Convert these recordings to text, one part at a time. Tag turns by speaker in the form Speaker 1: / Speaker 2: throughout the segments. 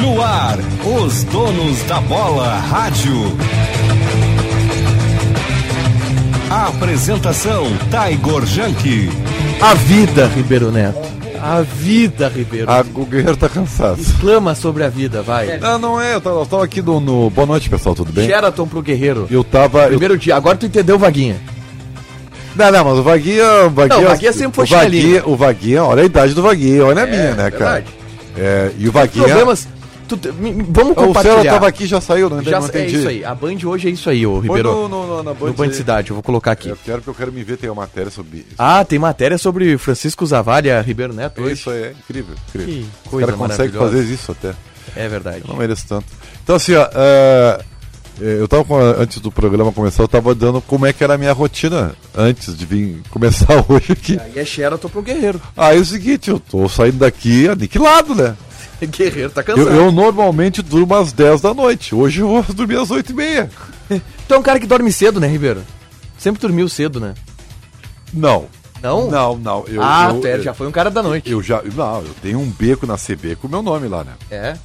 Speaker 1: No ar, os donos da bola rádio. Apresentação Taigor Janke.
Speaker 2: A vida, Ribeiro Neto. A vida, Ribeiro.
Speaker 3: Ah, o Guerreiro tá cansado.
Speaker 2: Exclama sobre a vida, vai.
Speaker 3: Não, não é, eu tava, eu tava aqui no, no- Boa noite, pessoal, tudo bem?
Speaker 2: Sheraton pro Guerreiro.
Speaker 3: Eu tava. eu-
Speaker 2: Primeiro dia, agora tu entendeu, Vaguinha.
Speaker 3: Não, não, mas o Vaguinha. O Vaguinha,
Speaker 2: Não, o Vaguinha sempre foi
Speaker 3: o Vaguinha,
Speaker 2: chinelinho.
Speaker 3: o Vaguinha, olha a idade do Vaguinha, olha a minha, né, cara?
Speaker 2: verdade.
Speaker 3: É, e o Vaguinha.
Speaker 2: Problemas. tu te- me- me- vamos
Speaker 3: O Cera
Speaker 2: compartilhar.
Speaker 3: tava aqui já saiu, não,
Speaker 2: Já,
Speaker 3: não
Speaker 2: é
Speaker 3: entendi.
Speaker 2: isso aí. A Band hoje é isso aí, ô
Speaker 3: Põe
Speaker 2: Ribeiro.
Speaker 3: no,
Speaker 2: No,
Speaker 3: no, no, na Band
Speaker 2: Band
Speaker 3: aí.
Speaker 2: Cidade, eu vou colocar aqui.
Speaker 3: Eu quero porque eu quero me ver, tem uma matéria sobre isso.
Speaker 2: Ah, tem matéria sobre Francisco Zavalha Ribeiro Neto hoje.
Speaker 3: Isso aí é incrível, incrível.
Speaker 2: Que
Speaker 3: o
Speaker 2: coisa
Speaker 3: cara consegue
Speaker 2: maravilhosa.
Speaker 3: fazer isso até.
Speaker 2: É verdade.
Speaker 3: Eu não mereço tanto. Então assim, ó, ah, eu tava com a- antes do programa começar, eu tava dando como é que era a minha rotina antes de vir começar hoje aqui.
Speaker 2: Aí é Sheraton pro Guerreiro.
Speaker 3: Aí é o seguinte, eu tô saindo daqui aniquilado, né?
Speaker 2: Guerreiro tá
Speaker 3: Eu,
Speaker 2: cansado.
Speaker 3: eu normalmente durmo às 10 da noite. Hoje eu vou dormir às 8 e meia.
Speaker 2: Tu é um cara que dorme cedo, né, Ribeiro? Sempre dormiu cedo, né?
Speaker 3: Não.
Speaker 2: Não?
Speaker 3: Não, não. Eu,
Speaker 2: ah,
Speaker 3: eu,
Speaker 2: tu é, já foi um cara da noite.
Speaker 3: eu já. Não, eu tenho um beco na CB com o meu nome lá, né?
Speaker 2: É.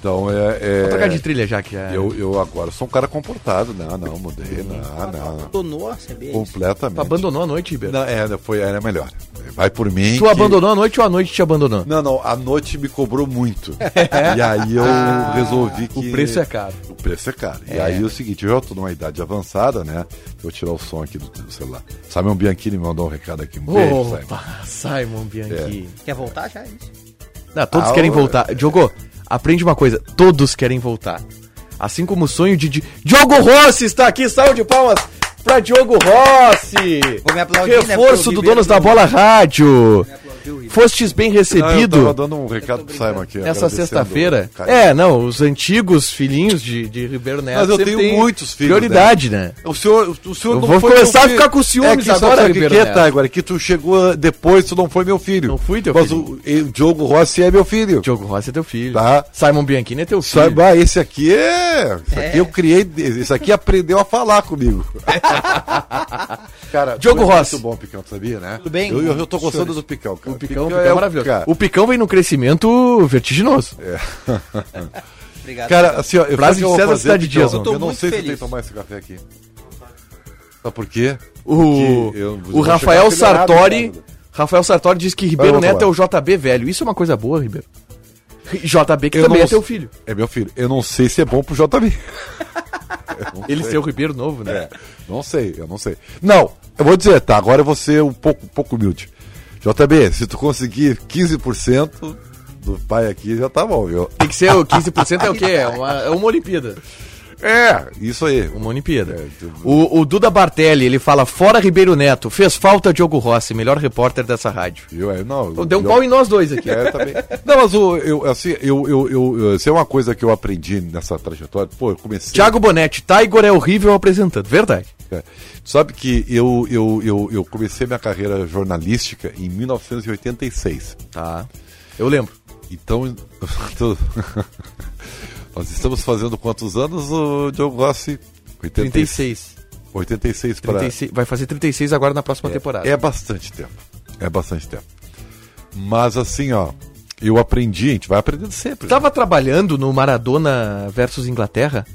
Speaker 3: Então é. é-
Speaker 2: Vou trocar de trilha já, que é. já...
Speaker 3: eu, eu agora sou um cara comportado. Não, não, mudei. Não, não.
Speaker 4: Abandonou a é CB?
Speaker 3: Completamente.
Speaker 2: Tu abandonou a noite, Ribeiro?
Speaker 3: Não, é, foi, era melhor. Vai por mim.
Speaker 2: Tu
Speaker 3: que-
Speaker 2: abandonou a noite ou a noite te abandonou?
Speaker 3: Não, não, a noite me cobrou muito. e aí eu resolvi que.
Speaker 2: Ah, O preço é caro.
Speaker 3: O preço é caro. E
Speaker 2: É.
Speaker 3: aí é o seguinte, eu já tô numa idade avançada, né? Vou tirar o som aqui do, do celular. Simon Bianchini me mandou um recado aqui. Um beijo, Simon.
Speaker 2: Opa, Simon Bianchi.
Speaker 4: Quer voltar já? é isso?
Speaker 2: Não, todos
Speaker 3: Ah,
Speaker 2: querem
Speaker 3: ô,
Speaker 2: voltar. Diogo, aprende uma coisa. Todos querem voltar. Assim como o sonho de... Di- Diogo Rossi está aqui. Salve de palmas pra Diogo Rossi.
Speaker 4: Vou me aplaudir, né,
Speaker 2: Reforço
Speaker 4: porque o
Speaker 2: do
Speaker 4: Ribeiro
Speaker 2: Donos da
Speaker 4: não-
Speaker 2: Bola Rádio.
Speaker 4: aplaudiu, Ribeiro.
Speaker 2: Fostes bem recebido.
Speaker 3: Ah, eu tava dando um recado pro Simon aqui.
Speaker 2: Essa
Speaker 3: agradecendo,
Speaker 2: sexta-feira.
Speaker 3: cara.
Speaker 2: É, não, os antigos filhinhos de, de Ribeiro Neto.
Speaker 3: Mas eu
Speaker 2: sempre
Speaker 3: tenho
Speaker 2: têm
Speaker 3: muitos filhos,
Speaker 2: Prioridade, né?
Speaker 3: O senhor, o senhor
Speaker 2: Eu
Speaker 3: não
Speaker 2: vou
Speaker 3: foi
Speaker 2: começar
Speaker 3: meu
Speaker 2: a ficar
Speaker 3: filho.
Speaker 2: com ciúmes
Speaker 3: que sabe-
Speaker 2: agora,
Speaker 3: sabe o que
Speaker 2: Ribeiro
Speaker 3: que é,
Speaker 2: Neto?
Speaker 3: tá, agora que tu chegou ah, depois, tu não foi meu filho.
Speaker 2: Não fui teu
Speaker 3: Mas
Speaker 2: filho.
Speaker 3: o- e- o Diogo Rossi é meu filho.
Speaker 2: Diogo Rossi é teu filho.
Speaker 3: Tá.
Speaker 2: Simon Bianchini é teu filho.
Speaker 3: Sabe, ah, esse aqui é. Isso aqui
Speaker 4: É.
Speaker 3: eu criei. Isso aqui aprendeu a falar comigo. cara,
Speaker 2: Diogo
Speaker 3: tu é
Speaker 2: Rossi.
Speaker 3: Muito bom, Picão, tu sabia, né?
Speaker 4: Tudo bem?
Speaker 3: Eu, eu, eu tô gostando do Picão, cara.
Speaker 2: O Picão, o Picão é, maravilhoso.
Speaker 3: cara. É,
Speaker 2: O Picão vem num crescimento vertiginoso.
Speaker 4: Obrigado.
Speaker 3: Cara, assim, ó, eu sei o
Speaker 2: Frase de
Speaker 3: que eu
Speaker 2: César
Speaker 3: vou fazer,
Speaker 2: Cidade
Speaker 3: Picão.
Speaker 2: Dias, ó.
Speaker 3: Eu,
Speaker 4: Eu tô
Speaker 3: não
Speaker 4: muito
Speaker 3: sei se eu
Speaker 4: feliz.
Speaker 3: tenho que tomar esse café aqui. Sabe por quê?
Speaker 2: O,
Speaker 3: Porque eu vou
Speaker 2: o
Speaker 3: chegar né?
Speaker 2: Rafael
Speaker 3: acelerado,
Speaker 2: Sartori.
Speaker 3: cara.
Speaker 2: Rafael Sartori diz que Ribeiro
Speaker 3: Eu vou
Speaker 2: Neto é o JB velho. Isso é uma coisa boa, Ribeiro. JB que
Speaker 3: Eu
Speaker 2: também
Speaker 3: não
Speaker 2: é teu
Speaker 3: sei-
Speaker 2: filho.
Speaker 3: É meu filho. Eu não sei se é bom pro JB. Eu não
Speaker 2: Ele
Speaker 3: sei.
Speaker 2: ser o Ribeiro novo, né?
Speaker 3: É, não sei, eu não sei. Não, eu vou dizer, tá, agora eu vou ser um pouco, um pouco humilde. JB, se tu conseguir 15% do pai aqui, já tá bom, viu?
Speaker 2: Tem que ser o 15% é o quê? É uma, é uma Olimpíada.
Speaker 3: É, isso aí.
Speaker 2: Uma Olimpíada.
Speaker 3: É, tu-
Speaker 2: o, o Duda Bartelli, ele fala, fora Ribeiro Neto, fez falta Diogo Rossi, melhor repórter dessa rádio.
Speaker 3: Viu? É, não,
Speaker 2: Então, Deu um pau em nós dois aqui.
Speaker 3: É, também. Não, mas o, eu, assim, eu, eu, eu, eu- se é uma coisa que eu aprendi nessa trajetória, pô, eu comecei.
Speaker 2: Tiago Bonetti, Tiger é horrível apresentando. Verdade.
Speaker 3: É. Tu sabe que eu, eu, eu, eu comecei minha carreira jornalística em 1986.
Speaker 2: Tá. Eu lembro.
Speaker 3: Então, tu- nós estamos fazendo quantos anos, o Diogo Rossi? 80
Speaker 2: 36.
Speaker 3: 86 para...
Speaker 2: 36 Vai fazer 36 agora na próxima temporada.
Speaker 3: É bastante tempo. É bastante tempo. Mas assim, ó, eu aprendi, a gente vai aprendendo sempre.
Speaker 2: Tu tava trabalhando no Maradona versus Inglaterra?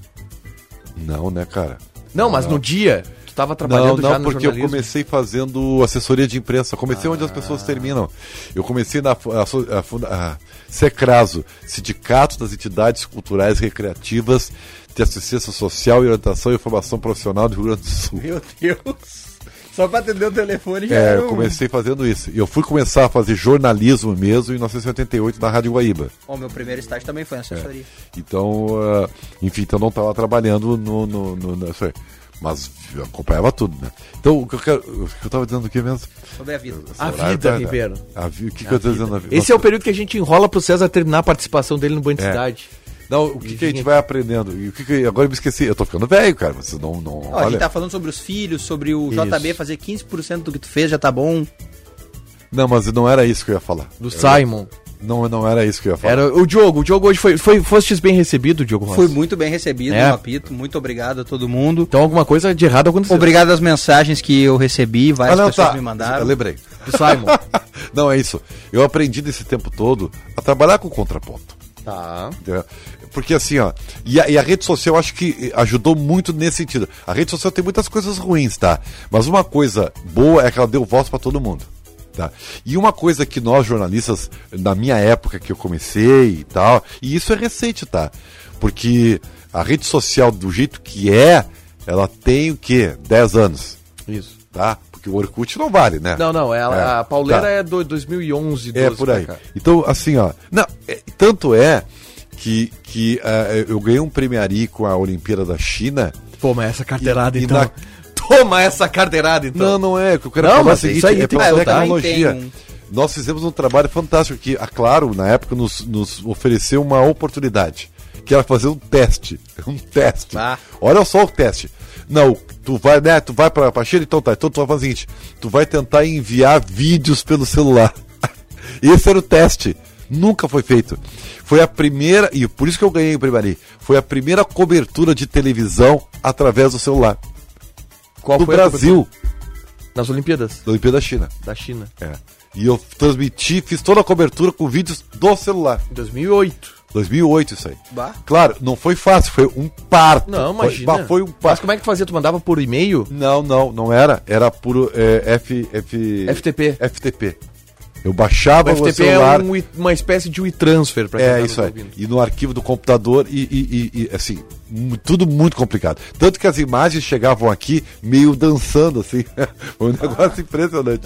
Speaker 3: Não, né, cara?
Speaker 2: Não, mas no dia. Tu tava
Speaker 3: Não,
Speaker 2: trabalhando já
Speaker 3: não,
Speaker 2: no
Speaker 3: porque eu
Speaker 2: jornalismo. Ah.
Speaker 3: comecei fazendo assessoria de imprensa. Comecei onde as pessoas terminam. Eu comecei na fu- a, so- a funda- a SECRASO, Sindicato das Entidades Culturais Recreativas de Assistência Social e Orientação e Formação Profissional do Rio Grande do Sul.
Speaker 4: Meu Deus. Só pra atender o telefone já
Speaker 3: É,
Speaker 4: era
Speaker 3: eu
Speaker 4: um-
Speaker 3: comecei fazendo isso. E Eu fui começar a fazer jornalismo mesmo em 1988 na Rádio Guaíba.
Speaker 4: Ó, meu primeiro estágio também foi na assessoria.
Speaker 3: Então, ah, enfim, então não estava trabalhando no. no, no, no- isso aí. Mas eu acompanhava tudo, né? Então, o que eu quero. O que eu estava dizendo aqui mesmo?
Speaker 4: Sobre a vida.
Speaker 3: Esse
Speaker 2: A
Speaker 3: horário
Speaker 2: vida, Ribeiro.
Speaker 3: tá, né? A vi- O que, que eu estou dizendo na vida?
Speaker 2: Esse é o período que a gente enrola pro César terminar a participação dele no Band
Speaker 3: É.
Speaker 2: Cidade.
Speaker 3: Não, o que, que a gente vai aprendendo? E o que que- Agora eu me esqueci. Eu tô ficando velho, cara. Vocês não. não
Speaker 4: Ó, a gente
Speaker 3: olha.
Speaker 4: tá falando sobre os filhos, sobre o
Speaker 2: Isso.
Speaker 4: JB fazer 15% do que tu fez, já tá bom.
Speaker 3: Não, mas não era isso que eu ia falar.
Speaker 2: Do Simon.
Speaker 3: Não, não era isso que eu ia falar.
Speaker 2: Era o Diogo. O Diogo hoje foi, foi fostes bem recebido, Diogo Rossi.
Speaker 4: Foi muito bem recebido
Speaker 2: É.
Speaker 4: no apito, muito obrigado a todo mundo.
Speaker 2: Então alguma coisa de errado aconteceu.
Speaker 4: Obrigado às mensagens que eu recebi,
Speaker 3: Ah,
Speaker 4: várias
Speaker 3: não,
Speaker 4: pessoas
Speaker 3: tá.
Speaker 4: me
Speaker 3: Eu
Speaker 4: mandaram.
Speaker 3: lembrei.
Speaker 2: Do Simon.
Speaker 3: não, é isso. Eu aprendi nesse tempo todo a trabalhar com contraponto.
Speaker 2: Tá.
Speaker 3: Entendeu? Porque assim, ó, e a, e a rede social eu acho que ajudou muito nesse sentido. A rede social tem muitas coisas ruins, tá? Mas uma coisa boa é que ela deu voz pra todo mundo. Tá? E uma coisa que nós jornalistas, na minha época que eu comecei e tal, e isso é recente, tá? Porque a rede social, do jeito que é, ela tem o quê? 10 anos,
Speaker 2: Isso.
Speaker 3: tá? Porque o Orkut não vale, né?
Speaker 2: Não, não, ela,
Speaker 3: É,
Speaker 2: a pauleira
Speaker 3: tá.
Speaker 2: é do 2011, 12
Speaker 3: É, por aí.
Speaker 2: pra cá.
Speaker 3: Então, assim, ó. Não, é- tanto é que, que ah, eu ganhei um premiari com a Olimpíada da China.
Speaker 2: Toma essa carteirada,
Speaker 3: E- e
Speaker 2: então.
Speaker 3: na-
Speaker 2: Toma essa carteirada, então.
Speaker 3: Não, não é. O que eu quero
Speaker 2: Não,
Speaker 3: falar é o
Speaker 2: mas
Speaker 3: seguinte:
Speaker 2: isso aí
Speaker 3: é
Speaker 2: tem
Speaker 3: pela
Speaker 4: que voltar.
Speaker 3: tecnologia.
Speaker 4: Também tem
Speaker 3: Nós fizemos um trabalho fantástico que, a Claro, na época, nos, nos ofereceu uma oportunidade. Que era fazer um teste. Um teste.
Speaker 4: Ah.
Speaker 3: Olha só o teste. Não, tu vai, né? Tu vai pra, pra China, então tá. Então tu vai fazer o seguinte: tu vai tentar enviar vídeos pelo celular. Esse era o teste. Nunca foi feito. Foi a primeira, e por isso que eu ganhei o primeiro, foi a primeira cobertura de televisão através do celular.
Speaker 2: Qual
Speaker 3: do
Speaker 2: foi a
Speaker 3: Brasil,
Speaker 2: Nas Olimpíadas
Speaker 3: da Olimpíada da China.
Speaker 2: da China.
Speaker 3: É. E eu transmiti, fiz toda a cobertura com vídeos do celular.
Speaker 2: Em 2008.
Speaker 3: 2008 isso aí.
Speaker 4: Bah.
Speaker 3: Claro, não foi fácil, foi um parto.
Speaker 2: Não,
Speaker 3: Foi-
Speaker 2: imagina.
Speaker 3: bah, Foi um
Speaker 2: Mas
Speaker 3: parto.
Speaker 2: como é que tu fazia? Tu mandava por e-mail?
Speaker 3: Não, não, não era. Era puro é, F, F...
Speaker 2: FTP.
Speaker 3: FTP. Eu baixava
Speaker 2: O
Speaker 3: o,
Speaker 2: FTP
Speaker 3: celular.
Speaker 2: é um i- uma espécie de e-transfer pra quem
Speaker 3: É,
Speaker 2: tá
Speaker 3: isso
Speaker 2: nos
Speaker 3: aí.
Speaker 2: ouvindo.
Speaker 3: E no arquivo do computador, e, e- e- e, assim, mu- tudo muito complicado. Tanto que as imagens chegavam aqui meio dançando, assim. Foi um negócio impressionante.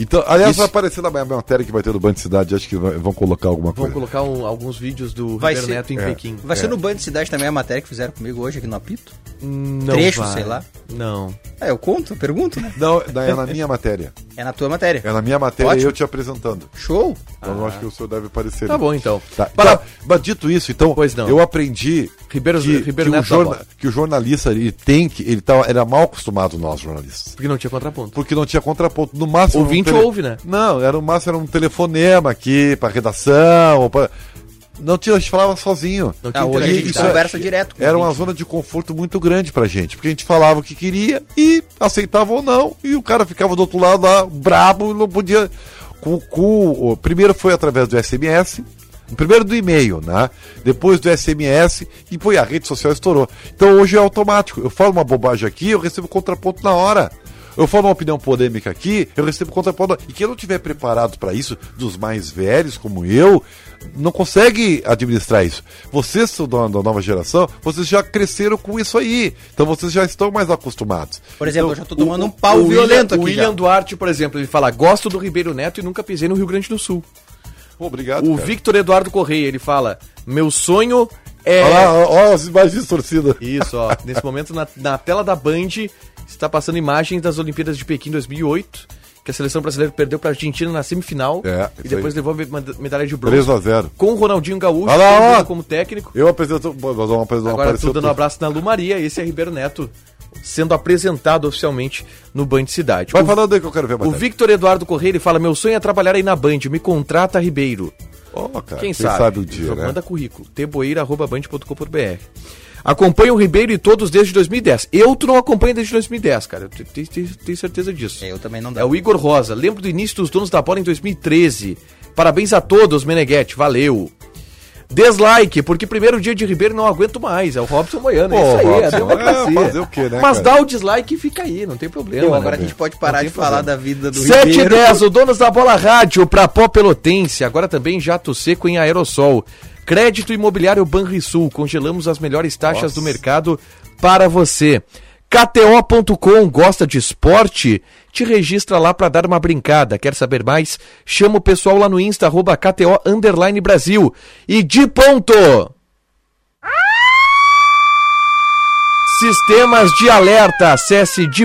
Speaker 3: Então, aliás,
Speaker 2: É. Isso-
Speaker 3: vai aparecer na minha matéria que vai ter no Banco de Cidade, acho que vai- vão colocar alguma
Speaker 2: Vamos
Speaker 3: coisa.
Speaker 2: colocar um- alguns vídeos do
Speaker 4: Vai
Speaker 2: Ribeiro
Speaker 4: ser-
Speaker 2: Neto em
Speaker 3: é.
Speaker 2: Pequim.
Speaker 4: Vai ser no Band Cidade também a matéria que fizeram comigo hoje aqui no Apito?
Speaker 3: É.
Speaker 2: Não
Speaker 4: trecho,
Speaker 2: vai.
Speaker 4: sei lá.
Speaker 2: Não.
Speaker 4: É, eu conto, eu pergunto, né?
Speaker 3: Não, na- é na minha matéria.
Speaker 4: É na tua matéria.
Speaker 3: É na minha matéria
Speaker 4: Ótimo.
Speaker 3: eu te apresentando.
Speaker 4: Show!
Speaker 3: Então eu acho que o senhor deve aparecer.
Speaker 2: Tá
Speaker 3: ali.
Speaker 2: bom, então.
Speaker 3: Tá.
Speaker 2: Para-
Speaker 3: Então, mas dito isso, então,
Speaker 2: Pois não.
Speaker 3: eu aprendi
Speaker 2: Ribeiro-
Speaker 3: que,
Speaker 2: Ribeiro
Speaker 3: que, o
Speaker 2: Neto da
Speaker 3: jorna-
Speaker 2: bola.
Speaker 3: que o jornalista ele tem que. Ele, tá, era mal acostumado, nós jornalistas.
Speaker 2: Porque não tinha contraponto.
Speaker 3: Porque não tinha contraponto. No máximo.
Speaker 2: Ouvinte
Speaker 3: era um
Speaker 2: ouve, né?
Speaker 3: Não, era no máximo era um telefonema aqui pra redação. Ou pra... Não tinha, a gente falava sozinho.
Speaker 2: Não
Speaker 4: Ah,
Speaker 2: tinha
Speaker 4: hoje a gente
Speaker 3: Isso
Speaker 2: interatividade.
Speaker 3: é-
Speaker 4: conversa direto. com
Speaker 3: Era
Speaker 4: o
Speaker 3: uma
Speaker 4: ouvinte.
Speaker 3: zona de conforto muito grande pra gente, porque a gente falava o que queria e aceitava ou não, e o cara ficava do outro lado lá, brabo, e não podia. Com, o cu. o- primeiro foi através do SMS, primeiro do e-mail, né? Depois do SMS e pô, e a rede social estourou. Então hoje é automático. Eu falo uma bobagem aqui, eu recebo contraponto na hora. Eu falo uma opinião polêmica aqui, eu recebo contraponto. na- E quem não tiver preparado pra isso, dos mais velhos como eu, não consegue administrar isso. Vocês são da, da nova geração, vocês já cresceram com isso aí. Então vocês já estão mais acostumados.
Speaker 4: Por
Speaker 3: Então,
Speaker 4: exemplo, eu já tô tomando
Speaker 3: o-
Speaker 4: um pau
Speaker 2: o William-
Speaker 4: violento
Speaker 2: O
Speaker 4: aqui.
Speaker 2: William
Speaker 4: já.
Speaker 2: Duarte, por exemplo, ele fala: gosto do Ribeiro Neto e nunca pisei no Rio Grande do Sul.
Speaker 3: Então, Pô, Obrigado.
Speaker 2: O
Speaker 3: cara.
Speaker 2: Victor Eduardo Correia, ele fala: meu sonho é.
Speaker 3: Olha lá, olha as imagens distorcidas.
Speaker 2: Isso, ó. Nesse momento, na, na tela da Band, está passando imagens das Olimpíadas de Pequim 2008, que a seleção brasileira perdeu para a Argentina na semifinal.
Speaker 3: É,
Speaker 2: e
Speaker 3: isso
Speaker 2: depois
Speaker 3: aí.
Speaker 2: levou a me- meda- medalha de bronze.
Speaker 3: 3 a 0
Speaker 2: Com o Ronaldinho Gaúcho
Speaker 3: Olha lá,
Speaker 2: servindo
Speaker 3: ó.
Speaker 2: como técnico.
Speaker 3: Eu apresento. Bom, Nós vamos apresentar
Speaker 2: Agora
Speaker 3: apareceu
Speaker 2: tudo dando um
Speaker 3: tudo.
Speaker 2: abraço na Lu Maria. Esse é Ribeiro Neto sendo apresentado oficialmente no Band Cidade.
Speaker 3: Vai
Speaker 2: O-
Speaker 3: falando aí que eu quero ver a
Speaker 2: O
Speaker 3: matéria.
Speaker 2: Victor Eduardo Correia, ele fala: Meu sonho é trabalhar aí na Band, me contrata Ribeiro.
Speaker 3: Ó, cara,
Speaker 2: Quem, sabe?
Speaker 3: um dia,
Speaker 2: Só
Speaker 3: né?
Speaker 2: Manda currículo. teboeira.band.com.br Acompanha o Ribeiro e todos desde 2010. Eu tu não acompanho desde 2010, cara. Eu te- te- te- tenho, certeza disso.
Speaker 4: É, eu também não
Speaker 2: É
Speaker 4: dá.
Speaker 2: o Igor Rosa. Lembro do início dos donos da bola em 2013. Parabéns a todos, Meneghete. Valeu. Deslike, porque primeiro dia de Ribeiro não aguento mais. É o Robson Moiano. É
Speaker 3: Pô,
Speaker 2: isso aí, é
Speaker 3: Robson,
Speaker 2: a democracia.
Speaker 3: é, fazer o quê, né,
Speaker 2: Mas
Speaker 3: cara?
Speaker 2: dá o dislike e fica aí, não tem problema.
Speaker 4: Pô,
Speaker 2: né,
Speaker 4: agora a
Speaker 2: velho?
Speaker 4: gente pode parar
Speaker 2: Não
Speaker 4: de
Speaker 2: tem
Speaker 4: falar
Speaker 2: problema.
Speaker 4: da vida do
Speaker 2: 7 e
Speaker 4: Ribeiro.
Speaker 2: 10, o Donos da Bola Rádio, pra pó pelotense, agora também em jato seco em aerossol. Crédito Imobiliário Banrisul, congelamos as melhores taxas do mercado para você. KTO.com, gosta de esporte? Te registra lá pra dar uma brincada. Quer saber mais? Chama o pessoal lá no Insta, arroba KTO Underline Brasil. E de ponto! Sistemas de alerta. Acesse de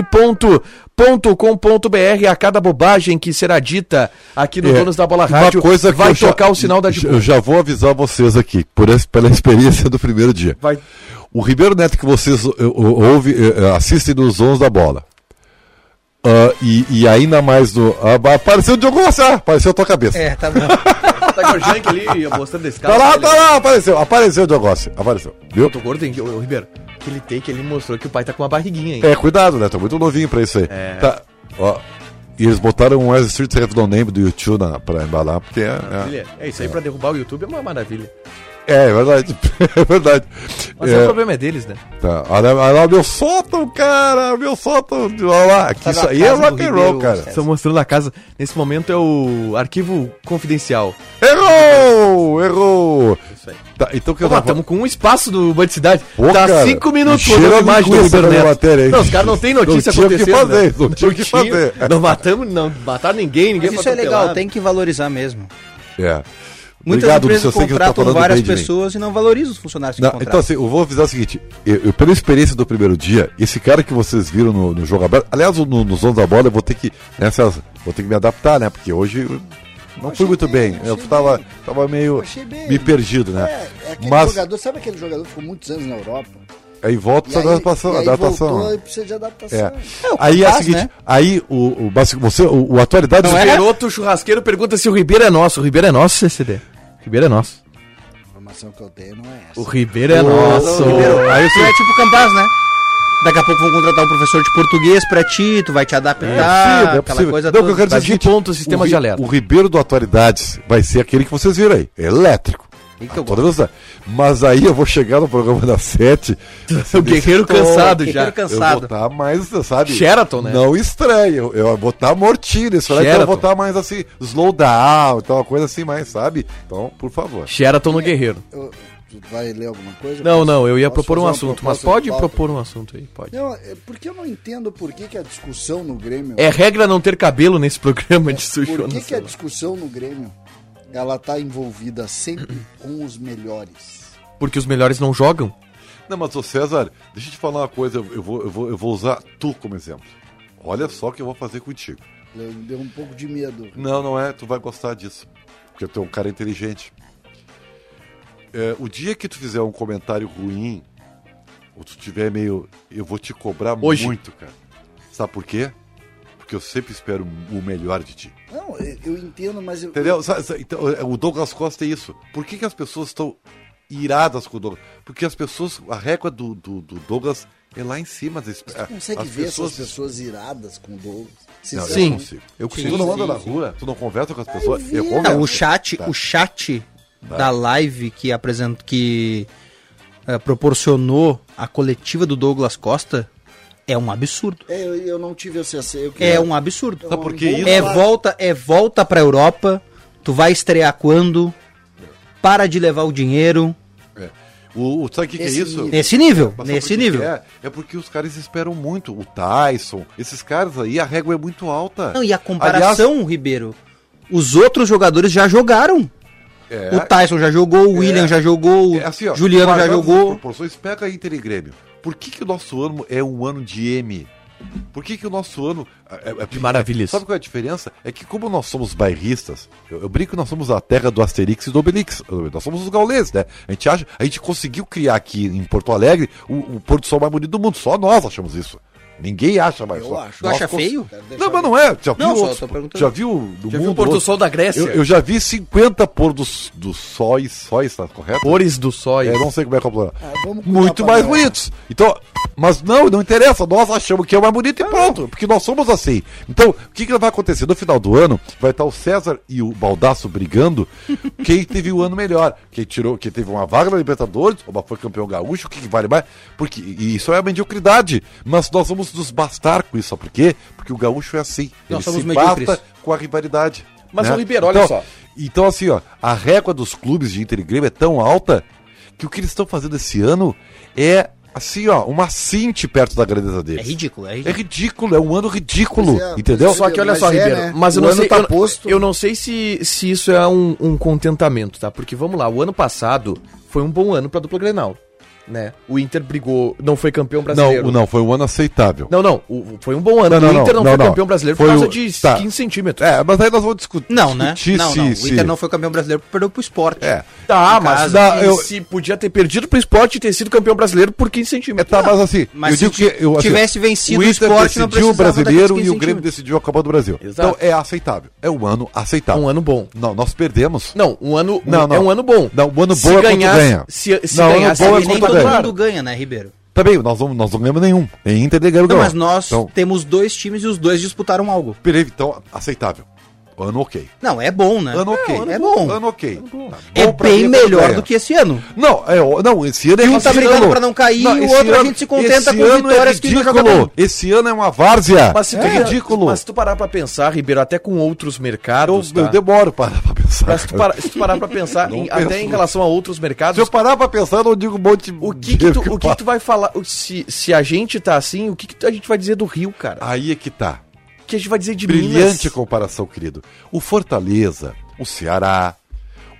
Speaker 2: a cada bobagem que será dita aqui no
Speaker 3: É,
Speaker 2: Donos da Bola
Speaker 3: uma
Speaker 2: Rádio
Speaker 3: coisa que
Speaker 2: vai
Speaker 3: eu já-
Speaker 2: tocar o sinal da de
Speaker 3: Eu já vou avisar vocês aqui, por esse- pela experiência do primeiro dia.
Speaker 2: Vai.
Speaker 3: O Ribeiro Neto que vocês eh, ou- ouve, eh, assistem nos Onze da Bola. Ah, e, e ainda mais do. ah, apareceu o Diogo Rossá, apareceu a tua cabeça.
Speaker 4: É, tá bom.
Speaker 2: Tá com o Jank ali mostrando esse
Speaker 3: Tá
Speaker 2: cara.
Speaker 3: lá, tá lá, apareceu, apareceu o Diogo Rossi, apareceu. Viu?
Speaker 2: Tô gordo, hein, ô, ô, Ribeiro? Aquele take ali mostrou que o pai tá com uma barriguinha, hein?
Speaker 3: É, cuidado, né? Tô muito novinho pra isso aí.
Speaker 2: É.
Speaker 3: Tá, ó, e eles botaram um West Street Have No Name do YouTube na, pra embalar, porque é. é-
Speaker 2: Maravilha. É isso aí pra derrubar o YouTube, é uma maravilha.
Speaker 3: É, é verdade. É verdade.
Speaker 2: Mas
Speaker 3: É,
Speaker 2: o problema é deles, né?
Speaker 3: tá. Olha, olha lá o meu sótão, cara. Meu sótão. Olha lá. Aqui,
Speaker 4: Tá
Speaker 3: isso
Speaker 4: na
Speaker 3: aí é
Speaker 4: casa do
Speaker 3: rock and roll,
Speaker 4: Ribeiro,
Speaker 3: cara.
Speaker 2: Estão mostrando a casa. Nesse momento é o arquivo confidencial.
Speaker 3: Errou! Errou!
Speaker 4: Isso aí.
Speaker 3: Tá, então o que eu
Speaker 2: Pô,
Speaker 3: tava...
Speaker 2: tamo com um espaço do Band Cidade.
Speaker 3: Pô,
Speaker 2: tá
Speaker 3: cara,
Speaker 2: cinco minutos
Speaker 3: encheram
Speaker 2: rodando
Speaker 3: a
Speaker 2: imagem do
Speaker 3: linguiça da
Speaker 2: Uber
Speaker 3: matéria aí.
Speaker 2: Neto. Não, os caras não têm notícia
Speaker 3: Não tinha o que
Speaker 2: acontecendo.
Speaker 3: fazer,
Speaker 2: né?
Speaker 3: não tinha o que
Speaker 2: tinha,
Speaker 3: fazer.
Speaker 2: Não matamos, não mataram ninguém, ninguém
Speaker 4: Mas isso é
Speaker 2: matou
Speaker 4: legal,
Speaker 2: pelado.
Speaker 4: tem que valorizar mesmo.
Speaker 3: É.
Speaker 4: Muitas
Speaker 3: Obrigado, Lúcio, eu
Speaker 4: empresas
Speaker 3: sei que tu tá
Speaker 4: contratam
Speaker 3: falando
Speaker 4: várias
Speaker 3: bem de mim.
Speaker 4: pessoas e não valorizam os funcionários que
Speaker 3: Não, então
Speaker 4: contratam.
Speaker 3: assim, eu vou avisar o seguinte, eu, eu, pela experiência do primeiro dia, esse cara que vocês viram no, no jogo aberto, aliás, no, nos Donos da Bola eu vou ter que, né, Celso, vou ter que me adaptar, né, porque hoje eu não fui muito bem, eu tava, tava meio
Speaker 5: Achei bem.
Speaker 3: me perdido, né,
Speaker 5: É, é aquele
Speaker 3: mas
Speaker 5: jogador, sabe aquele jogador que ficou muitos anos na Europa?
Speaker 3: aí volta essa adaptação,
Speaker 5: e aí
Speaker 3: adaptação.
Speaker 5: voltou
Speaker 3: né?
Speaker 5: e precisa de adaptação.
Speaker 3: É.
Speaker 4: o
Speaker 3: Aí é o
Speaker 4: Cass,
Speaker 3: seguinte,
Speaker 4: né?
Speaker 3: aí o, o, basic- você, o, o atualidade
Speaker 4: Não
Speaker 3: do-
Speaker 4: é?
Speaker 2: Peroto churrasqueiro pergunta se o Ribeiro é nosso. O Ribeiro é nosso, CCD. O Ribeiro é nosso.
Speaker 5: A informação que eu tenho não é essa.
Speaker 2: O Ribeiro é nosso.
Speaker 3: Ribeiro, aí
Speaker 4: Tu
Speaker 3: assim,
Speaker 4: é tipo o Campaz, né? Daqui a pouco vão contratar um professor de português pra ti, tu vai te adaptar,
Speaker 3: possível, é
Speaker 4: Ah, aquela
Speaker 3: possível. Não,
Speaker 4: coisa
Speaker 3: o que eu
Speaker 4: toda.
Speaker 3: quero dizer é o
Speaker 2: Mas que
Speaker 3: seguinte,
Speaker 2: ponto o sistema
Speaker 3: Ri-
Speaker 2: de alerta?
Speaker 3: O Ribeiro do Atualidades vai ser aquele que vocês viram aí, elétrico.
Speaker 4: E que eu
Speaker 3: A toda velocidade. Mas aí eu vou chegar no programa das sete.
Speaker 2: O guerreiro cansado já.
Speaker 4: Guerreiro
Speaker 3: Eu vou
Speaker 4: cansado.
Speaker 3: estar mais, sabe?
Speaker 2: Sheraton, né?
Speaker 3: Não estreia. Eu, eu vou estar mortinho. Isso então eu vou
Speaker 2: Sheraton.
Speaker 3: estar mais assim, slow down, então uma coisa assim mais, sabe? Então, por favor.
Speaker 2: Sheraton no Guerreiro.
Speaker 5: Eu- tu vai ler alguma coisa?
Speaker 2: Não,
Speaker 5: Posso-
Speaker 2: não, eu ia
Speaker 5: posso
Speaker 2: propor um
Speaker 5: fazer uma
Speaker 2: assunto, mas
Speaker 5: proposta
Speaker 2: pode
Speaker 5: de pauta?
Speaker 2: propor um assunto aí, pode.
Speaker 5: Não, é porque eu não entendo por que, que a discussão no Grêmio.
Speaker 2: É regra não ter cabelo nesse programa de sujo.
Speaker 5: por que,
Speaker 3: é
Speaker 5: que a discussão no Grêmio ela tá envolvida sempre com os melhores?
Speaker 2: Porque os melhores não jogam?
Speaker 3: Não, mas ô César, deixa eu te falar uma coisa. Eu, eu vou, eu, vou, eu vou usar tu como exemplo. Olha só o que eu vou fazer contigo.
Speaker 5: Eu- Deu um pouco de medo.
Speaker 3: Não, não é. Tu vai gostar disso. Porque tu é um cara inteligente. É, o dia que tu fizer um comentário ruim, ou tu tiver meio. Eu vou te cobrar
Speaker 2: Hoje.
Speaker 3: muito, cara. Sabe por quê? Porque eu sempre espero o melhor de ti.
Speaker 5: Não, eu, eu entendo, mas eu,
Speaker 3: Entendeu? Sa- sa- Então, é, o Douglas Costa é isso. Por que, que as pessoas estão iradas com o Douglas? Porque as pessoas. A régua do, do- do Douglas é lá em cima. As,
Speaker 5: tu consegue
Speaker 3: as
Speaker 5: ver essas pessoas iradas com o Douglas?
Speaker 3: Não,
Speaker 2: Sim.
Speaker 3: Eu consigo. Eu consigo.
Speaker 2: Sim,
Speaker 3: tu não anda
Speaker 2: sim,
Speaker 3: na
Speaker 2: sim.
Speaker 3: rua, tu não conversa com as pessoas. Eu,
Speaker 5: vi.
Speaker 3: converso.
Speaker 4: Não, o chat,
Speaker 3: Tá.
Speaker 4: o chat da live que apresenta, que eh, proporcionou a coletiva do Douglas Costa é um absurdo.
Speaker 5: É, eu, eu não tive acesso. Eu
Speaker 4: É
Speaker 5: queria-
Speaker 4: um absurdo.
Speaker 3: Sabe por que Então, isso?
Speaker 4: É volta, é volta pra Europa. Tu vai estrear quando? Para de levar o dinheiro.
Speaker 3: É. O, o- sabe o que, que é
Speaker 5: Nesse
Speaker 3: isso?
Speaker 5: nível.
Speaker 4: Nesse nível,
Speaker 3: Mas sabe
Speaker 4: nesse
Speaker 3: por que
Speaker 4: nível.
Speaker 3: que É? é porque os caras esperam muito. O Tyson, esses caras aí, a régua é muito alta.
Speaker 4: Não, e a comparação, Ribeiro. Os outros jogadores já jogaram.
Speaker 3: Aliás,
Speaker 4: O Tyson já jogou, o William já jogou, o
Speaker 3: é assim, ó,
Speaker 4: Juliano já
Speaker 3: guardando as
Speaker 4: jogou.
Speaker 3: Proporções, pega Inter e Grêmio. Por que, que o nosso ano é um ano de M? Por que, que o nosso ano. É, é-
Speaker 2: De maravilhas.
Speaker 3: Sabe qual é a diferença? É que, como nós somos bairristas, eu, eu brinco que nós somos a terra do Asterix e do Obelix. Nós somos os gauleses, né? A gente, acha, a gente conseguiu criar aqui em Porto Alegre o, o pôr do sol mais bonito do mundo. Só nós achamos isso. Ninguém acha mais.
Speaker 5: Eu
Speaker 3: só.
Speaker 5: acho.
Speaker 4: Tu acha feio?
Speaker 5: Quero deixar
Speaker 3: Não, mas não é. Já viu,
Speaker 4: Não, só
Speaker 3: outros-
Speaker 4: tô perguntando.
Speaker 3: já viu do
Speaker 2: Já
Speaker 3: mundo.
Speaker 2: viu o pôr do
Speaker 3: outros-
Speaker 2: sol da Grécia?
Speaker 3: Eu, eu já vi 50 pôr do, do sóis, sóis, tá correto?
Speaker 2: Cores do sol.
Speaker 3: É, não sei como é que é o plano.
Speaker 5: vamos
Speaker 3: Muito
Speaker 5: pular pra
Speaker 3: mais
Speaker 5: Noel.
Speaker 3: bonitos. Então, mas não, não interessa. Nós achamos que é o mais bonito e pronto. Porque nós somos assim. Então, o que, que vai acontecer? No final do ano, vai estar o César e o Baldaço brigando quem teve o ano melhor. Quem tirou, quem teve uma vaga na Libertadores, ou foi campeão gaúcho, o que, que vale mais? Porque e isso é uma mediocridade. Mas nós vamos nos bastar com isso. Sabe por quê? Porque o gaúcho é assim.
Speaker 4: Nós
Speaker 3: Ele
Speaker 4: somos
Speaker 3: se
Speaker 4: medíocres.
Speaker 3: basta com a rivalidade.
Speaker 2: Mas,
Speaker 3: né?
Speaker 2: ô, Ribeiro, olha
Speaker 3: Então,
Speaker 2: só.
Speaker 3: Então, assim, ó, a régua dos clubes de Inter e Grêmio é tão alta que o que eles estão fazendo esse ano é, assim, ó, uma cinte perto da grandeza
Speaker 4: É
Speaker 3: deles.
Speaker 4: ridículo, é
Speaker 3: É
Speaker 4: ridículo.
Speaker 3: ridículo, é um ano ridículo,
Speaker 5: Pois é,
Speaker 3: entendeu?
Speaker 5: pois
Speaker 2: Só que olha
Speaker 5: Mas
Speaker 2: só,
Speaker 5: é,
Speaker 2: Ribeiro,
Speaker 5: né?
Speaker 2: mas eu
Speaker 5: O
Speaker 2: não
Speaker 5: ano
Speaker 2: sei,
Speaker 5: tá
Speaker 2: eu, não-
Speaker 5: posto.
Speaker 2: eu não sei se, se isso é um, um contentamento, tá? Porque vamos lá, o ano passado foi um bom ano pra dupla Grenal, né? O Inter brigou, não foi campeão brasileiro.
Speaker 3: Não, não, foi um ano aceitável.
Speaker 2: Não, não, o- o- foi um bom ano.
Speaker 3: Não, não,
Speaker 2: o Inter não,
Speaker 3: não,
Speaker 2: foi
Speaker 3: não.
Speaker 2: campeão brasileiro
Speaker 3: Foi
Speaker 2: por causa
Speaker 3: o-
Speaker 2: de
Speaker 3: tá.
Speaker 2: 15 centímetros.
Speaker 3: É, mas aí nós vamos discu- discutir.
Speaker 4: Não, né? Não, não. O
Speaker 3: se-
Speaker 4: Inter não foi campeão brasileiro porque perdeu pro esporte.
Speaker 3: É.
Speaker 2: Tá,
Speaker 4: Em
Speaker 2: mas
Speaker 4: casa,
Speaker 2: dá-
Speaker 3: eu-
Speaker 2: se podia ter perdido pro esporte e ter sido campeão brasileiro por 15
Speaker 3: É,
Speaker 2: centímetros.
Speaker 3: tá, mas assim,
Speaker 4: Mas
Speaker 3: eu
Speaker 4: se
Speaker 3: digo que eu, assim,
Speaker 4: tivesse vencido
Speaker 3: o
Speaker 4: o
Speaker 3: Inter
Speaker 4: esporte,
Speaker 3: decidiu
Speaker 4: não
Speaker 3: o
Speaker 4: precisava
Speaker 3: brasileiro
Speaker 4: daqueles
Speaker 3: e o
Speaker 4: 15
Speaker 3: Grêmio
Speaker 4: centímetros.
Speaker 3: decidiu a Copa do Brasil.
Speaker 2: Exato.
Speaker 3: Então é aceitável. É um ano aceitável.
Speaker 2: Um ano bom.
Speaker 3: Não, nós perdemos.
Speaker 2: Não, um ano
Speaker 3: Não, não.
Speaker 2: é um ano bom.
Speaker 3: Não, um ano
Speaker 2: se
Speaker 3: bom é quando
Speaker 2: ganhasse,
Speaker 3: ganha.
Speaker 2: Se, se
Speaker 3: Não, ano
Speaker 2: ganhasse,
Speaker 3: bom é
Speaker 4: E nem
Speaker 3: quando
Speaker 4: todo
Speaker 3: ganha.
Speaker 4: mundo ganha, né, Ribeiro?
Speaker 3: Também, nós, vamos, nós não ganhamos nenhum. Nem Inter nem Grêmio
Speaker 4: Não,
Speaker 3: ganhou.
Speaker 4: mas nós
Speaker 3: Então,
Speaker 4: temos dois times e os dois disputaram algo.
Speaker 3: Beleza, então aceitável. Ano ok.
Speaker 4: Não, é bom, né?
Speaker 3: Ano ok.
Speaker 4: É bom.
Speaker 3: Ano ok. Tá
Speaker 4: É
Speaker 3: bom pra
Speaker 4: bem
Speaker 3: mim, é
Speaker 4: melhor
Speaker 3: ganha.
Speaker 4: do que esse ano.
Speaker 3: Não, é, ó, não, esse ano é
Speaker 4: Um tá
Speaker 3: esse
Speaker 4: brigando
Speaker 3: ano-
Speaker 4: pra não cair, o
Speaker 3: esse
Speaker 4: outro a gente se contenta
Speaker 3: esse
Speaker 4: com
Speaker 3: ano
Speaker 4: vitórias
Speaker 3: é
Speaker 4: que não
Speaker 3: ridículo.
Speaker 4: joga bem.
Speaker 3: Esse ano é uma várzea.
Speaker 2: Mas se, tu,
Speaker 3: é ridículo.
Speaker 2: mas se tu parar pra pensar, Ribeiro, até com outros
Speaker 3: eu,
Speaker 2: mercados.
Speaker 3: eu
Speaker 2: tá?
Speaker 3: demoro para pra pensar.
Speaker 2: Mas se tu, parar- se tu parar pra pensar,
Speaker 3: Não
Speaker 2: em-
Speaker 3: penso.
Speaker 2: até em relação a outros
Speaker 3: Se eu
Speaker 2: mercados,
Speaker 3: parar pra pensar, eu não digo um monte de
Speaker 2: o que, que
Speaker 3: dinheiro
Speaker 2: tu, o que
Speaker 3: eu
Speaker 2: que tu vai falar? O- Se, se a gente tá assim, o que, que tu- a gente vai dizer do Rio, cara?
Speaker 3: passo. Aí é que tá.
Speaker 2: O que a gente vai dizer de
Speaker 3: Brilhante
Speaker 2: Minas?
Speaker 3: comparação, querido. O Fortaleza, o Ceará,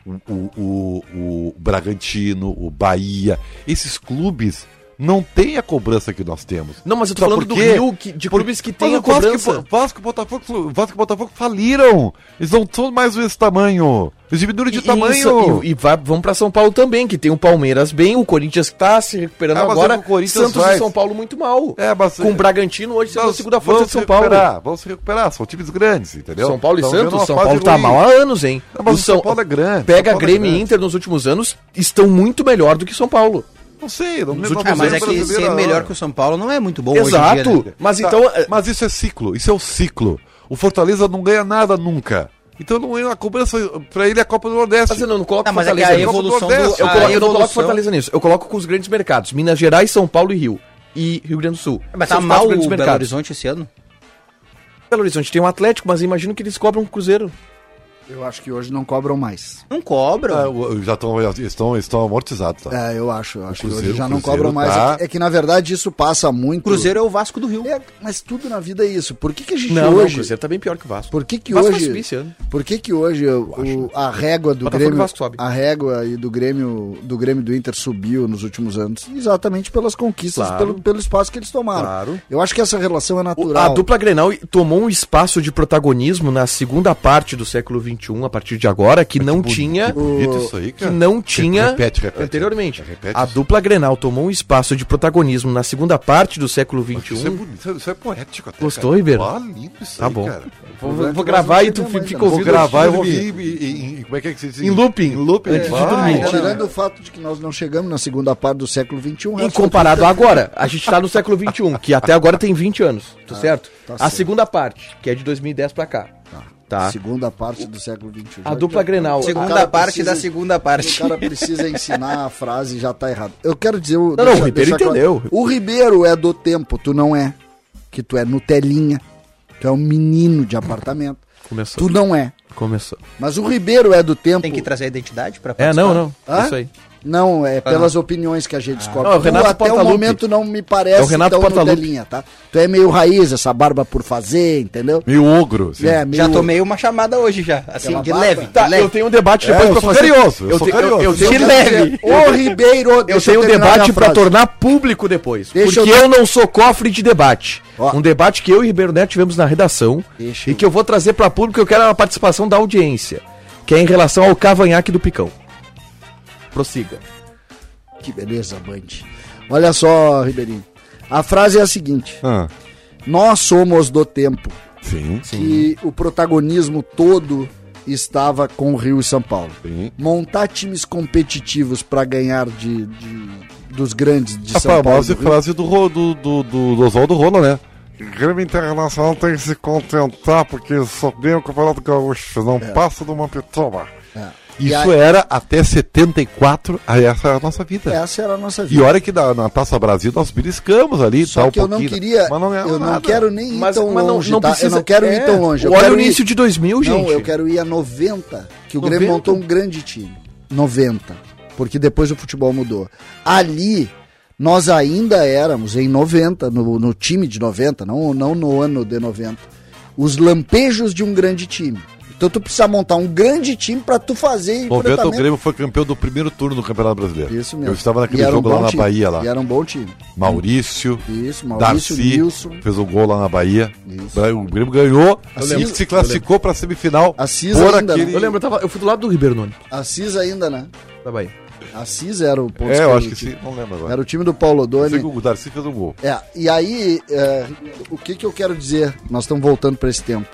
Speaker 3: o, o, o- o Bragantino, o Bahia, esses clubes não têm a cobrança que nós temos.
Speaker 2: Não, mas eu tô
Speaker 3: Sabe
Speaker 2: falando
Speaker 3: por
Speaker 2: do
Speaker 3: quê?
Speaker 2: Rio, que, de clubes que tem
Speaker 3: Mas
Speaker 2: a
Speaker 3: o Vasco e
Speaker 2: cobrança.
Speaker 3: Bo- Vasco, e Botafogo, Flu- Vasco e Botafogo faliram. Eles não são mais esse tamanho. Eles diminuíram de
Speaker 2: E- e
Speaker 3: tamanho.
Speaker 2: isso- e e vai- vamos pra São Paulo também, que tem o Palmeiras bem, o Corinthians que tá se recuperando
Speaker 3: Ah, mas é
Speaker 2: agora.
Speaker 3: que o Corinthians
Speaker 2: Santos
Speaker 3: vai-
Speaker 2: e São Paulo muito mal.
Speaker 3: É, mas-
Speaker 2: Com o Bragantino hoje sendo a
Speaker 3: Nós
Speaker 2: é segunda força
Speaker 3: vamos
Speaker 2: de
Speaker 3: se
Speaker 2: São Paulo.
Speaker 3: recuperar, Vamos se recuperar. São times grandes, entendeu?
Speaker 2: São Paulo e
Speaker 3: Tão vendo
Speaker 2: Santos,
Speaker 3: uma
Speaker 2: São
Speaker 3: fase
Speaker 2: Paulo tá
Speaker 3: ruim.
Speaker 2: mal há anos, hein?
Speaker 3: Não, mas o São Paulo é grande,
Speaker 2: Pega
Speaker 3: São Paulo é
Speaker 2: Grêmio e
Speaker 3: grande.
Speaker 2: Inter nos últimos anos, estão muito melhor do que São Paulo.
Speaker 3: Não sei, não
Speaker 2: Nos
Speaker 3: não-
Speaker 2: últimos
Speaker 4: Ah,
Speaker 3: não
Speaker 4: mas
Speaker 2: anos
Speaker 3: sei
Speaker 4: é que
Speaker 3: brasileiro,
Speaker 4: ser
Speaker 3: não.
Speaker 4: melhor que o São Paulo não é muito bom hoje em
Speaker 2: Exato.
Speaker 4: dia, né?
Speaker 2: Mas
Speaker 3: Tá,
Speaker 2: então. é-
Speaker 3: mas isso é ciclo, isso é o ciclo. O Fortaleza não ganha nada nunca. Então não é a cobrança pra ele é a Copa do Nordeste.
Speaker 2: Mas eu não, não coloco
Speaker 4: Ah, mas é que
Speaker 2: Fortaleza
Speaker 4: a
Speaker 2: nisso.
Speaker 4: evolução do...
Speaker 3: Eu
Speaker 2: Eu,
Speaker 3: a
Speaker 2: coloco- eu não
Speaker 4: evolução-
Speaker 2: coloco Fortaleza nisso. Eu coloco com os grandes mercados: Minas Gerais, São Paulo e Rio. E Rio Grande do Sul.
Speaker 4: Mas
Speaker 2: São
Speaker 4: tá
Speaker 2: os
Speaker 4: mal
Speaker 2: quatro
Speaker 4: o
Speaker 2: grandes
Speaker 4: Belo
Speaker 2: mercados.
Speaker 4: Horizonte esse ano?
Speaker 2: Belo Horizonte tem um Atlético, mas imagino que eles cobram um Cruzeiro.
Speaker 5: Eu acho que hoje não cobram mais.
Speaker 4: Não cobra.
Speaker 3: Ah, o- Já tão, já estão, estão amortizados, tá?
Speaker 5: É, eu acho. Eu acho que
Speaker 3: Cruzeiro-
Speaker 5: hoje já não
Speaker 3: Cruzeiro
Speaker 5: cobram mais.
Speaker 3: tá-
Speaker 5: É que- É que, na verdade, isso passa muito.
Speaker 4: Cruzeiro é o Vasco do Rio.
Speaker 5: É, mas tudo na vida é isso. Por que, que a gente
Speaker 2: Não, hoje.
Speaker 5: hoje.
Speaker 2: o Cruzeiro tá bem pior que o Vasco.
Speaker 5: por que, que
Speaker 2: O Vasco vai subir
Speaker 5: hoje.
Speaker 2: esse ano.
Speaker 5: Por que, que hoje o- o- a régua do
Speaker 2: Botafogo e
Speaker 5: Grêmio.
Speaker 2: Vasco sobe.
Speaker 5: A régua aí do Grêmio do Grêmio e do Inter subiu nos últimos anos? Exatamente pelas conquistas,
Speaker 2: Claro.
Speaker 5: pelo, pelo espaço que eles tomaram.
Speaker 2: Claro.
Speaker 5: Eu acho que essa relação
Speaker 2: O-
Speaker 5: é
Speaker 2: A
Speaker 5: natural.
Speaker 2: dupla Grenal tomou um espaço de protagonismo na segunda parte do século XXI, a partir de agora, que não
Speaker 3: bonito,
Speaker 2: tinha.
Speaker 3: que bonito isso aí,
Speaker 2: que
Speaker 3: cara.
Speaker 2: não tinha
Speaker 3: Repete, repete.
Speaker 2: anteriormente.
Speaker 3: Repete
Speaker 2: a
Speaker 3: isso.
Speaker 2: dupla Grenal tomou um espaço de protagonismo na segunda parte do século um.
Speaker 3: Isso é
Speaker 2: XXI.
Speaker 3: bonito, isso é poético até.
Speaker 2: Gostou,
Speaker 3: cara.
Speaker 2: Ribeiro?
Speaker 3: Ah, lindo isso
Speaker 2: Tá
Speaker 3: aí,
Speaker 2: bom.
Speaker 3: cara.
Speaker 2: Vou,
Speaker 5: Mas é
Speaker 2: vou
Speaker 5: que
Speaker 2: gravar
Speaker 5: nós
Speaker 2: e
Speaker 5: não
Speaker 2: tu fi-
Speaker 5: entendemos,
Speaker 2: fica
Speaker 5: né?
Speaker 3: Vou
Speaker 2: ouvindo.
Speaker 3: gravar e
Speaker 2: antes de
Speaker 3: vou
Speaker 2: dormir.
Speaker 3: ouvir em, em- em- como é que é que se diz?
Speaker 2: Em looping.
Speaker 3: Em looping. Ah.
Speaker 2: Antes de
Speaker 3: Vai.
Speaker 2: dormir.
Speaker 5: Não,
Speaker 2: Não,
Speaker 5: Ah, é. Tirando o fato de que nós não chegamos na segunda parte do século XXI. o
Speaker 2: E
Speaker 5: resto
Speaker 2: comparado a agora, a gente tá no século XXI, que até agora tem 20 anos, tá certo?
Speaker 5: tá
Speaker 2: a
Speaker 5: certo.
Speaker 2: segunda parte, que é de 2010 pra cá.
Speaker 5: foi-
Speaker 2: Tá.
Speaker 5: Segunda parte do século um. XXI.
Speaker 2: A dupla Grenal.
Speaker 5: O
Speaker 4: Segunda
Speaker 5: cara
Speaker 4: parte da
Speaker 5: precisa-
Speaker 4: segunda
Speaker 5: O
Speaker 4: parte.
Speaker 5: cara precisa ensinar a frase e já tá errado. Eu quero dizer o.
Speaker 2: não, o Ribeiro entendeu.
Speaker 5: claro. O Ribeiro é do tempo, tu não é. Que tu é Nutelinha. Tu é um menino de apartamento.
Speaker 2: Começou.
Speaker 5: Tu não é.
Speaker 2: Começou.
Speaker 5: Mas o Ribeiro é do tempo.
Speaker 4: Tem que trazer a identidade pra
Speaker 2: É, não, não.
Speaker 5: Hã?
Speaker 2: Isso aí. Ah,
Speaker 5: Não, é pelas opiniões que a gente descobre.
Speaker 2: Não, é o
Speaker 5: Tu,
Speaker 2: Renato
Speaker 5: até o
Speaker 2: Portaluppi.
Speaker 5: momento não me parece
Speaker 2: É o Renato Portaluppi.
Speaker 5: Nutelinha, tá? Tu é meio raiz, essa barba por fazer, entendeu?
Speaker 3: Meio ogro. assim.
Speaker 5: É, meio...
Speaker 4: Já tomei uma chamada hoje já, assim,
Speaker 5: Aquela
Speaker 4: de
Speaker 5: barba.
Speaker 4: leve,
Speaker 2: Tá,
Speaker 4: de leve.
Speaker 2: eu tenho um debate
Speaker 3: É,
Speaker 2: depois
Speaker 3: eu
Speaker 2: pra
Speaker 3: sou
Speaker 2: fazer.
Speaker 3: carinhoso, eu
Speaker 2: eu,
Speaker 3: sou
Speaker 2: te- eu-
Speaker 3: carinhoso.
Speaker 2: eu tenho, um
Speaker 4: De
Speaker 2: eu
Speaker 4: leve.
Speaker 5: Ô, Ribeiro,
Speaker 2: eu
Speaker 5: deixa
Speaker 2: tenho um
Speaker 5: terminar
Speaker 2: debate
Speaker 5: minha
Speaker 2: pra
Speaker 5: frase.
Speaker 2: tornar público depois.
Speaker 5: Deixa
Speaker 2: porque eu...
Speaker 5: eu-
Speaker 2: não sou cofre de debate.
Speaker 5: Ó.
Speaker 2: Um debate que eu e Ribeiro Neto tivemos na redação
Speaker 5: Deixa
Speaker 2: e
Speaker 5: eu-
Speaker 2: que eu vou trazer pra público. Eu quero a participação da audiência, que é em relação ao cavanhaque do Picão. Prossiga.
Speaker 5: Que beleza, Band. Olha só, Ribeirinho. A frase é a seguinte:
Speaker 3: Ah,
Speaker 5: Nós somos do tempo
Speaker 3: sim,
Speaker 5: que o protagonismo todo estava com o Rio e São Paulo.
Speaker 3: sim.
Speaker 5: Montar times competitivos para ganhar de, de- dos grandes de
Speaker 3: A
Speaker 5: São Paulo.
Speaker 3: famosa
Speaker 5: né? e do Rio.
Speaker 3: frase do, Ro- do, do, do, do Oswaldo Rola, né? Grêmio Internacional tem que se contentar porque só ganha o Campeonato Gaúcho, não passa de uma pitoba.
Speaker 5: É.
Speaker 3: Isso era até 74, aí essa era a nossa vida.
Speaker 5: É, Essa era a nossa
Speaker 3: E
Speaker 5: vida.
Speaker 3: olha que na, na Taça Brasil nós beliscamos ali,
Speaker 5: Só
Speaker 3: tal, um
Speaker 5: que eu não
Speaker 3: pouquinho,
Speaker 5: queria.
Speaker 3: mas não ganhava
Speaker 5: eu não
Speaker 3: nada.
Speaker 5: quero nem ir
Speaker 2: Mas,
Speaker 5: tão
Speaker 2: mas não,
Speaker 5: longe.
Speaker 2: não
Speaker 5: tá?
Speaker 2: precisa.
Speaker 5: Eu não quero
Speaker 2: É,
Speaker 5: ir tão longe. Eu
Speaker 2: Olha
Speaker 5: quero
Speaker 2: o
Speaker 5: ir-
Speaker 2: início de 2000, gente.
Speaker 5: Não, eu quero ir a 90, que o
Speaker 2: 90?
Speaker 5: Grêmio montou um grande time. 90. Porque depois o futebol mudou. Ali, nós ainda éramos em 90, no, no time de 90, não, não no ano de 90, os lampejos de um grande time. Então tu precisa montar um grande time pra tu fazer
Speaker 3: 90 o
Speaker 5: enfrentamento.
Speaker 3: Grêmio foi campeão do primeiro turno do Campeonato Brasileiro.
Speaker 5: Isso mesmo.
Speaker 3: Eu estava naquele
Speaker 5: E era um
Speaker 3: jogo lá
Speaker 5: bom
Speaker 3: na
Speaker 5: time.
Speaker 3: Bahia lá.
Speaker 5: E era um bom time.
Speaker 3: Maurício,
Speaker 5: Isso, Maurício,
Speaker 3: Darcy
Speaker 5: Nilson.
Speaker 3: fez um gol lá na Bahia.
Speaker 5: Isso.
Speaker 3: O Grêmio ganhou
Speaker 5: Assis-
Speaker 3: e se classificou para a semifinal
Speaker 5: Assis
Speaker 3: por
Speaker 5: ainda, né?
Speaker 3: aquele
Speaker 2: Eu lembro, eu, tava- eu fui do lado do Ribeiro Nunes,
Speaker 5: Assis ainda, né?
Speaker 2: da Bahia.
Speaker 5: Assis era o ponto
Speaker 3: É, eu acho
Speaker 5: esquerdo
Speaker 3: que
Speaker 5: do time.
Speaker 3: sim, não lembro agora.
Speaker 5: Era o time do Paulo
Speaker 3: Eu sei
Speaker 5: Doni.
Speaker 3: que o Darcy fez um gol.
Speaker 5: É, e aí, é, o que que eu quero dizer? Nós estamos voltando para esse tempo,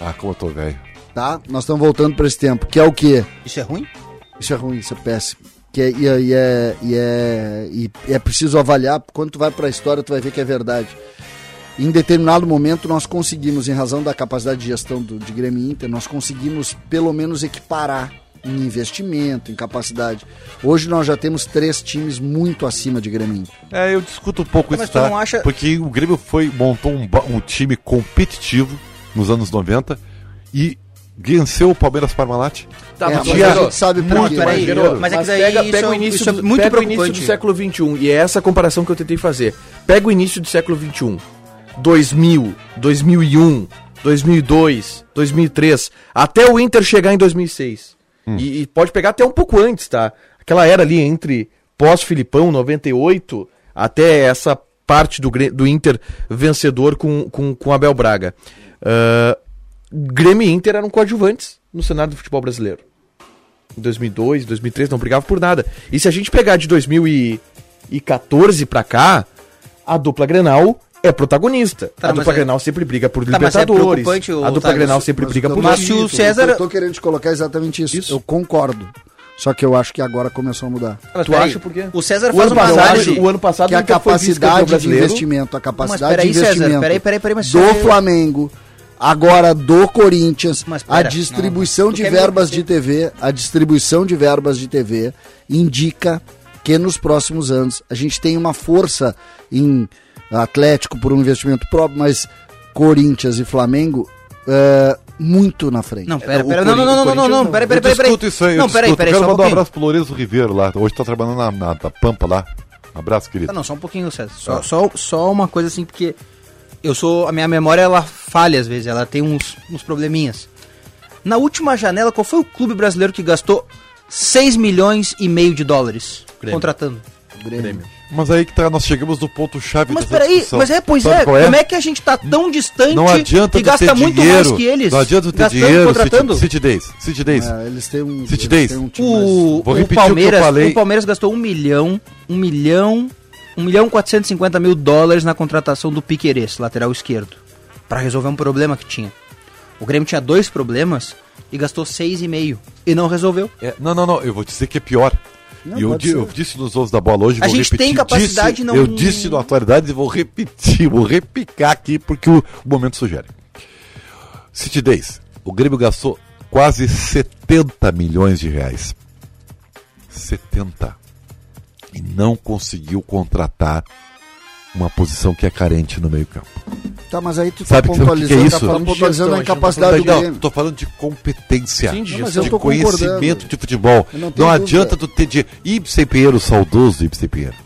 Speaker 3: Ah, como eu tô velho.
Speaker 5: tá? Nós estamos voltando para esse tempo, que é o quê?
Speaker 4: Isso é ruim?
Speaker 5: Isso é ruim, isso é péssimo. Que é, e, é- e é, e, é, e é preciso avaliar, quando tu vai para a história, tu vai ver que é verdade. Em determinado momento, nós conseguimos, em razão da capacidade de gestão do, de Grêmio Inter, nós conseguimos pelo menos equiparar em investimento, em capacidade. Hoje nós já temos três times muito acima de Grêmio Inter.
Speaker 3: É, eu discuto um pouco
Speaker 4: Mas
Speaker 3: isso,
Speaker 4: tu
Speaker 3: tá?
Speaker 4: não acha-
Speaker 3: Porque o Grêmio foi, montou um, ba- um time competitivo nos anos 90 e venceu o Palmeiras Parmalat.
Speaker 2: Tá,
Speaker 5: É,
Speaker 2: mas,
Speaker 5: mas
Speaker 2: Gerô,
Speaker 5: a gente sabe por
Speaker 2: muito
Speaker 5: quê.
Speaker 2: mais,
Speaker 4: Peraí,
Speaker 2: Gerô,
Speaker 4: Gerô, mas é que daí
Speaker 2: pega,
Speaker 4: isso
Speaker 2: pega
Speaker 4: é
Speaker 2: o
Speaker 4: um-
Speaker 2: início
Speaker 4: isso é
Speaker 2: do,
Speaker 4: muito
Speaker 2: pega o início do
Speaker 4: preocupante.
Speaker 2: século XXI, e é essa a comparação que eu tentei fazer. Pega o início do século um. XXI, 2000, 2001, 2002, 2003, até o Inter chegar em 2006. E, e pode pegar até um pouco antes, tá? Aquela era ali entre pós-Filipão, 98, até essa parte do, Grê- do Inter vencedor com, com, com Abel Braga. Ah, Grêmio e Inter eram coadjuvantes no cenário do futebol brasileiro em 2002, 2003, não brigava por nada. E se a gente pegar de 2014 pra cá, a dupla Grenal é protagonista.
Speaker 4: Tá,
Speaker 2: a
Speaker 4: mas
Speaker 2: dupla
Speaker 4: é-
Speaker 2: Grenal sempre briga por
Speaker 4: mas é
Speaker 2: Libertadores.
Speaker 4: preocupante, ô,
Speaker 2: a dupla
Speaker 4: Otávio,
Speaker 2: Grenal
Speaker 4: mas-
Speaker 2: sempre
Speaker 5: Mas
Speaker 2: briga
Speaker 5: eu
Speaker 2: por
Speaker 5: tô-
Speaker 4: Mas se o
Speaker 5: eu tô-
Speaker 4: César-
Speaker 5: Eu tô querendo te colocar exatamente isso. Eu concordo. Só que eu acho que agora começou a mudar.
Speaker 2: Tu
Speaker 4: Peraí,
Speaker 2: acha por quê?
Speaker 4: O César
Speaker 2: O
Speaker 4: faz
Speaker 2: ano
Speaker 4: uma
Speaker 2: passado,
Speaker 4: análise.
Speaker 2: o ano passado
Speaker 5: que a
Speaker 2: o Inter foi vice-campeão
Speaker 5: capacidade de
Speaker 2: brasileiro.
Speaker 5: investimento, a capacidade
Speaker 4: peraí,
Speaker 5: de
Speaker 4: César,
Speaker 5: investimento
Speaker 4: peraí, peraí, peraí, mas
Speaker 5: do
Speaker 4: isso aí-
Speaker 5: Flamengo, agora do Corinthians,
Speaker 4: Mas
Speaker 5: a
Speaker 4: pera,
Speaker 5: distribuição
Speaker 4: não, tu
Speaker 5: de
Speaker 4: quer me
Speaker 5: verbas
Speaker 4: convencer?
Speaker 5: de TV, a distribuição de verbas de TV indica que nos próximos anos a gente tem uma força em Atlético por um investimento próprio, mas Corinthians e Flamengo é, muito na frente.
Speaker 4: Não, pera,
Speaker 2: é o
Speaker 4: pera, não, não, não, não, não, não, pera, pera,
Speaker 3: Eu
Speaker 4: pera, pera.
Speaker 3: discuto isso aí, eu
Speaker 4: Não, pera aí,
Speaker 3: discuto.
Speaker 4: pera aí,
Speaker 3: Quero
Speaker 4: só um
Speaker 3: mandar um
Speaker 4: pouquinho.
Speaker 3: abraço pro Lourenço Ribeiro lá. Hoje tá trabalhando na, na- na Pampa lá. Abraço, querido.
Speaker 4: Ah, não, só um pouquinho, César. Só, só, só uma coisa assim, porque eu sou. A minha memória ela falha às vezes, ela tem uns, uns probleminhas. Na última janela, qual foi o clube brasileiro que gastou 6 milhões e meio de dólares
Speaker 2: Grêmio.
Speaker 4: contratando?
Speaker 3: Mas aí que tá, nós chegamos no ponto chave
Speaker 4: Mas
Speaker 3: dessa
Speaker 4: peraí,
Speaker 3: discussão.
Speaker 4: mas é, pois
Speaker 3: Sabe
Speaker 4: é,
Speaker 3: qual
Speaker 4: como é que a gente tá tão distante
Speaker 3: Não adianta
Speaker 4: e
Speaker 3: tu
Speaker 4: gasta
Speaker 3: ter
Speaker 4: muito
Speaker 3: dinheiro,
Speaker 4: mais que eles?
Speaker 3: Não adianta tu ter
Speaker 4: gastando,
Speaker 3: dinheiro,
Speaker 4: contratando?
Speaker 3: City, City Days. City Days.
Speaker 5: É, eles têm um,
Speaker 3: City
Speaker 5: eles
Speaker 3: Days.
Speaker 5: têm um time mais-
Speaker 4: O,
Speaker 3: Vou
Speaker 4: o
Speaker 3: repetir o que eu
Speaker 4: Palmeiras,
Speaker 3: falei.
Speaker 4: o Palmeiras gastou 1 milhão, 1 milhão, 1 milhão e 450 mil dólares na contratação do Piquerez, lateral esquerdo, pra resolver um problema que tinha. O Grêmio tinha dois problemas e gastou 6,5 e não resolveu.
Speaker 3: É, não, não, não, eu vou dizer que é pior.
Speaker 5: Não,
Speaker 3: E eu,
Speaker 5: pode
Speaker 3: di-
Speaker 5: ser.
Speaker 3: eu disse nos ovos da bola hoje,
Speaker 4: A
Speaker 3: vou
Speaker 4: gente
Speaker 3: repetir.
Speaker 4: tem capacidade,
Speaker 3: disse,
Speaker 4: não-
Speaker 3: Eu disse na atualidade e vou repetir, vou repicar aqui porque o, o momento sugere. City Days, o Grêmio gastou quase 70 milhões de reais. 70. E não conseguiu contratar uma posição que é carente no meio campo.
Speaker 5: Tá, mas aí tu
Speaker 3: Sabe que- sabe o
Speaker 5: tá
Speaker 3: que que é
Speaker 5: pontualizando,
Speaker 3: isso?
Speaker 5: tá pontualizando a
Speaker 2: Tá
Speaker 5: incapacidade do
Speaker 3: Não,
Speaker 5: Grêmio.
Speaker 3: tô falando de competência.
Speaker 2: Sim, de
Speaker 5: Não, mas
Speaker 2: gestão.
Speaker 5: eu
Speaker 3: de
Speaker 5: tô concordando.
Speaker 3: conhecimento de futebol.
Speaker 5: Eu
Speaker 3: Não,
Speaker 5: não tenho dúvida.
Speaker 3: adianta tu ter de Ibsen Pinheiro, saudoso Ibsen Pinheiro.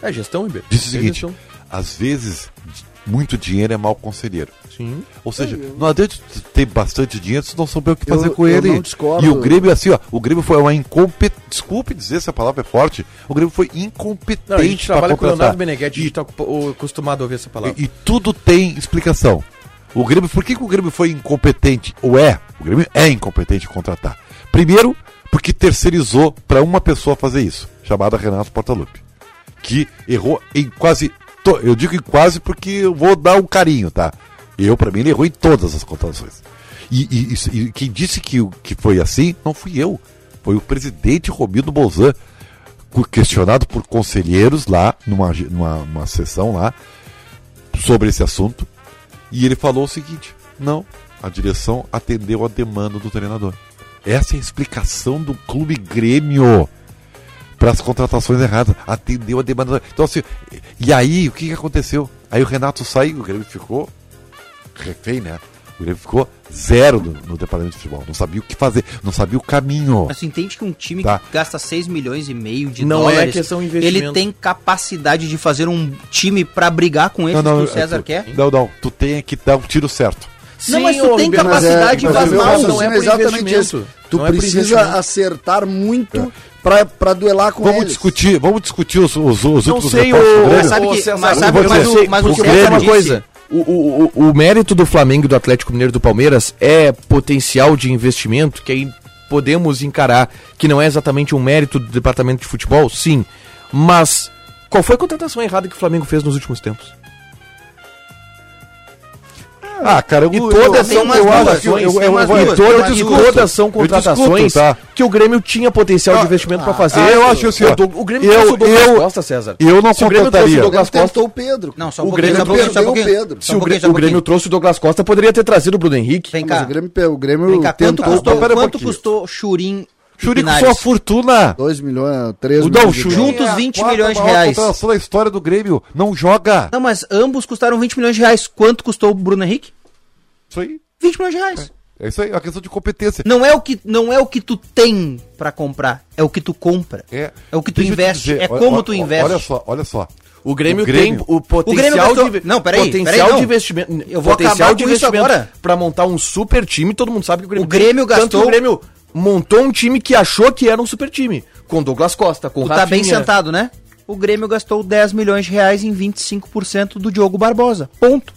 Speaker 2: É gestão, Ribeiro.
Speaker 3: Disse o
Speaker 2: É
Speaker 3: seguinte:
Speaker 2: gestão.
Speaker 3: às vezes, d- muito dinheiro é mau conselheiro.
Speaker 2: Sim.
Speaker 3: Ou seja, não adianta tu ter bastante dinheiro se não souber o que
Speaker 5: Eu-
Speaker 3: fazer com
Speaker 5: eu
Speaker 3: ele.
Speaker 5: não discordo.
Speaker 3: E o Grêmio, assim, ó, o Grêmio foi uma incompetência. Desculpe dizer se a palavra é forte. O Grêmio foi incompetente.
Speaker 2: Não, a gente
Speaker 3: pra
Speaker 2: trabalha com o
Speaker 3: contratar.
Speaker 2: Leonardo Meneghetti, a gente tá ocu- acostumado a ouvir essa palavra.
Speaker 3: E, e tudo tem explicação. O Grêmio, por que, que o Grêmio foi incompetente? Ou é? O Grêmio é incompetente em contratar. Primeiro, porque terceirizou para uma pessoa fazer isso, chamada Renato Portaluppi, que errou em quase. to- Eu digo em quase porque eu vou dar um carinho, tá? Eu, para mim, ele errou em todas as contratações. E, e isso- e quem disse que, o- que foi assim não fui eu. Foi o presidente Romildo Bolzan, cu- questionado por conselheiros lá, numa, ge- numa, numa sessão lá, sobre esse assunto e ele falou o seguinte: não, a direção atendeu a demanda do treinador. Essa é a explicação do clube Grêmio para as contratações erradas. Atendeu a demanda. do- Então, assim, e aí, o que, que aconteceu? Aí o Renato saiu, o Grêmio ficou refém, né? O Grêmio ficou zero no, no departamento de futebol. Não sabia o que fazer, não sabia o caminho.
Speaker 4: Mas tu entende que um time
Speaker 3: Tá.
Speaker 4: que gasta 6 milhões e meio de
Speaker 2: Não é
Speaker 4: dólares,
Speaker 2: questão de investimento.
Speaker 4: ele tem capacidade de fazer um time pra brigar com eles que o César
Speaker 3: tu,
Speaker 4: quer?
Speaker 3: Não, não. Tu tem que dar o tiro certo.
Speaker 4: Não, mas tu
Speaker 2: ô,
Speaker 4: tem
Speaker 2: Ribeiro, mas é-
Speaker 4: capacidade
Speaker 2: mas
Speaker 4: faz
Speaker 2: o meu
Speaker 4: mal, não é
Speaker 2: raciocínio
Speaker 5: é exatamente isso. Tu
Speaker 2: Não é por
Speaker 5: precisa
Speaker 2: investimento.
Speaker 5: acertar muito pra, pra duelar com
Speaker 3: Vamos
Speaker 5: eles.
Speaker 3: discutir, vamos discutir os, os, os
Speaker 2: Não
Speaker 3: últimos
Speaker 2: sei, o,
Speaker 3: resultados do Grêmio.
Speaker 4: Mas sabe que-
Speaker 2: César,
Speaker 4: mas
Speaker 2: eu
Speaker 4: sabe-
Speaker 2: vou
Speaker 4: mas
Speaker 2: dizer,
Speaker 4: o- mas o
Speaker 2: porque
Speaker 4: Grêmio
Speaker 2: é uma
Speaker 4: disse-
Speaker 2: coisa. O, o, o, o mérito do Flamengo, e do Atlético Mineiro e do Palmeiras é potencial de investimento, que aí podemos encarar que não é exatamente um mérito do departamento de futebol, sim. Mas qual foi a contratação errada que o Flamengo fez nos últimos tempos?
Speaker 3: É, Ah, cara, eu,
Speaker 2: E
Speaker 3: eu-
Speaker 2: todas
Speaker 3: eu- eu
Speaker 2: são
Speaker 3: acho que eu-
Speaker 2: contratações.
Speaker 3: eu-
Speaker 4: tem
Speaker 3: eu-
Speaker 4: umas
Speaker 3: eu-
Speaker 2: E
Speaker 4: duas,
Speaker 3: eu
Speaker 2: todas,
Speaker 3: discuto.
Speaker 2: todas são
Speaker 3: Eu discuto,
Speaker 2: contratações
Speaker 3: tá?
Speaker 2: que o Grêmio tinha potencial de investimento pra fazer.
Speaker 3: ah, eu acho assim, ó,
Speaker 2: o, Doug- o Grêmio
Speaker 3: eu-
Speaker 2: trouxe o Douglas
Speaker 3: eu-
Speaker 2: Costa, César.
Speaker 3: eu não
Speaker 2: Se o Grêmio trouxe o
Speaker 3: contrataria.
Speaker 2: Douglas
Speaker 5: Ele
Speaker 2: Costa,
Speaker 5: tentou o Pedro.
Speaker 4: Não, só
Speaker 2: O
Speaker 4: um pouquinho,
Speaker 2: Grêmio
Speaker 4: só um pouquinho, só um
Speaker 5: perdeu o
Speaker 4: pouquinho.
Speaker 5: Pedro.
Speaker 4: Só
Speaker 2: se
Speaker 4: um
Speaker 2: o
Speaker 4: pouquinho,
Speaker 2: Grêmio,
Speaker 4: só um
Speaker 2: o Grêmio
Speaker 4: pouquinho.
Speaker 2: trouxe o Douglas Costa, poderia ter trazido o Bruno Henrique.
Speaker 4: Vem
Speaker 5: Mas
Speaker 4: cá,
Speaker 5: o Grêmio, pe- o Grêmio
Speaker 4: vem cá. Quanto
Speaker 5: tentou.
Speaker 4: custou,
Speaker 3: pera um
Speaker 4: quanto
Speaker 3: pouquinho.
Speaker 4: custou Churim
Speaker 3: Churico
Speaker 4: Pinares?
Speaker 3: sua fortuna.
Speaker 5: 2 milhões, 3
Speaker 3: O
Speaker 5: milhões.
Speaker 3: Não,
Speaker 5: de
Speaker 3: Churico
Speaker 5: dólares.
Speaker 4: Juntos,
Speaker 3: é a
Speaker 4: 20
Speaker 3: quarta
Speaker 4: milhões de
Speaker 3: maior
Speaker 4: reais.
Speaker 3: contratação da história do Grêmio. Não joga.
Speaker 4: Não, mas ambos custaram 20 milhões de reais. Quanto custou o Bruno Henrique?
Speaker 3: Isso aí.
Speaker 4: 20 milhões de reais.
Speaker 3: É isso aí, é uma questão de competência.
Speaker 4: Não é o que, não é o que tu tem pra comprar, é o que tu compra.
Speaker 3: É,
Speaker 4: o que tu
Speaker 3: Deixa eu te
Speaker 4: investe,
Speaker 3: dizer,
Speaker 4: é
Speaker 3: olha-
Speaker 4: como
Speaker 3: olha-
Speaker 4: tu investe.
Speaker 3: Olha só, olha só.
Speaker 2: O Grêmio,
Speaker 3: O Grêmio-
Speaker 2: tem o potencial
Speaker 4: gastou-
Speaker 2: de
Speaker 4: Não, peraí, peraí,
Speaker 2: potencial
Speaker 4: não.
Speaker 2: de investimento.
Speaker 4: Eu vou
Speaker 2: potencial
Speaker 4: acabar
Speaker 2: de
Speaker 4: com isso
Speaker 2: investimento
Speaker 4: agora.
Speaker 2: Pra montar um super time, todo mundo sabe que o Grêmio
Speaker 4: O Grêmio
Speaker 2: tem. Tanto que
Speaker 4: gastou-
Speaker 2: o Grêmio montou um time que achou que era um super time, com Douglas Costa, com
Speaker 4: Tu tá bem
Speaker 3: é-
Speaker 2: Rafinha.
Speaker 4: sentado, né? O Grêmio gastou 10 milhões de reais em 25% do Diogo Barbosa. Ponto.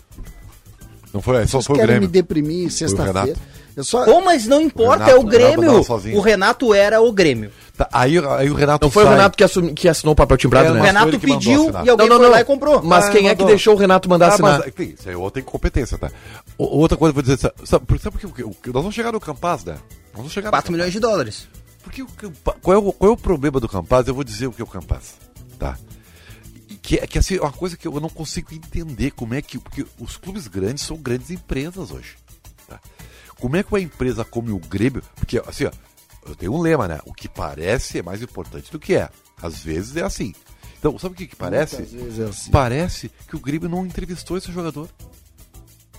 Speaker 3: Não foi, só
Speaker 5: Vocês
Speaker 3: foi o
Speaker 5: querem me
Speaker 3: Grêmio.
Speaker 5: deprimir sexta-feira?
Speaker 3: Renato.
Speaker 5: Eu só...
Speaker 4: Bom, mas não importa,
Speaker 3: Renato-
Speaker 4: é o Grêmio.
Speaker 3: Renato andava sozinho.
Speaker 4: o Renato era o Grêmio.
Speaker 3: Tá, aí, aí o Renato
Speaker 2: Não foi o
Speaker 3: sai.
Speaker 2: Renato que, assumi- que assinou o papel timbrado,
Speaker 3: É,
Speaker 2: né?
Speaker 4: o
Speaker 3: mas foi
Speaker 4: Renato
Speaker 3: ele que mandou
Speaker 4: pediu
Speaker 3: assinar.
Speaker 4: e alguém
Speaker 2: não, não,
Speaker 4: foi
Speaker 2: não.
Speaker 4: lá e comprou.
Speaker 2: Mas
Speaker 3: Ah,
Speaker 2: quem é que
Speaker 3: mandou.
Speaker 2: deixou o Renato mandar
Speaker 3: Ah,
Speaker 2: assinar?
Speaker 3: mas, enfim, isso aí eu tenho competência, tá? O- outra coisa, eu vou dizer, sabe, sabe, por- sabe por que o- o- nós vamos chegar no Campaz, né? Nós vamos chegar
Speaker 4: 4
Speaker 3: no Campaz.
Speaker 4: milhões de dólares.
Speaker 3: Porque o Campa- qual, é o, qual é o problema do Campaz? Eu vou dizer o que é o Campaz, tá? E Que, é- que assim, é uma coisa que eu não consigo entender como é que... Porque os clubes grandes são grandes empresas hoje, tá? Como é que uma empresa como o Grêmio... Porque, assim, ó, eu tenho um lema, né? O que parece é mais importante do que é. Às vezes é assim. Então, sabe o que, que parece?
Speaker 5: Muitas vezes é assim.
Speaker 3: Parece que o Grêmio não entrevistou esse jogador.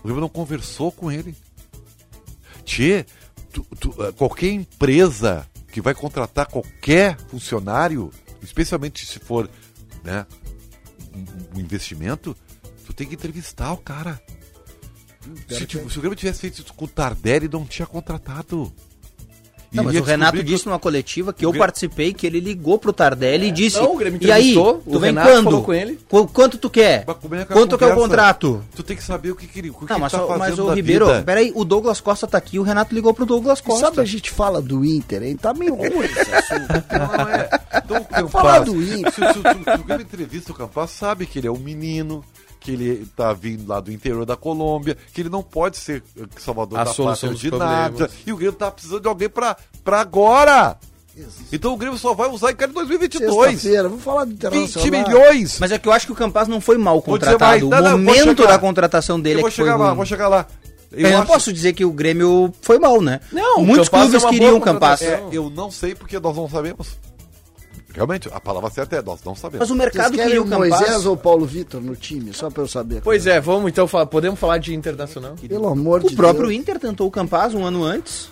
Speaker 3: O Grêmio não conversou com ele. Tchê, tu- tu, eh, qualquer empresa que vai contratar qualquer funcionário, especialmente se for né, um- um investimento, tu tem que entrevistar o cara. Se, tu- se o Grêmio tivesse feito isso com o Tardelli, não tinha contratado. E
Speaker 4: Não, mas
Speaker 3: ia
Speaker 4: o Renato
Speaker 3: descobrir que-
Speaker 4: disse numa coletiva que eu
Speaker 3: Grêmio-
Speaker 4: participei que ele ligou pro Tardelli
Speaker 3: É.
Speaker 4: e disse.
Speaker 2: não, o Grêmio
Speaker 4: e aí,
Speaker 2: entrevistou,
Speaker 4: tu
Speaker 2: o
Speaker 4: vem
Speaker 2: Renato
Speaker 4: quando?
Speaker 2: falou com ele."
Speaker 4: Qu- quanto tu quer?
Speaker 3: Mas como é que é a
Speaker 4: quanto que é o
Speaker 3: conversa?
Speaker 4: contrato?
Speaker 3: Tu tem que saber o que, que ele, o que
Speaker 4: Não,
Speaker 3: ele
Speaker 4: mas,
Speaker 3: tá
Speaker 4: só-
Speaker 3: fazendo
Speaker 4: mas o
Speaker 3: da
Speaker 4: Ribeiro,
Speaker 3: vida.
Speaker 4: peraí, o Douglas Costa tá aqui, o Renato ligou pro Douglas
Speaker 5: E
Speaker 4: Costa.
Speaker 5: sabe, a gente fala do Inter, hein? Tá meio ruim esse assunto.
Speaker 3: Não é. Então, o Campas,
Speaker 5: falar do Inter.
Speaker 3: Se, se, se, tu vê uma entrevista, o Campas sabe que ele é um menino, que ele tá vindo lá do interior da Colômbia, que ele não pode ser eh, salvador
Speaker 2: A
Speaker 3: da
Speaker 2: solução
Speaker 3: pátria
Speaker 2: dos
Speaker 3: de
Speaker 2: problemas.
Speaker 3: nada. E o Grêmio tá precisando de alguém pra, pra agora. Então o Grêmio só vai usar em cara em 2022.
Speaker 5: Sexta-feira, vamos falar do
Speaker 3: 20
Speaker 5: Internacional.
Speaker 3: milhões.
Speaker 4: Mas é que eu acho que o Campaz não foi mal
Speaker 3: Vou dizer mais,
Speaker 4: contratado.
Speaker 3: não, não,
Speaker 4: o
Speaker 3: eu vou
Speaker 4: momento
Speaker 3: chegar.
Speaker 4: da contratação dele
Speaker 3: eu
Speaker 4: é
Speaker 3: vou
Speaker 4: que foi
Speaker 3: chegar lá,
Speaker 4: ruim.
Speaker 3: vou chegar lá.
Speaker 4: Eu, não
Speaker 3: acho-
Speaker 4: posso dizer que o Grêmio foi mal, né?
Speaker 2: Não, o
Speaker 4: Muitos
Speaker 2: Campaz é
Speaker 4: clubes
Speaker 2: uma boa
Speaker 4: queriam o Campaz.
Speaker 3: É, eu não sei porque nós não sabemos. Realmente, a palavra certa é nós não sabemos.
Speaker 4: Mas o
Speaker 5: Vocês
Speaker 4: mercado
Speaker 5: querem
Speaker 4: queria
Speaker 5: o
Speaker 4: é o Campaz.
Speaker 5: Moisés ou Paulo Vitor no time? Só pra eu saber.
Speaker 2: Pois é, vamos então, falar, podemos falar de internacional?
Speaker 5: Pelo amor de
Speaker 4: O próprio
Speaker 5: Deus.
Speaker 4: Inter tentou o Campaz um ano antes.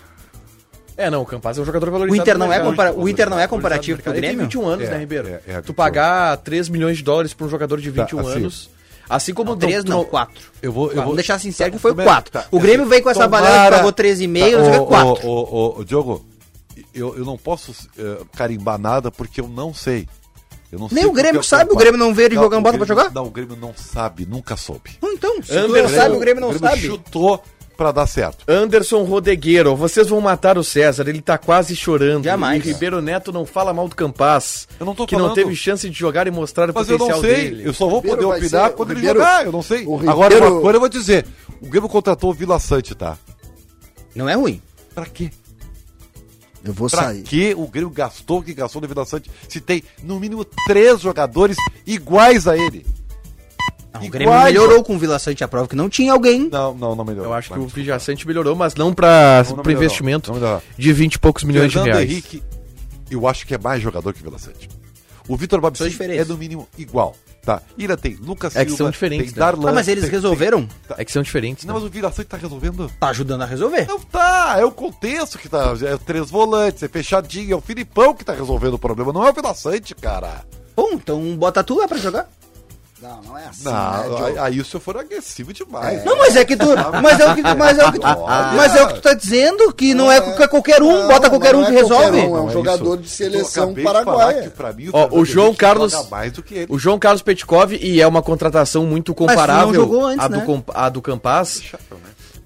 Speaker 2: É, não, o Campaz é um jogador
Speaker 4: O
Speaker 2: valorizado.
Speaker 4: Inter
Speaker 2: no
Speaker 4: não é,
Speaker 2: mercado.
Speaker 4: compara- o Inter não é comparativo com o
Speaker 2: Ele tem
Speaker 4: Grêmio.
Speaker 2: 21 anos,
Speaker 3: É,
Speaker 2: né, Ribeiro?
Speaker 3: é, é,
Speaker 2: tu
Speaker 3: absurdo.
Speaker 2: pagar 3 milhões de dólares pra um jogador de 21
Speaker 3: assim.
Speaker 2: anos. Assim como
Speaker 4: Tá, Não, três
Speaker 2: tu
Speaker 4: não, quatro.
Speaker 3: Eu vou, eu
Speaker 4: Vamos
Speaker 3: vou
Speaker 4: deixar sincero que foi
Speaker 3: Tá,
Speaker 4: quatro.
Speaker 3: tá,
Speaker 4: o Grêmio
Speaker 3: assim,
Speaker 4: veio com essa balada
Speaker 3: tomara-
Speaker 4: que pagou 3,5,
Speaker 3: Tá,
Speaker 4: não sei o que,
Speaker 3: ô,
Speaker 4: é quatro.
Speaker 3: ô, ô, ô, Diogo, eu, eu não posso eh, carimbar nada porque eu não sei. Eu não
Speaker 4: Nem
Speaker 3: sei
Speaker 4: o Grêmio
Speaker 3: porque eu-
Speaker 4: sabe, o Grêmio não vê ele jogando
Speaker 3: o
Speaker 4: bola pra
Speaker 3: Grêmio-
Speaker 4: jogar?
Speaker 3: Não, o Grêmio não sabe, nunca soube.
Speaker 4: Não, então, se
Speaker 2: Anderson-
Speaker 4: tu não sabe, o Grêmio não sabe.
Speaker 3: chutou pra dar certo.
Speaker 2: Anderson Rodegueiro, vocês vão matar o César, ele tá quase chorando.
Speaker 4: Jamais.
Speaker 2: E Ribeiro Neto não fala mal do Campaz.
Speaker 3: Eu não tô
Speaker 2: que não
Speaker 3: falando.
Speaker 2: teve chance de jogar e mostrar o
Speaker 3: Mas eu
Speaker 2: potencial
Speaker 3: não sei,
Speaker 2: dele.
Speaker 3: eu só vou
Speaker 5: Ribeiro
Speaker 3: poder
Speaker 5: vai
Speaker 3: opinar
Speaker 5: ser-
Speaker 3: quando
Speaker 5: o
Speaker 3: ele
Speaker 5: Ribeiro-
Speaker 3: jogar, eu não sei.
Speaker 5: o
Speaker 3: Agora,
Speaker 5: Ribeiro-
Speaker 3: uma coisa eu vou dizer, o Grêmio contratou o Vila Sante, tá?
Speaker 4: Não é ruim.
Speaker 3: Pra quê?
Speaker 5: Eu vou
Speaker 3: Pra
Speaker 5: sair.
Speaker 3: que o Grêmio gastou o que gastou no Vila Sante se tem, no mínimo, três jogadores iguais a ele?
Speaker 4: Não, o
Speaker 3: Iguais,
Speaker 4: Grêmio melhorou com o Vila Sante à prova que não tinha alguém.
Speaker 3: Não, não, não melhorou.
Speaker 2: Eu acho que
Speaker 3: Não,
Speaker 2: o Vijacente melhorou, mas não pra
Speaker 3: não
Speaker 2: pro
Speaker 3: melhorou,
Speaker 2: investimento
Speaker 3: não melhorou.
Speaker 2: de 20 e poucos milhões
Speaker 3: Fernando
Speaker 2: de reais.
Speaker 3: Henrique, eu acho que é mais jogador que o Vila Sante. O Vitor
Speaker 4: São
Speaker 3: Babicini
Speaker 4: diferentes.
Speaker 3: é, no mínimo, igual. Tá, Ira tem Lucas
Speaker 2: É que são diferentes,
Speaker 3: tem
Speaker 2: né?
Speaker 3: Darlan...
Speaker 4: Ah, mas eles
Speaker 3: tem-
Speaker 4: resolveram?
Speaker 2: É que são diferentes.
Speaker 3: Tá. Não,
Speaker 2: né?
Speaker 3: mas o Vila Sante tá resolvendo...
Speaker 4: Tá ajudando a resolver.
Speaker 3: Não tá, é o contexto que tá... É três volantes, é fechadinho, é o Filipão que tá resolvendo o problema, não é o Vila Sante, cara.
Speaker 4: Bom, então bota tu lá pra jogar.
Speaker 5: Não, não é assim. né,
Speaker 3: Não,
Speaker 5: Diogo?
Speaker 3: aí, aí o senhor for agressivo demais.
Speaker 4: Não, mas é que tu. Mas é o que, mas é o que, tu-
Speaker 3: Olha.
Speaker 4: mas é o que tu tá dizendo, que não é qualquer- qualquer um,
Speaker 5: Não,
Speaker 4: bota qualquer
Speaker 5: não
Speaker 4: um
Speaker 5: é
Speaker 4: que
Speaker 5: qualquer
Speaker 4: resolve.
Speaker 5: um, é um
Speaker 3: isso.
Speaker 5: jogador de
Speaker 3: Eu
Speaker 5: seleção
Speaker 3: acabei de falar
Speaker 5: paraguaia.
Speaker 3: que pra mim,
Speaker 2: Ó,
Speaker 3: Fernando
Speaker 2: o João
Speaker 3: Henrique
Speaker 2: Carlos-
Speaker 3: joga mais do que ele.
Speaker 2: O João Carlos Petkov, e é uma contratação muito
Speaker 4: não
Speaker 2: comparável
Speaker 4: jogou antes,
Speaker 2: à do,
Speaker 4: né?
Speaker 2: Com- à do Campaz,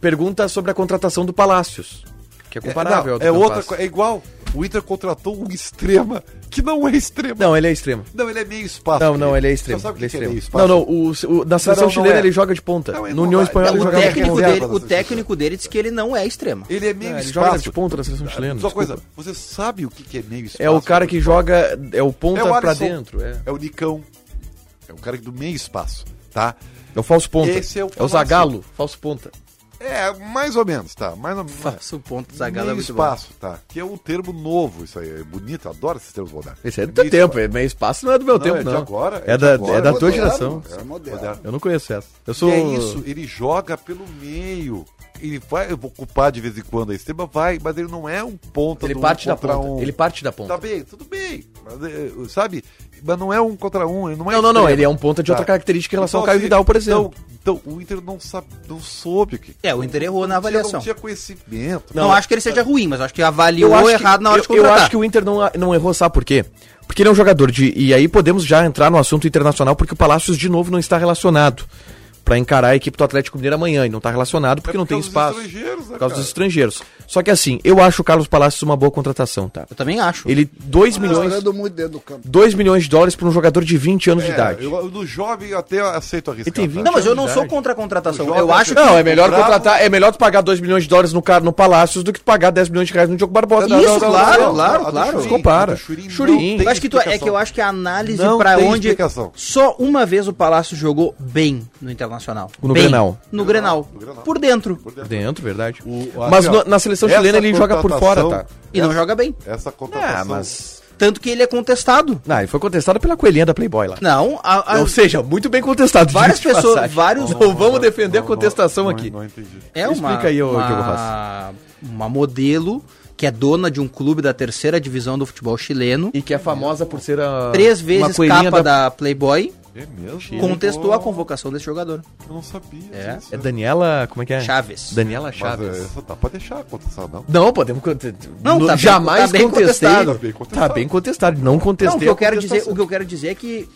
Speaker 2: pergunta sobre a contratação do Palácios, que
Speaker 3: É,
Speaker 2: é
Speaker 3: não,
Speaker 2: comparável à do
Speaker 3: é outra
Speaker 2: Campas.
Speaker 3: co- é igual. O Inter contratou um extrema que não é extrema. Não,
Speaker 2: Não, ele é extremo.
Speaker 3: ele é meio espaço.
Speaker 2: Não, não,
Speaker 3: querido.
Speaker 2: ele é
Speaker 3: Você
Speaker 2: extremo.
Speaker 3: Sabe o
Speaker 2: ele
Speaker 3: que
Speaker 2: é
Speaker 3: que é meio
Speaker 2: extremo.
Speaker 3: espaço?
Speaker 2: Não, não, o, o- na seleção
Speaker 3: Não, não, não é.
Speaker 2: chilena
Speaker 3: um
Speaker 2: ele joga de ponta.
Speaker 3: Não, ele
Speaker 2: no
Speaker 3: não
Speaker 2: União
Speaker 3: vai.
Speaker 2: Espanhola
Speaker 3: Não,
Speaker 2: ele
Speaker 4: O
Speaker 3: joga
Speaker 2: joga
Speaker 3: bem
Speaker 4: técnico,
Speaker 3: reserva
Speaker 4: dele,
Speaker 3: da
Speaker 4: o
Speaker 3: seleção.
Speaker 4: técnico dele disse que ele não é extremo.
Speaker 3: Ele é meio
Speaker 2: Não, ele
Speaker 3: espaço.
Speaker 2: joga de ponta na seleção chilena,
Speaker 3: Tá, Só
Speaker 2: desculpa.
Speaker 3: coisa, você sabe o que que é meio espaço?
Speaker 2: É o cara que joga, é o ponta
Speaker 3: É o
Speaker 2: pra
Speaker 3: Alisson.
Speaker 2: dentro. É.
Speaker 3: É o Nicão. É o cara do meio espaço, tá?
Speaker 2: É o falso ponta.
Speaker 3: Esse é o
Speaker 2: é o Zagalo, falso ponta.
Speaker 3: É, mais ou menos, tá? Mais ou menos.
Speaker 4: Faço o ponto Zagallo é
Speaker 3: meio
Speaker 4: muito
Speaker 3: espaço, tá? Que é um termo novo, isso aí. É bonito, eu adoro esses termos modernos.
Speaker 2: Esse é do teu
Speaker 3: Meio
Speaker 2: tempo,
Speaker 3: espaço.
Speaker 2: é meio espaço, não é do meu
Speaker 3: Não,
Speaker 2: tempo,
Speaker 3: é de
Speaker 2: não.
Speaker 3: agora,
Speaker 2: é,
Speaker 3: é de
Speaker 2: da,
Speaker 3: agora.
Speaker 2: é da tua
Speaker 5: Moderno,
Speaker 2: geração.
Speaker 5: É moderno.
Speaker 3: Moderno.
Speaker 2: Eu não conheço essa. Eu sou.
Speaker 3: E é isso, ele joga pelo meio. Ele vai ocupar de vez em quando a extrema, vai, mas ele não é um ponta
Speaker 2: Ele
Speaker 3: do um
Speaker 2: parte da
Speaker 3: contra
Speaker 2: ponta.
Speaker 3: um.
Speaker 2: Ele parte da
Speaker 3: Tá
Speaker 2: ponta.
Speaker 3: bem, tudo bem. Mas, eh, sabe? Mas não é um contra um, ele não é
Speaker 2: Não, não, não.
Speaker 3: extremo.
Speaker 2: Ele é um ponta de outra
Speaker 3: Tá.
Speaker 2: característica em relação
Speaker 3: Então,
Speaker 2: ao Caio
Speaker 3: assim,
Speaker 2: Vidal, por exemplo.
Speaker 3: Então, então, o Inter não, sabe, não soube o que.
Speaker 4: É, o Inter errou
Speaker 3: Não
Speaker 4: na
Speaker 3: tinha-
Speaker 4: avaliação.
Speaker 3: Não tinha conhecimento.
Speaker 4: Não, acho que ele seja ruim, mas acho que avaliou
Speaker 2: Eu acho que-
Speaker 4: errado na hora
Speaker 2: eu-
Speaker 4: de contratar.
Speaker 2: Eu acho que o Inter não, não errou, sabe por quê? Porque ele é um jogador de. E aí podemos já entrar no assunto internacional, porque o Palácios de novo não está relacionado para encarar a equipe do Atlético Mineiro amanhã. E não está relacionado porque
Speaker 3: É
Speaker 2: não
Speaker 3: por
Speaker 2: tem
Speaker 3: causa dos
Speaker 2: espaço.
Speaker 3: estrangeiros, né,
Speaker 2: por causa
Speaker 3: cara?
Speaker 2: dos estrangeiros. Só que assim, eu acho o Carlos Palácios uma boa contratação, tá?
Speaker 4: Eu também acho.
Speaker 2: Ele,
Speaker 3: Ah,
Speaker 2: 2 milhões,
Speaker 5: Mostrando Tá muito dentro do campo.
Speaker 2: 2 milhões de dólares para um jogador de 20 anos de
Speaker 3: É,
Speaker 2: idade.
Speaker 3: eu- no jovem eu até aceito arriscar.
Speaker 2: Ele tem 20
Speaker 4: Não, mas eu não
Speaker 2: Verdade.
Speaker 4: sou contra a contratação.
Speaker 3: O
Speaker 4: Eu
Speaker 3: Jota-
Speaker 4: acho que.
Speaker 2: Não, é melhor
Speaker 3: Bravo.
Speaker 2: contratar, é melhor tu pagar 2 milhões de dólares no, cara, no Palácios do que tu pagar 10 milhões de reais no Diogo
Speaker 3: tá?
Speaker 2: Barbosa.
Speaker 4: Não, Isso, claro, claro, claro.
Speaker 2: Compara. Churin.
Speaker 4: Eu acho que tu- é que eu acho que a análise
Speaker 3: Não
Speaker 4: pra
Speaker 3: tem
Speaker 4: onde
Speaker 3: explicação.
Speaker 4: só uma vez o Palácio jogou bem no Internacional.
Speaker 2: No
Speaker 4: Bem.
Speaker 2: Grenal.
Speaker 4: No Grenal.
Speaker 3: No Grenal.
Speaker 4: Por dentro.
Speaker 2: Dentro, verdade.
Speaker 3: O-
Speaker 2: mas
Speaker 3: aqui, ó,
Speaker 2: no- na seleção chilena
Speaker 3: essa
Speaker 2: ele joga por fora, tá?
Speaker 3: contratação-
Speaker 4: E não joga bem.
Speaker 3: Essa contratação.
Speaker 2: Ah, mas-
Speaker 4: Tanto que ele é contestado.
Speaker 2: Não, ele foi contestado pela coelhinha da Playboy lá.
Speaker 4: Não, a- a-
Speaker 2: Ou seja, muito bem contestado.
Speaker 4: Várias
Speaker 2: diga-se de
Speaker 4: pessoas-
Speaker 2: passagem.
Speaker 4: vários-
Speaker 2: Ou vamos defender a contestação
Speaker 3: não,
Speaker 2: aqui.
Speaker 3: Não entendi.
Speaker 4: é uma.
Speaker 2: explica aí, ô,
Speaker 4: uma,
Speaker 2: Diogo
Speaker 4: uma modelo que é dona de um clube da terceira divisão do futebol chileno.
Speaker 2: E que é famosa por ser a.
Speaker 4: três
Speaker 2: uma
Speaker 4: vezes
Speaker 2: coelhinha
Speaker 4: capa da, Playboy.
Speaker 3: É mesmo?
Speaker 4: Contestou a
Speaker 3: Pô,
Speaker 4: convocação desse jogador.
Speaker 3: Eu não sabia.
Speaker 4: É.
Speaker 3: disso.
Speaker 2: É Daniela. Como é que é?
Speaker 4: Chaves.
Speaker 2: Daniela
Speaker 3: Mas,
Speaker 2: Chaves.
Speaker 3: é, essa dá pra deixar a contratação, não.
Speaker 2: Não, podemos. conte-
Speaker 4: Não,
Speaker 2: no-
Speaker 4: tá bem-
Speaker 2: jamais
Speaker 4: tá bem
Speaker 2: contestei.
Speaker 4: contestado.
Speaker 2: Tá bem contestado. Tá bem contestado. Não contestei.
Speaker 4: Não, Então, o que eu
Speaker 2: a
Speaker 4: quero dizer,
Speaker 2: contestação.
Speaker 4: o que eu quero dizer é que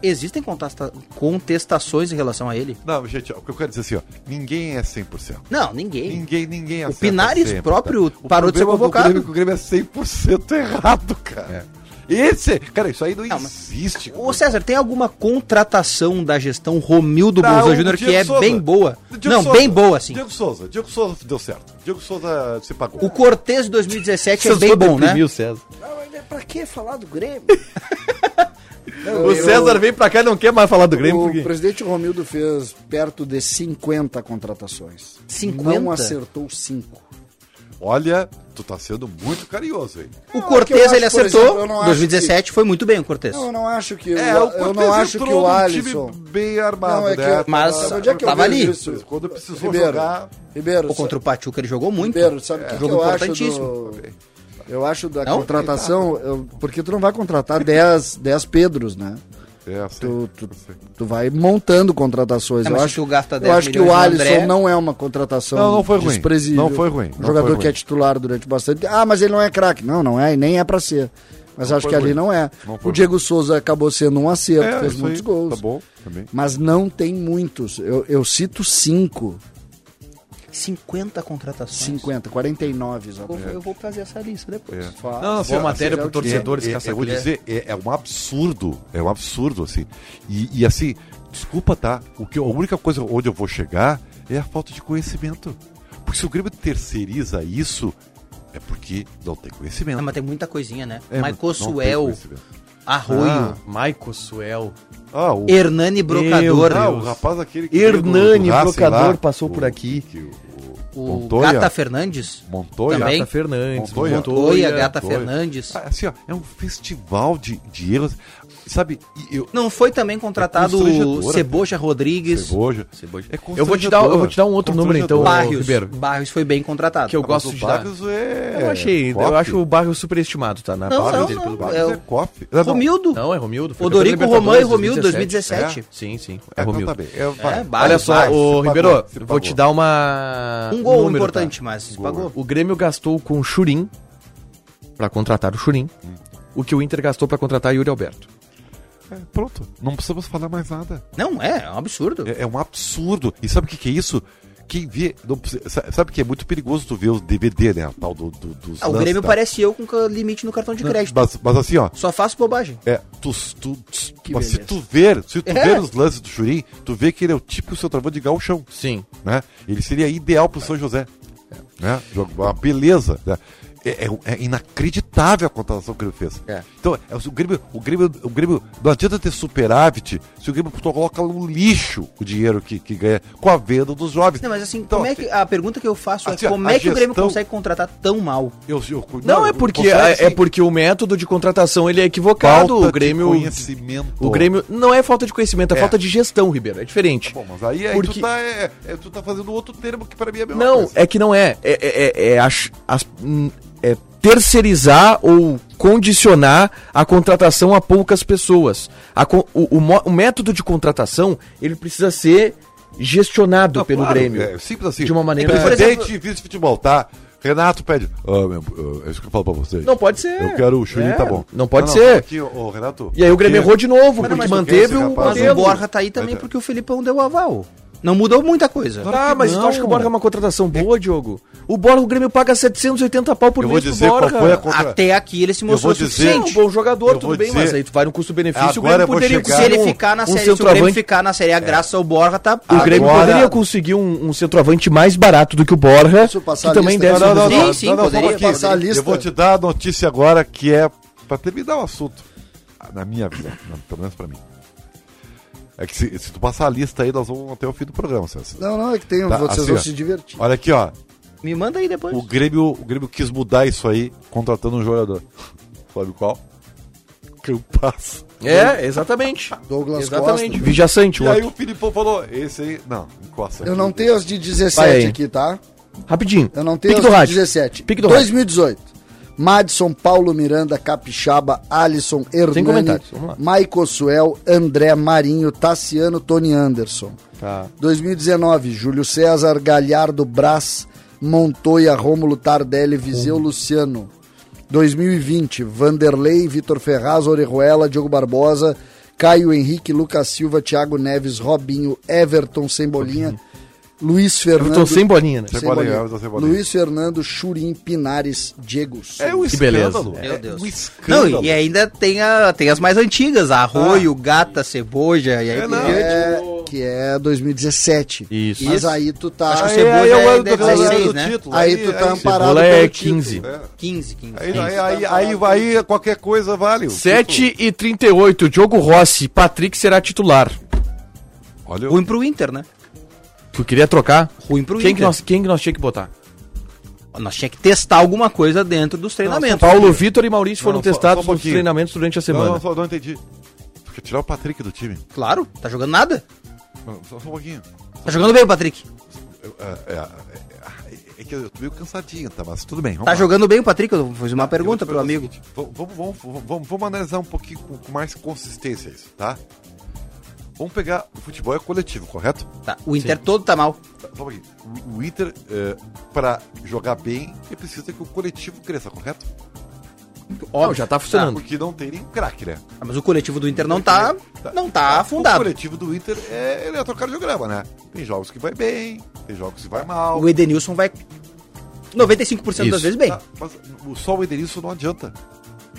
Speaker 4: existem contesta- contestações em relação a ele.
Speaker 3: Não, gente, ó, o que eu quero dizer assim, ó. Ninguém é 100%.
Speaker 4: Não, ninguém.
Speaker 3: Ninguém, ninguém acerta
Speaker 4: Pinares
Speaker 3: sempre,
Speaker 4: próprio
Speaker 3: O
Speaker 4: parou de ser
Speaker 3: problema do
Speaker 4: convocado.
Speaker 3: Grêmio é que o Grêmio é 100% errado, cara. Esse, cara, isso aí não,
Speaker 4: É. Não, mas-
Speaker 3: existe. cara.
Speaker 4: Ô César, tem alguma contratação da gestão Romildo
Speaker 3: Não,
Speaker 4: Bolzan
Speaker 3: Tá, o
Speaker 4: Júnior que
Speaker 3: Diego
Speaker 4: é
Speaker 3: Souza.
Speaker 4: bem boa?
Speaker 3: Diego
Speaker 4: não,
Speaker 3: Souza.
Speaker 4: bem boa, sim.
Speaker 3: Diego Souza, Diego Souza deu certo. Diego Souza se pagou.
Speaker 4: O Cortez de 2017
Speaker 2: Vocês
Speaker 4: é bem
Speaker 2: vão
Speaker 4: bom, né?
Speaker 2: deprimir o César.
Speaker 5: Ah, mas é pra que falar do Grêmio? Não,
Speaker 2: O
Speaker 5: eu-
Speaker 2: César vem pra cá e não quer mais falar do Grêmio.
Speaker 5: o
Speaker 2: porque-
Speaker 5: presidente Romildo fez perto de 50 contratações.
Speaker 4: 50?
Speaker 5: Não acertou 5.
Speaker 3: Olha, tu tá sendo muito carinhoso, hein?
Speaker 4: O
Speaker 5: É,
Speaker 4: Cortez
Speaker 5: porque eu
Speaker 4: ele
Speaker 5: acho, por
Speaker 4: acertou.
Speaker 5: exemplo, eu não acho
Speaker 4: 2017 foi muito bem o Cortez.
Speaker 5: Não, eu não acho que
Speaker 3: É,
Speaker 5: o,
Speaker 3: o
Speaker 5: eu
Speaker 3: Cortes
Speaker 5: não acho que
Speaker 3: entrou
Speaker 5: o
Speaker 3: num
Speaker 5: Alisson.
Speaker 3: time bem armado,
Speaker 5: Não, é que-
Speaker 3: né?
Speaker 4: Mas
Speaker 5: Sabe onde é que eu
Speaker 4: tava
Speaker 5: vejo
Speaker 4: ali.
Speaker 5: isso?
Speaker 3: Quando precisou
Speaker 5: Ribeiro,
Speaker 3: jogar-
Speaker 5: Ribeiro,
Speaker 4: Ou contra o Pachuca ele jogou muito. É.
Speaker 5: Ribeiro, sabe o que, que
Speaker 4: Jogo
Speaker 5: eu acho
Speaker 4: importantíssimo.
Speaker 5: do... Eu acho da
Speaker 4: Não?
Speaker 5: contratação, eu- porque tu não vai contratar 10, 10 Pedros, né?
Speaker 3: É, assim.
Speaker 5: Tu, tu, tu vai montando contratações.
Speaker 4: É,
Speaker 5: eu
Speaker 4: mas se
Speaker 5: acho,
Speaker 4: tu gasta
Speaker 5: eu
Speaker 4: 10
Speaker 5: acho que o
Speaker 4: milhões no
Speaker 5: Alisson
Speaker 4: André-
Speaker 5: não é uma contratação
Speaker 3: Não, não foi ruim.
Speaker 5: desprezível.
Speaker 3: Não foi ruim, não
Speaker 5: Um jogador
Speaker 3: foi ruim.
Speaker 5: que é titular durante bastante. Ah, mas ele não é craque. Não, não é, e nem é pra ser. Mas acho
Speaker 3: foi
Speaker 5: que ali
Speaker 3: ruim.
Speaker 5: não é.
Speaker 3: Não foi
Speaker 5: o Diego Souza acabou sendo um acerto,
Speaker 3: É,
Speaker 5: fez
Speaker 3: isso
Speaker 5: muitos
Speaker 3: aí,
Speaker 5: gols.
Speaker 3: Tá bom, também.
Speaker 5: Mas não tem muitos. Eu, eu cito 5,
Speaker 4: 50 contratações.
Speaker 5: 50, 49
Speaker 4: Eu,
Speaker 5: exatamente.
Speaker 4: vou- eu vou fazer essa lista depois.
Speaker 5: Fa-
Speaker 3: Não, assim,
Speaker 2: Boa
Speaker 3: ó,
Speaker 2: matéria
Speaker 5: assim,
Speaker 2: pro
Speaker 5: é o
Speaker 2: torcedor.
Speaker 5: time.
Speaker 2: torcedores
Speaker 3: É, é,
Speaker 2: caça
Speaker 3: eu vou
Speaker 2: colher.
Speaker 3: dizer, é, é um absurdo. É um absurdo, assim. E, e, assim, desculpa, tá? O que, eu- a única coisa onde eu vou chegar é a falta de conhecimento. Porque se o Grêmio terceiriza isso, é porque não tem conhecimento.
Speaker 4: Não, mas tem muita coisinha, né?
Speaker 3: É, mas
Speaker 4: Michael
Speaker 3: não tem
Speaker 4: Suel,
Speaker 3: conhecimento.
Speaker 2: Ah.
Speaker 4: Arroio,
Speaker 2: Maico Suel.
Speaker 3: Ah, o,
Speaker 4: Hernani Brocador,
Speaker 3: ah, o
Speaker 2: Deus.
Speaker 3: rapaz aquele
Speaker 2: Hernani,
Speaker 3: Racing
Speaker 2: brocador,
Speaker 3: lá,
Speaker 2: passou
Speaker 3: o-
Speaker 2: por aqui.
Speaker 3: que- o, o
Speaker 4: o
Speaker 3: Montoya,
Speaker 4: Gata Fernandes.
Speaker 3: Montoya.
Speaker 4: também.
Speaker 2: Gata Fernandes.
Speaker 3: Montoya.
Speaker 4: Montoya, Gata
Speaker 3: Montoya.
Speaker 4: Fernandes.
Speaker 3: Ah, assim, ó, é um festival de, de erros. Sabe, e eu,
Speaker 4: Não foi também
Speaker 3: É
Speaker 4: contratado
Speaker 3: constrangedora,
Speaker 4: o Cebocha Rodrigues.
Speaker 3: Ceboja. É
Speaker 2: Eu vou te dar- eu vou te dar um outro número, então,
Speaker 3: constrangedor.
Speaker 4: Barrios.
Speaker 2: Ribeiro.
Speaker 4: Barrios foi bem contratado.
Speaker 2: Que eu gosto
Speaker 3: Mas o
Speaker 2: de dar.
Speaker 3: Barrios é...
Speaker 2: Eu achei, eu
Speaker 3: cop.
Speaker 2: acho o bairro superestimado, tá? Na
Speaker 4: Não,
Speaker 2: parte
Speaker 4: não,
Speaker 2: dele,
Speaker 4: não,
Speaker 2: pelo
Speaker 3: O
Speaker 2: bairro.
Speaker 3: Barrios
Speaker 4: é
Speaker 3: é
Speaker 4: o-
Speaker 3: cop. Não, não.
Speaker 4: Romildo.
Speaker 2: Não, é Romildo. foi
Speaker 4: Odorico
Speaker 2: campeão da
Speaker 4: Romão e
Speaker 2: Libertadores
Speaker 4: Romildo, 2017.
Speaker 2: Sim, sim. É
Speaker 3: É, então
Speaker 2: Romildo.
Speaker 3: tá bem. É,
Speaker 4: É,
Speaker 3: vai.
Speaker 4: Barrios.
Speaker 2: Olha só,
Speaker 3: Vai,
Speaker 2: ô
Speaker 3: se
Speaker 2: Ribeiro,
Speaker 3: pagou, se
Speaker 2: eu vou
Speaker 3: pagou.
Speaker 2: te dar uma.
Speaker 4: Um gol
Speaker 2: número,
Speaker 4: importante,
Speaker 2: tá?
Speaker 4: mas se
Speaker 3: Boa.
Speaker 4: pagou.
Speaker 2: O Grêmio gastou com o Churim pra contratar o Churim.
Speaker 4: Hum.
Speaker 2: O que o Inter gastou pra contratar Yuri Alberto.
Speaker 3: É, pronto, não precisamos falar mais nada.
Speaker 4: Não, é, é um absurdo.
Speaker 3: É, é um absurdo. E sabe o que, que é isso? Quem vê. não precisa- sa- sabe que é muito perigoso tu ver os DVD, né? O tal do, do- dos
Speaker 4: Ah, o
Speaker 3: lances,
Speaker 4: Grêmio
Speaker 3: tá?
Speaker 4: parece eu com ca- limite no cartão de crédito.
Speaker 3: Mas, mas assim, ó.
Speaker 4: Só faço bobagem.
Speaker 3: É, tu, tu- tu-
Speaker 4: Que
Speaker 3: mas se
Speaker 4: beleza.
Speaker 3: tu ver, se tu
Speaker 4: É.
Speaker 3: ver os lances do Churim, tu vê que ele é o típico centroavante de galchão,
Speaker 2: Sim.
Speaker 3: né? Ele seria ideal pro São José, né? Jogo- Uma beleza, né? É, é- é inacreditável a contratação que ele fez.
Speaker 4: É.
Speaker 3: Então, é, o Grêmio, o Grêmio, o Grêmio, não adianta ter superávit se o Grêmio coloca no lixo o dinheiro que, que ganha com a venda dos jovens.
Speaker 4: Não, mas assim,
Speaker 3: Então,
Speaker 4: como é que. A pergunta que eu faço
Speaker 3: assim,
Speaker 4: é
Speaker 3: ó,
Speaker 4: como
Speaker 3: a
Speaker 4: é que o Grêmio
Speaker 3: gestão-
Speaker 4: consegue contratar tão mal?
Speaker 3: Eu- eu-
Speaker 2: Não, é
Speaker 3: eu-
Speaker 2: porque
Speaker 3: consegue
Speaker 2: é, é
Speaker 3: sim.
Speaker 2: porque o método de contratação ele é
Speaker 3: Falta
Speaker 2: equivocado.
Speaker 3: de
Speaker 2: O Grêmio
Speaker 3: conhecimento.
Speaker 2: o Grêmio não é falta de conhecimento, é,
Speaker 3: É.
Speaker 2: falta de gestão, Ribeiro, é diferente.
Speaker 3: Bom, mas aí, aí
Speaker 2: Porque-
Speaker 3: tu, tá, é, é, tu tá fazendo outro termo que pra mim é a mesma
Speaker 2: Não,
Speaker 3: coisa.
Speaker 2: é que não é. É, é, é- é as- as- hum, é terceirizar ou condicionar a contratação a poucas pessoas. A co- o, o mo- o método de contratação ele precisa ser gestionado
Speaker 3: Não,
Speaker 2: pelo
Speaker 3: claro,
Speaker 2: Grêmio.
Speaker 3: É simples assim.
Speaker 2: De uma maneira-
Speaker 3: O
Speaker 4: Por
Speaker 3: Presidente e vice-futebol, tá? Renato pede. "Ah, meu, ah, é isso que eu falo pra vocês.
Speaker 2: Não pode ser.
Speaker 3: Eu quero o Churinho,
Speaker 2: É,
Speaker 3: tá bom.
Speaker 2: não pode ser.
Speaker 3: aqui, ô, ô, Renato.
Speaker 2: E aí o Grêmio
Speaker 3: porque-
Speaker 2: errou de novo,
Speaker 3: Mas
Speaker 2: porque
Speaker 3: não, mas
Speaker 2: manteve
Speaker 3: esse
Speaker 2: o
Speaker 3: rapaz-
Speaker 4: Mas
Speaker 3: Valeu.
Speaker 4: o Borja tá aí também
Speaker 3: Mas é.
Speaker 4: porque o Filipão deu o aval. Não mudou muita coisa.
Speaker 3: Então tá.
Speaker 2: Ah, mas tu acha que o Borja é uma contratação boa, Diogo? O Borja, o Grêmio paga 780 pau por
Speaker 3: Eu vou
Speaker 2: mês pro
Speaker 3: dizer qual
Speaker 2: Borja.
Speaker 3: foi a contra...
Speaker 4: Até aqui ele se mostrou
Speaker 3: vou dizer-
Speaker 2: Sim, um
Speaker 4: suficiente.
Speaker 2: bom jogador,
Speaker 3: Eu
Speaker 2: tudo
Speaker 3: vou
Speaker 2: bem, mas
Speaker 3: dizer-
Speaker 2: aí tu vai no custo-benefício, o
Speaker 3: Agora
Speaker 2: Grêmio
Speaker 3: eu vou
Speaker 2: poderia
Speaker 3: chegar-
Speaker 4: Se
Speaker 2: conseguir
Speaker 4: ele
Speaker 2: um-
Speaker 4: ficar na
Speaker 2: um
Speaker 4: série, se o Grêmio
Speaker 2: centroavante-
Speaker 4: ficar na série A, graças ao Borja, tá.
Speaker 2: O Grêmio
Speaker 3: É. Agora-
Speaker 2: poderia conseguir um, um centroavante mais barato do que o Borja,
Speaker 5: Deixa eu passar
Speaker 2: que
Speaker 5: a
Speaker 2: também
Speaker 5: lista
Speaker 2: deve
Speaker 5: aqui.
Speaker 2: ser
Speaker 5: Não,
Speaker 2: um
Speaker 5: não,
Speaker 2: resultado.
Speaker 4: Sim, sim, poderia
Speaker 3: vamos aqui.
Speaker 5: passar a lista.
Speaker 3: Eu vou te dar a notícia agora que é pra terminar o assunto. Ah, Na minha vida, não, pelo menos pra mim. É que se, se tu passar a lista aí, nós vamos até o fim do programa, César.
Speaker 5: Não, não, é que tem,
Speaker 3: Tá,
Speaker 5: vocês
Speaker 3: assim,
Speaker 5: vão
Speaker 3: ó.
Speaker 5: se divertir.
Speaker 3: Olha aqui, ó.
Speaker 4: Me manda aí depois.
Speaker 3: O Grêmio, o Grêmio quis mudar isso aí, contratando um jogador. Sabe qual? Que eu passo.
Speaker 2: É, exatamente.
Speaker 5: Douglas
Speaker 2: exatamente.
Speaker 5: Costa.
Speaker 2: Vija Sante, o
Speaker 3: E aí
Speaker 2: outro.
Speaker 3: o Filipão falou, esse aí, não, encosta.
Speaker 5: Eu
Speaker 3: aqui.
Speaker 5: não tenho as de
Speaker 2: Vai
Speaker 5: 17
Speaker 2: aí.
Speaker 5: aqui, tá?
Speaker 2: Rapidinho.
Speaker 5: Eu não tenho
Speaker 2: Pique do
Speaker 5: as
Speaker 2: rádio.
Speaker 5: de 17.
Speaker 2: Pique do rádio.
Speaker 5: 2018. Madison, Paulo Miranda, Capixaba, Alisson, Hernani,
Speaker 2: comentários, vamos lá.
Speaker 5: Maico Suel, André Marinho, Tassiano, Tony Anderson.
Speaker 2: Tá.
Speaker 5: 2019, Júlio César, Galhardo, Brás, Montoya, Rômulo Tardelli, Viseu, Luciano. 2020, Vanderlei, Vitor Ferraz, Orejuela, Diogo Barbosa, Caio Henrique, Lucas Silva, Thiago Neves, Robinho, Everton, Sem Bolinha, Luiz Fernando...
Speaker 2: Everton sem bolinha, né?
Speaker 3: Sem
Speaker 5: Sem
Speaker 3: bolinha,
Speaker 5: bolinha.
Speaker 3: Everton sem bolinha.
Speaker 5: Luiz Fernando, Churim, Pinares, Diego.
Speaker 3: É um
Speaker 2: Que
Speaker 3: escândalo.
Speaker 2: beleza.
Speaker 3: É
Speaker 4: Meu Deus.
Speaker 3: um
Speaker 4: não,
Speaker 3: escândalo. Ah.
Speaker 4: e é, ainda tem, a, tem as mais antigas, a arroio, gata, ceboja, e aí
Speaker 3: É, não.
Speaker 5: que, é, que é 2017.
Speaker 2: Isso.
Speaker 5: Mas aí tu tá.
Speaker 4: Acho que o
Speaker 3: Aí,
Speaker 4: Ceboja
Speaker 3: aí, eu
Speaker 4: é
Speaker 3: ando
Speaker 4: deve
Speaker 3: com a galera
Speaker 4: 16,
Speaker 3: do
Speaker 4: né?
Speaker 3: título,
Speaker 5: Aí tu tá
Speaker 2: Bola
Speaker 5: amparado
Speaker 2: é
Speaker 5: pelo
Speaker 2: 15.
Speaker 3: É.
Speaker 4: 15, 15.
Speaker 3: Aí, é aí, aí, aí, aí, qualquer coisa vale. O
Speaker 2: 7 e 38, Diogo Rossi, Patrick será titular.
Speaker 3: título- Olha, o-
Speaker 4: Ruim pro Inter, né?
Speaker 2: Tu queria trocar?
Speaker 4: Ruim pro
Speaker 2: Quem que,
Speaker 4: Inter.
Speaker 2: nós, quem que nós tinha que botar?
Speaker 4: Nós tinha que testar alguma coisa dentro dos treinamentos.
Speaker 2: Paulo Vitor e Maurício foram
Speaker 3: Não, só- só
Speaker 2: testados
Speaker 3: um
Speaker 2: nos
Speaker 3: pouquinho.
Speaker 2: treinamentos durante a
Speaker 3: não,
Speaker 2: semana.
Speaker 3: não, só não entendi. Porque tirar o Patrick do time.
Speaker 4: Claro, tá jogando nada.
Speaker 3: Só, só um pouquinho.
Speaker 4: Tá jogando bem o Patrick.
Speaker 3: Eu- É, é, é- é que eu tô meio cansadinho, tá? Mas tudo bem. vamos
Speaker 4: Tá
Speaker 3: lá.
Speaker 4: jogando bem o Patrick? Eu fiz uma
Speaker 3: Eu vou te
Speaker 4: pergunta
Speaker 3: perguntar
Speaker 4: pro
Speaker 3: o
Speaker 4: amigo.
Speaker 3: seguinte, v- Vamos, vamos, vamos, vamos- vamos analisar um pouquinho com, com mais consistência isso, tá? Vamos pegar. O futebol é coletivo, correto?
Speaker 4: Tá, o Inter todo tá mal.
Speaker 3: Tá, Só um pouquinho. O, o Inter, para jogar bem, ele precisa que o coletivo cresça, correto?
Speaker 2: Não, já tá funcionando.
Speaker 3: Porque não tem nenhum craque, né?
Speaker 4: Ah, mas o coletivo do Inter não tá, não tá
Speaker 3: O
Speaker 4: afundado.
Speaker 3: coletivo do Inter é eletrocardiograma, né? Tem jogos que vai bem, tem jogos que vai mal.
Speaker 4: O Edenilson vai 95%
Speaker 2: Isso.
Speaker 4: das vezes bem.
Speaker 3: tá? Mas o- só o Edenilson não adianta.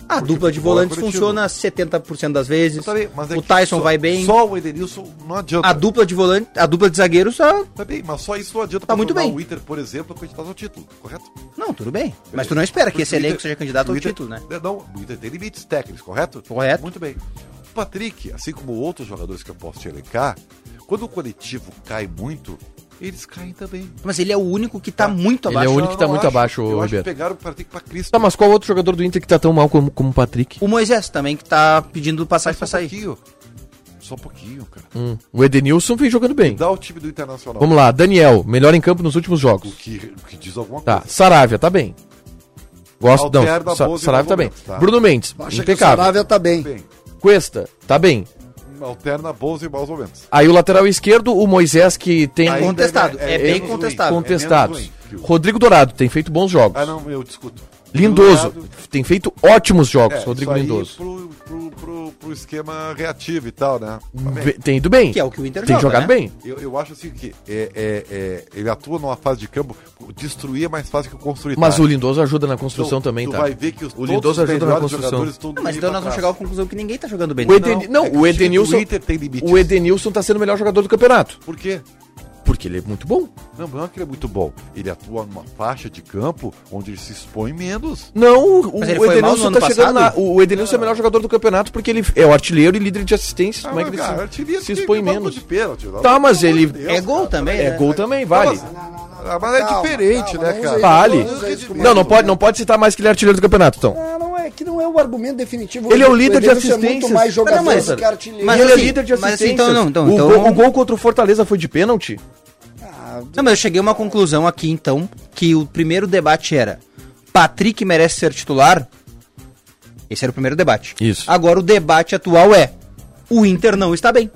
Speaker 3: Tá
Speaker 4: A
Speaker 3: Porque
Speaker 4: dupla de
Speaker 3: futebol é
Speaker 4: volantes
Speaker 3: coletivo.
Speaker 4: funciona 70% das vezes.
Speaker 3: Eu também, mas é
Speaker 4: o
Speaker 3: que
Speaker 4: Tyson
Speaker 3: só-
Speaker 4: vai bem.
Speaker 3: Só o Edenilson não adianta.
Speaker 4: A dupla de volante, a dupla de zagueiros tá...
Speaker 3: Tá bem, mas só isso não adianta
Speaker 4: Tá
Speaker 3: pra
Speaker 4: muito
Speaker 3: tornar
Speaker 4: bem.
Speaker 3: o Inter, por exemplo, candidato ao título, correto?
Speaker 4: Não, tudo bem. Mas tu não espera que
Speaker 3: O
Speaker 4: esse
Speaker 3: Inter-
Speaker 4: elenco seja candidato
Speaker 3: o
Speaker 4: ao
Speaker 3: Inter-
Speaker 4: título, né?
Speaker 3: Não, o Inter tem limites técnicos, correto?
Speaker 4: Correto.
Speaker 3: Muito bem. O Patrick, assim como outros jogadores que eu posso te elencar, quando o coletivo cai muito, eles caem também.
Speaker 4: Mas ele é o único que tá muito
Speaker 2: Ele é
Speaker 4: abaixo.
Speaker 2: o
Speaker 3: Eu
Speaker 2: único que tá
Speaker 3: não
Speaker 2: muito
Speaker 3: acho.
Speaker 2: abaixo,
Speaker 3: Eu acho que
Speaker 2: Ribeiro.
Speaker 3: pegaram o Patrick pra Cristo.
Speaker 2: Tá, mas qual outro jogador do Inter que tá tão mal como, como o Patrick?
Speaker 4: O Moisés também, que tá pedindo passagem pra
Speaker 3: só um
Speaker 4: sair.
Speaker 3: pouquinho. Só um pouquinho, cara.
Speaker 2: Hum, O Edenilson vem jogando bem.
Speaker 3: Dá o time do Internacional.
Speaker 2: Vamos lá, Daniel, melhor em campo nos últimos
Speaker 3: O
Speaker 2: jogos.
Speaker 3: que, o que diz alguma
Speaker 2: Tá,
Speaker 3: coisa.
Speaker 2: Saravia tá bem. Gosto,
Speaker 3: Alterna
Speaker 2: não.
Speaker 3: a
Speaker 2: Sa
Speaker 3: pose
Speaker 2: Saravia tá
Speaker 3: no
Speaker 2: bem.
Speaker 3: momento, tá.
Speaker 2: Bruno Mendes,
Speaker 5: Acha que o
Speaker 2: impecável.
Speaker 5: Sarávia tá bem.
Speaker 3: Bem,
Speaker 2: Cuesta, tá bem.
Speaker 3: alterna bons e maus momentos.
Speaker 2: Aí o lateral esquerdo, o Moisés, que tem
Speaker 3: Ainda
Speaker 4: contestado, é bem
Speaker 3: menos
Speaker 4: contestado.
Speaker 3: ruim, é
Speaker 2: contestados.
Speaker 3: menos ruim que o-
Speaker 2: Rodrigo Dourado tem feito bons jogos.
Speaker 3: Ah, não, eu discuto.
Speaker 2: Lindoso
Speaker 3: Dourado-
Speaker 2: tem feito ótimos jogos,
Speaker 3: É,
Speaker 2: Rodrigo
Speaker 3: isso aí
Speaker 2: Lindoso.
Speaker 3: Pro, pro, pro, pro o esquema reativo e tal, né? Também.
Speaker 2: Ve- Tem ido bem.
Speaker 4: Que é o que o Inter
Speaker 2: Tem
Speaker 4: joga,
Speaker 2: jogado
Speaker 4: né?
Speaker 2: bem.
Speaker 3: Eu, eu acho assim que é, é- é- ele atua numa fase de campo, destruir é mais fácil que construir.
Speaker 2: Mas
Speaker 3: tá?
Speaker 2: o Lindoso ajuda na construção
Speaker 3: Então,
Speaker 2: também,
Speaker 3: tu
Speaker 2: tá?
Speaker 3: vai ver que os, todos
Speaker 2: Lindoso
Speaker 3: os
Speaker 2: ajuda na
Speaker 3: melhores
Speaker 2: construção.
Speaker 3: jogadores estão do
Speaker 4: Mas
Speaker 3: meio
Speaker 4: então
Speaker 3: pra
Speaker 4: nós
Speaker 3: trás.
Speaker 4: vamos chegar à conclusão que ninguém tá jogando bem.
Speaker 2: O
Speaker 4: né?
Speaker 2: Eden- Não,
Speaker 3: é que
Speaker 2: o
Speaker 3: o
Speaker 2: Edenilson.
Speaker 3: Inter tem limites.
Speaker 2: o Edenilson tá sendo o melhor jogador do campeonato.
Speaker 3: Por quê?
Speaker 2: Porque ele é muito bom.
Speaker 3: Não, não é que ele é muito bom. Ele atua numa faixa de campo onde ele se expõe menos.
Speaker 2: Não, o,
Speaker 4: Mas ele
Speaker 2: o
Speaker 4: foi mal no
Speaker 2: Edenilson
Speaker 4: ano
Speaker 2: tá chegando na.
Speaker 4: passado?
Speaker 2: O Edenilson é o melhor jogador do campeonato porque ele é o artilheiro e líder de assistências. Como é que ele se- se, expõe menos? Tá, mas ele-
Speaker 4: É gol também,
Speaker 2: É
Speaker 4: né?
Speaker 2: gol também, vale.
Speaker 3: Ah, mas é diferente, né, cara?
Speaker 2: Vale.
Speaker 5: Não usa isso como
Speaker 2: Não, não
Speaker 5: argumento.
Speaker 2: pode, não pode citar mais que ele é artilheiro do campeonato, então.
Speaker 5: Ah, não é que não é o argumento definitivo.
Speaker 2: Ele é o
Speaker 5: O
Speaker 2: líder de
Speaker 5: Edenilson é muito
Speaker 2: assistências.
Speaker 5: mais jogador
Speaker 2: Não, mas-
Speaker 5: do que artilheiro.
Speaker 2: Mas
Speaker 4: Mas
Speaker 2: ele é
Speaker 4: assim,
Speaker 2: líder de
Speaker 4: mas
Speaker 2: assistências.
Speaker 4: assim, então não, então-
Speaker 2: o,
Speaker 4: então-
Speaker 2: gol, o gol contra o Fortaleza foi de pênalti?
Speaker 5: Ah,
Speaker 4: Não, mas eu cheguei a uma conclusão aqui, então, que o primeiro debate era Patrick merece ser titular? Esse era o primeiro debate.
Speaker 2: Isso.
Speaker 4: Agora o debate atual é o Inter não está bem.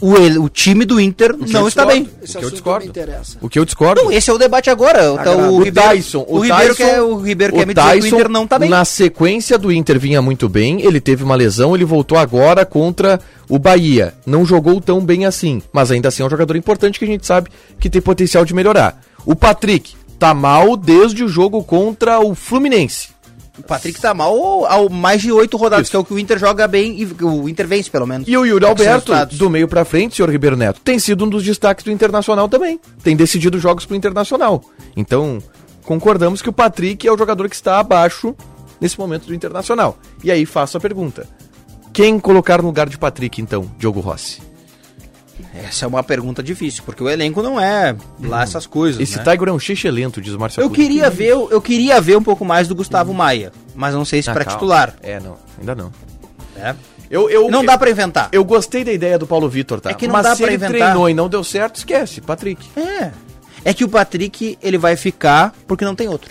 Speaker 4: O, ele- o time do Inter não está bem.
Speaker 5: Esse
Speaker 2: O que eu
Speaker 5: assunto
Speaker 2: discordo.
Speaker 5: não me interessa.
Speaker 2: O que eu discordo?
Speaker 4: Não, esse é o debate agora. Então,
Speaker 2: O,
Speaker 4: o, Ribeiro-
Speaker 2: Tyson,
Speaker 4: o, Ribeiro quer, o Ribeiro quer me dizer que o Inter não tá bem.
Speaker 2: Na sequência do Inter vinha muito bem, ele teve uma lesão, ele voltou agora contra o Bahia. Não jogou tão bem assim, mas ainda assim é um jogador importante que a gente sabe que tem potencial de melhorar. O Patrick tá mal desde o jogo contra o Fluminense.
Speaker 4: O Patrick tá mal ao mais de oito rodadas,
Speaker 2: Isso.
Speaker 4: que é o que o Inter joga bem e o Inter vence, pelo menos.
Speaker 2: E o Yuri Alberto,
Speaker 4: resultados.
Speaker 2: do meio pra frente, senhor Ribeiro Neto, tem sido um dos destaques do Internacional também. Tem decidido jogos pro Internacional. Então, concordamos que o Patrick é o jogador que está abaixo nesse momento do Internacional. E aí faço a pergunta. Quem colocar no lugar de Patrick, então, Diogo Rossi?
Speaker 4: Essa é uma pergunta difícil, porque o elenco não é lá essas coisas,
Speaker 2: Uhum. Esse
Speaker 4: né?
Speaker 2: Tiger é um xixi lento, diz o Marcelo.
Speaker 4: Eu
Speaker 2: Cunha.
Speaker 4: queria ver, eu eu queria ver um pouco mais do Gustavo
Speaker 2: Uhum.
Speaker 4: Maia, mas não sei se
Speaker 2: Ah,
Speaker 4: pra
Speaker 2: calma.
Speaker 4: titular.
Speaker 2: É, não. Ainda não.
Speaker 4: né?
Speaker 2: Eu, eu,
Speaker 4: Não dá pra inventar.
Speaker 2: Eu gostei da ideia do Paulo Vitor, tá?
Speaker 4: É que não
Speaker 2: Mas
Speaker 4: dá
Speaker 2: se
Speaker 4: pra
Speaker 2: ele
Speaker 4: inventar.
Speaker 2: treinou e não deu certo, esquece, Patrick.
Speaker 4: É. É que o Patrick, ele vai ficar porque não tem outro.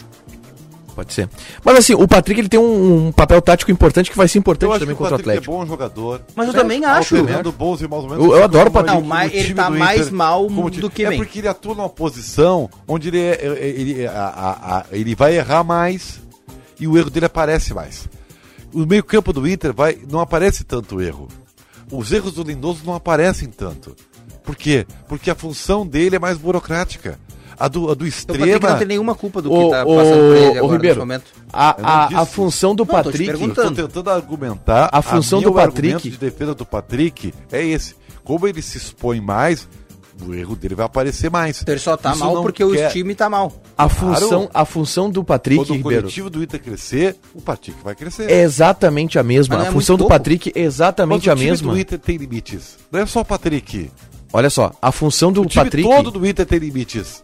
Speaker 2: Pode ser. Mas assim, o Patrick ele tem um, um papel tático importante que vai ser importante também contra o
Speaker 3: Patrick
Speaker 2: Atlético.
Speaker 3: é bom jogador.
Speaker 4: Mas eu também
Speaker 3: Tá
Speaker 4: acho. né?
Speaker 3: Alternando bons e maus momentos.
Speaker 2: Eu- eu adoro o Patrick.
Speaker 4: Não, mas
Speaker 3: O time
Speaker 4: ele tá
Speaker 3: do
Speaker 4: mais
Speaker 3: Inter,
Speaker 4: mal
Speaker 3: como
Speaker 4: do
Speaker 3: time-
Speaker 4: que
Speaker 3: É
Speaker 4: bem.
Speaker 3: porque ele atua numa posição onde ele, é- é- ele, é- a- a- a- ele vai errar mais e o erro dele aparece mais. O meio campo do Inter vai, não aparece tanto erro. Os erros do Lindoso não aparecem tanto. Por quê? Porque a função dele é mais burocrática. A do, a do
Speaker 4: O Patrick não
Speaker 3: extrema...
Speaker 4: tem nenhuma culpa do que
Speaker 2: Ô,
Speaker 4: tá
Speaker 2: ô,
Speaker 4: passando por ele
Speaker 2: ô,
Speaker 4: agora nesse
Speaker 2: Ribeiro,
Speaker 4: momento.
Speaker 3: Eu não
Speaker 2: a, a,
Speaker 3: disse
Speaker 2: a
Speaker 3: isso.
Speaker 2: função do
Speaker 4: Não, tô te
Speaker 2: Patrick.
Speaker 4: perguntando.
Speaker 3: Eu tô tentando argumentar.
Speaker 2: A função
Speaker 3: minha-
Speaker 2: do
Speaker 3: o argumento
Speaker 2: Patrick-
Speaker 3: de defesa do Patrick é esse. Como ele se expõe mais, o erro dele vai aparecer mais.
Speaker 4: Então ele só tá
Speaker 3: Isso
Speaker 4: mal
Speaker 3: não
Speaker 4: porque
Speaker 3: quer-
Speaker 4: o time tá mal.
Speaker 2: A função, a função do Patrick,
Speaker 3: Quando o
Speaker 2: Ribeiro,
Speaker 3: coletivo do Inter crescer, o Patrick vai crescer.
Speaker 2: é exatamente a mesma.
Speaker 4: Mas não
Speaker 2: a
Speaker 4: é
Speaker 2: função
Speaker 4: muito
Speaker 2: do
Speaker 4: pouco.
Speaker 2: Patrick é
Speaker 3: Mas
Speaker 2: exatamente
Speaker 3: o
Speaker 2: a
Speaker 3: time
Speaker 2: mesma.
Speaker 3: do Inter tem limites. Não é só o Patrick.
Speaker 2: Olha só, a função do
Speaker 3: O time
Speaker 2: Patrick.
Speaker 3: todo do Inter tem limites.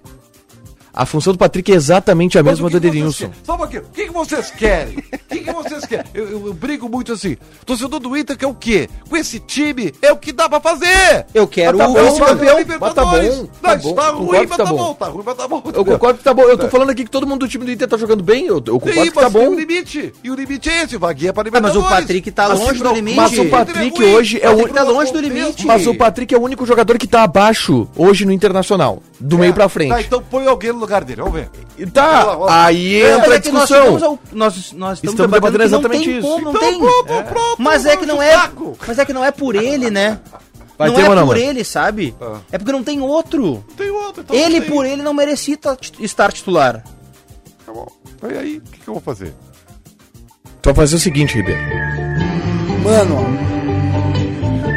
Speaker 2: A função do Patrick é exatamente a mesma
Speaker 3: Mas o
Speaker 2: do
Speaker 3: que que vocês
Speaker 2: Edenilson.
Speaker 3: querem? Só um pouquinho. O que, que vocês querem? O que, que vocês querem? Eu, eu- eu brigo muito assim. Torcedor do Inter quer o quê? Com esse time é o que dá pra fazer.
Speaker 4: Eu quero
Speaker 2: Mas tá
Speaker 4: o
Speaker 2: bom,
Speaker 4: vice-campeão.
Speaker 2: campeão,
Speaker 3: Libertadores.
Speaker 2: mas tá bom, tá
Speaker 3: Mas
Speaker 2: bom.
Speaker 3: tá
Speaker 2: Concordo
Speaker 3: ruim,
Speaker 2: que
Speaker 3: mas
Speaker 2: tá
Speaker 3: tá
Speaker 2: bom.
Speaker 3: bom. Tá ruim, mas tá bom.
Speaker 2: Eu concordo que tá bom. Eu tô falando aqui que todo mundo do time do Inter tá jogando bem. Eu, eu
Speaker 3: E
Speaker 2: concordo
Speaker 3: aí,
Speaker 2: que tá
Speaker 3: mas tem um
Speaker 2: bom.
Speaker 3: limite. E o limite é esse, o vaguinha pra
Speaker 4: Ah, mas
Speaker 3: Libertadores.
Speaker 4: o Patrick tá
Speaker 3: Mas
Speaker 4: longe
Speaker 3: não-
Speaker 4: do limite.
Speaker 2: Mas o
Speaker 3: Inter
Speaker 2: Patrick
Speaker 3: é ruim.
Speaker 2: hoje é o
Speaker 4: Patrick tá longe do limite.
Speaker 2: Mas o Patrick é o único jogador que tá abaixo hoje no Internacional, do meio pra frente.
Speaker 3: Tá, então põe alguém no lugar dele, vamos ver.
Speaker 2: E Tá, aí
Speaker 4: Não, mas
Speaker 2: entra a
Speaker 4: é que nós
Speaker 2: discussão.
Speaker 4: chegamos ao- Nós, nós estamos,
Speaker 2: Estamos debatendo
Speaker 4: que não
Speaker 2: exatamente
Speaker 4: tem
Speaker 2: isso.
Speaker 4: Como, não
Speaker 3: Então,
Speaker 4: tem.
Speaker 3: pronto, pronto, um
Speaker 4: mas é que não é.
Speaker 3: saco.
Speaker 4: Mas é que não é por ele, né?
Speaker 2: Vai
Speaker 4: não
Speaker 2: ter
Speaker 4: é
Speaker 2: ou não,
Speaker 4: por
Speaker 2: mano?
Speaker 4: ele, sabe?
Speaker 3: Ah.
Speaker 4: É porque não tem outro.
Speaker 3: Tem outro, então
Speaker 4: ele
Speaker 3: não tem.
Speaker 4: por ele não merecia ta- tit- estar titular.
Speaker 3: Tá bom. Mas E aí, o que, que eu vou fazer? um-
Speaker 2: Então fazer o seguinte, Ribeiro.
Speaker 5: Mano,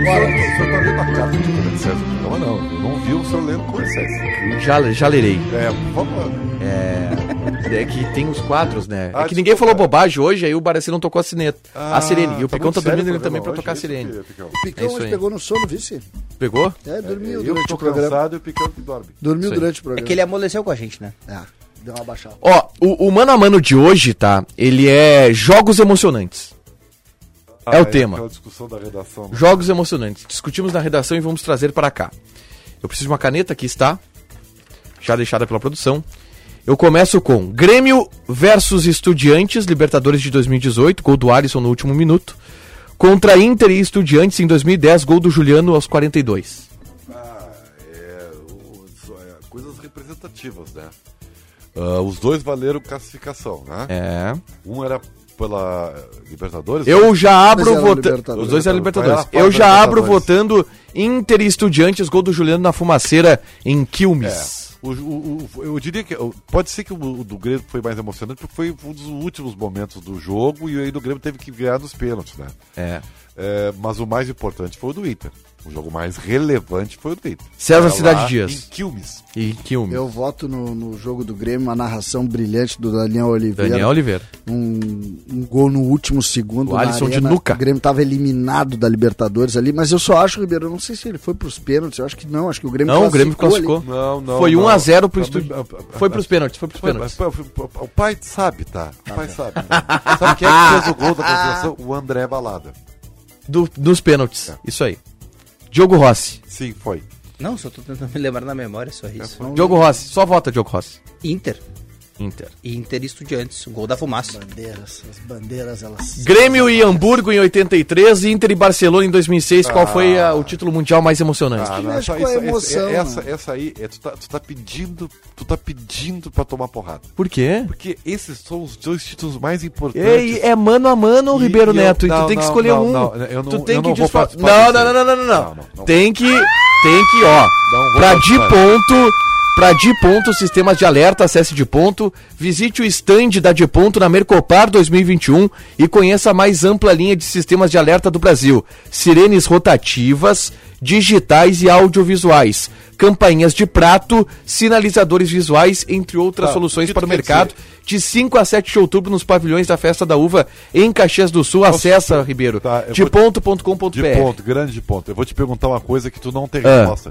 Speaker 3: Agora, o senhor tá lendo a carta de Comercés. Não, não, eu não vi o senhor lendo Comercés.
Speaker 2: Já, já lerei.
Speaker 3: É, por favor.
Speaker 2: É que tem os quadros, né?
Speaker 3: Ah,
Speaker 2: é que ninguém
Speaker 3: desculpa.
Speaker 2: falou bobagem hoje, aí o Baresi não tocou a sineta. a sirene. E o
Speaker 3: tá
Speaker 2: Picão
Speaker 3: muito
Speaker 2: tá
Speaker 3: sério
Speaker 2: dormindo
Speaker 3: o
Speaker 2: ele
Speaker 3: programa
Speaker 2: também pra
Speaker 3: hoje,
Speaker 2: tocar a
Speaker 3: isso
Speaker 2: sirene.
Speaker 3: que, um Picão?
Speaker 5: o Picão
Speaker 2: isso
Speaker 5: hoje
Speaker 2: aí.
Speaker 5: pegou no sono, vice?
Speaker 2: Pegou?
Speaker 5: É, dormiu
Speaker 3: Eu
Speaker 5: durante
Speaker 3: tô
Speaker 5: o programa.
Speaker 3: cansado e o Picão que dorme.
Speaker 5: Dormiu
Speaker 2: Isso aí.
Speaker 5: durante o
Speaker 4: É
Speaker 5: programa.
Speaker 4: que ele amoleceu com a gente, né?
Speaker 5: Ah, deu uma baixada.
Speaker 2: Ó, o, o mano a mano de hoje, tá? Ele é jogos emocionantes.
Speaker 3: Ah,
Speaker 2: É o tema.
Speaker 3: aquela discussão da redação. né?
Speaker 2: Jogos emocionantes. Discutimos na redação e vamos trazer para cá. Eu preciso de uma caneta que está já deixada pela produção. Eu começo com Grêmio versus Estudiantes, Libertadores de 2018, gol do Alisson no último minuto. Contra Inter e Estudiantes em 2010, gol do Juliano aos 42.
Speaker 3: É, o- isso é, coisas representativas, né? Ah, os dois valeram classificação, né?
Speaker 2: É.
Speaker 3: Um era pela Libertadores? né?
Speaker 2: Eu já abro
Speaker 5: era
Speaker 2: votando.
Speaker 5: Libertadores.
Speaker 2: Os dois eram Libertadores.
Speaker 3: Libertadores.
Speaker 2: Eu já abro
Speaker 3: Libertadores.
Speaker 2: votando Inter e Estudiantes, gol do Juliano na fumaceira em Quilmes.
Speaker 3: É. O- o- o- eu diria que. o- Pode ser que o, o do Grêmio foi mais emocionante, porque foi um dos últimos momentos do jogo e aí do Grêmio teve que ganhar nos pênaltis, né?
Speaker 2: É.
Speaker 3: É, mas o mais importante foi o do Inter. O jogo mais relevante foi o do Inter.
Speaker 2: César
Speaker 3: Era
Speaker 2: Cidade
Speaker 3: lá
Speaker 2: Dias.
Speaker 3: Em Quilmes.
Speaker 2: E Quilmes.
Speaker 5: Eu voto no, no jogo do Grêmio, uma narração brilhante do Daniel Oliveira.
Speaker 2: Daniel Oliveira.
Speaker 5: um, um gol no último segundo.
Speaker 2: O
Speaker 5: na
Speaker 2: Alisson de
Speaker 5: arena.
Speaker 2: nuca.
Speaker 5: O Grêmio estava eliminado da Libertadores ali, mas eu só acho, Ribeiro, eu não sei se ele foi pros pênaltis, eu acho que não, acho que o Grêmio
Speaker 2: Não, o Grêmio classificou.
Speaker 5: ali.
Speaker 3: Não, não,
Speaker 2: foi
Speaker 3: não.
Speaker 2: 1x0 pro
Speaker 3: Também-
Speaker 2: Estudiantes. Foi pros pênaltis, foi pros
Speaker 3: Foi,
Speaker 2: pênaltis.
Speaker 3: mas foi- foi- o pai sabe, tá? O pai sabe. Tá? Sabe quem é que fez o gol da concentração? O André Balada.
Speaker 2: Do, dos pênaltis.
Speaker 3: Tá.
Speaker 2: Isso aí. Diogo Rossi.
Speaker 3: Sim, foi.
Speaker 4: Não, só tô tentando me lembrar na memória, só isso.
Speaker 3: Tá
Speaker 2: Diogo Rossi. Só vota Diogo Rossi.
Speaker 4: Inter.
Speaker 2: Inter.
Speaker 4: Inter e Estudiantes. Gol da fumaça.
Speaker 5: Bandeiras, as bandeiras, elas.
Speaker 2: Grêmio e Hamburgo em 83, Inter e Barcelona em 2006.
Speaker 3: Ah.
Speaker 2: Qual foi a- o título mundial mais emocionante?
Speaker 5: que mexe com a
Speaker 3: essa-
Speaker 5: emoção,
Speaker 3: essa,
Speaker 5: mano.
Speaker 3: essa aí, é, tu, tá, tu tá pedindo, tu tá pedindo pra tomar porrada.
Speaker 2: Por quê?
Speaker 3: Porque esses são os dois títulos mais importantes.
Speaker 2: Ei, é mano a mano,
Speaker 3: E
Speaker 2: Ribeiro
Speaker 3: eu-
Speaker 2: Neto, e
Speaker 3: não,
Speaker 2: tu tem que
Speaker 3: não,
Speaker 2: escolher
Speaker 3: não,
Speaker 2: um.
Speaker 3: não, eu não-
Speaker 2: tu tem
Speaker 3: eu
Speaker 2: que
Speaker 3: não vou
Speaker 2: desfa-
Speaker 3: participar
Speaker 2: não,
Speaker 3: disso
Speaker 2: não,
Speaker 3: aí.
Speaker 2: não, não, não, não,
Speaker 3: Não, não, não.
Speaker 2: Tem que, tem que, ó,
Speaker 3: Não vou
Speaker 2: pra de
Speaker 3: participar.
Speaker 2: ponto, pra de ponto, sistemas de alerta, acesse de ponto, visite o stand da de ponto na Mercopar 2021 e conheça a mais ampla linha de sistemas de alerta do Brasil. Sirenes rotativas, digitais e audiovisuais, campainhas de prato, sinalizadores visuais, entre outras
Speaker 3: Tá, o
Speaker 2: soluções
Speaker 3: que
Speaker 2: para o
Speaker 3: tu quer
Speaker 2: mercado. De 5 a 7 de outubro nos pavilhões da Festa da Uva em Caxias do Sul. Acessa, Ribeiro,
Speaker 3: Tá, eu
Speaker 2: de
Speaker 3: vou-
Speaker 2: ponto.com.br.
Speaker 3: De ponto, grande de ponto. Eu vou te perguntar uma coisa que tu não tem
Speaker 2: Ah.
Speaker 3: resposta.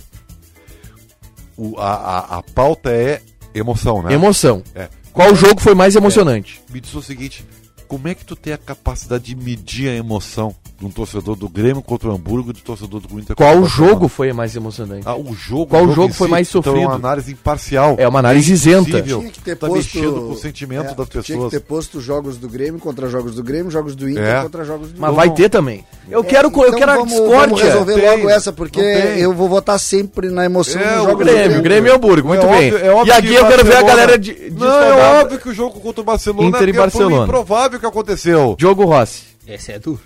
Speaker 3: O- a, a, a pauta é emoção, né?
Speaker 2: Emoção.
Speaker 3: É.
Speaker 2: Qual jogo foi mais emocionante?
Speaker 3: Me diz o seguinte, como é que tu tem a capacidade de medir a emoção de um torcedor do Grêmio contra o Hamburgo e do torcedor do Inter contra
Speaker 2: Qual
Speaker 3: o Barcelona?
Speaker 2: jogo foi mais emocionante?
Speaker 3: Ah, o jogo,
Speaker 2: Qual
Speaker 3: o
Speaker 2: jogo
Speaker 3: em
Speaker 2: foi mais
Speaker 3: Então é
Speaker 2: sofrido?
Speaker 3: uma análise imparcial.
Speaker 2: É uma análise isenta.
Speaker 3: impossível.
Speaker 5: Tinha que ter
Speaker 3: tá
Speaker 5: posto.
Speaker 3: mexendo com o sentimento
Speaker 5: é,
Speaker 3: das
Speaker 5: Tinha que
Speaker 3: pessoas.
Speaker 5: ter posto jogos do Grêmio contra jogos do Grêmio, jogos do Inter
Speaker 3: É.
Speaker 5: contra jogos do
Speaker 2: Mas
Speaker 5: Inter.
Speaker 2: vai ter também. Eu quero, co- eu
Speaker 5: Então
Speaker 2: quero
Speaker 5: vamos,
Speaker 2: a discórdia.
Speaker 5: Vamos resolver
Speaker 3: Tem,
Speaker 5: logo essa, porque
Speaker 3: não tem.
Speaker 5: eu vou votar sempre na emoção
Speaker 3: É,
Speaker 5: dos
Speaker 3: o
Speaker 5: jogos
Speaker 2: Grêmio,
Speaker 5: do
Speaker 2: Grêmio e Hamburgo, muito
Speaker 3: É
Speaker 2: bem.
Speaker 3: óbvio- é óbvio
Speaker 2: e aqui
Speaker 3: que
Speaker 2: eu quero ver a
Speaker 3: Barcelona-
Speaker 2: galera de, de
Speaker 3: Não, é óbvio que o jogo contra o Barcelona
Speaker 2: Inter e
Speaker 3: porque
Speaker 2: Barcelona.
Speaker 3: foi improvável que aconteceu.
Speaker 2: Diogo Rossi.
Speaker 4: Essa é duro.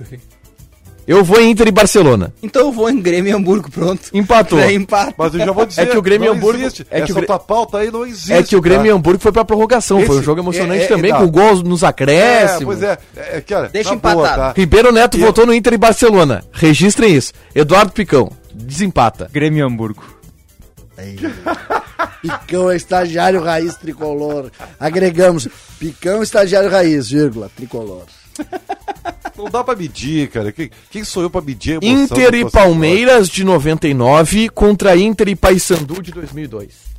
Speaker 2: Eu vou em Inter e Barcelona.
Speaker 4: Então eu vou em Grêmio e Hamburgo, pronto.
Speaker 2: Empatou.
Speaker 4: É empate.
Speaker 3: Mas eu já vou dizer,
Speaker 2: que o Grêmio e
Speaker 3: não
Speaker 2: Hamburgo-
Speaker 3: existe.
Speaker 2: é que
Speaker 3: Essa
Speaker 2: o Grê-
Speaker 3: tua pauta aí não existe.
Speaker 2: é que o Grêmio e
Speaker 3: tá?
Speaker 2: Hamburgo foi pra prorrogação. foi um
Speaker 3: Esse-
Speaker 2: jogo emocionante
Speaker 3: é- é-
Speaker 2: também,
Speaker 3: é,
Speaker 2: com
Speaker 3: tá.
Speaker 2: gols nos
Speaker 3: É, pois
Speaker 2: acréscimos.
Speaker 3: é. é, é que, olha,
Speaker 4: Deixa
Speaker 3: na boa,
Speaker 4: empatado.
Speaker 3: tá?
Speaker 2: Ribeiro Neto
Speaker 3: E-
Speaker 2: votou no Inter e Barcelona. Registrem isso. Eduardo Picão, desempata.
Speaker 6: Grêmio e Hamburgo.
Speaker 5: Picão é estagiário raiz tricolor. Agregamos Picão é estagiário raiz, vírgula, tricolor.
Speaker 3: Não dá pra medir, cara. Quem, quem sou eu pra medir a emoção
Speaker 2: Inter
Speaker 3: do
Speaker 2: e
Speaker 3: torcedor?
Speaker 2: Palmeiras de 99 contra Inter e Paysandu de 2002.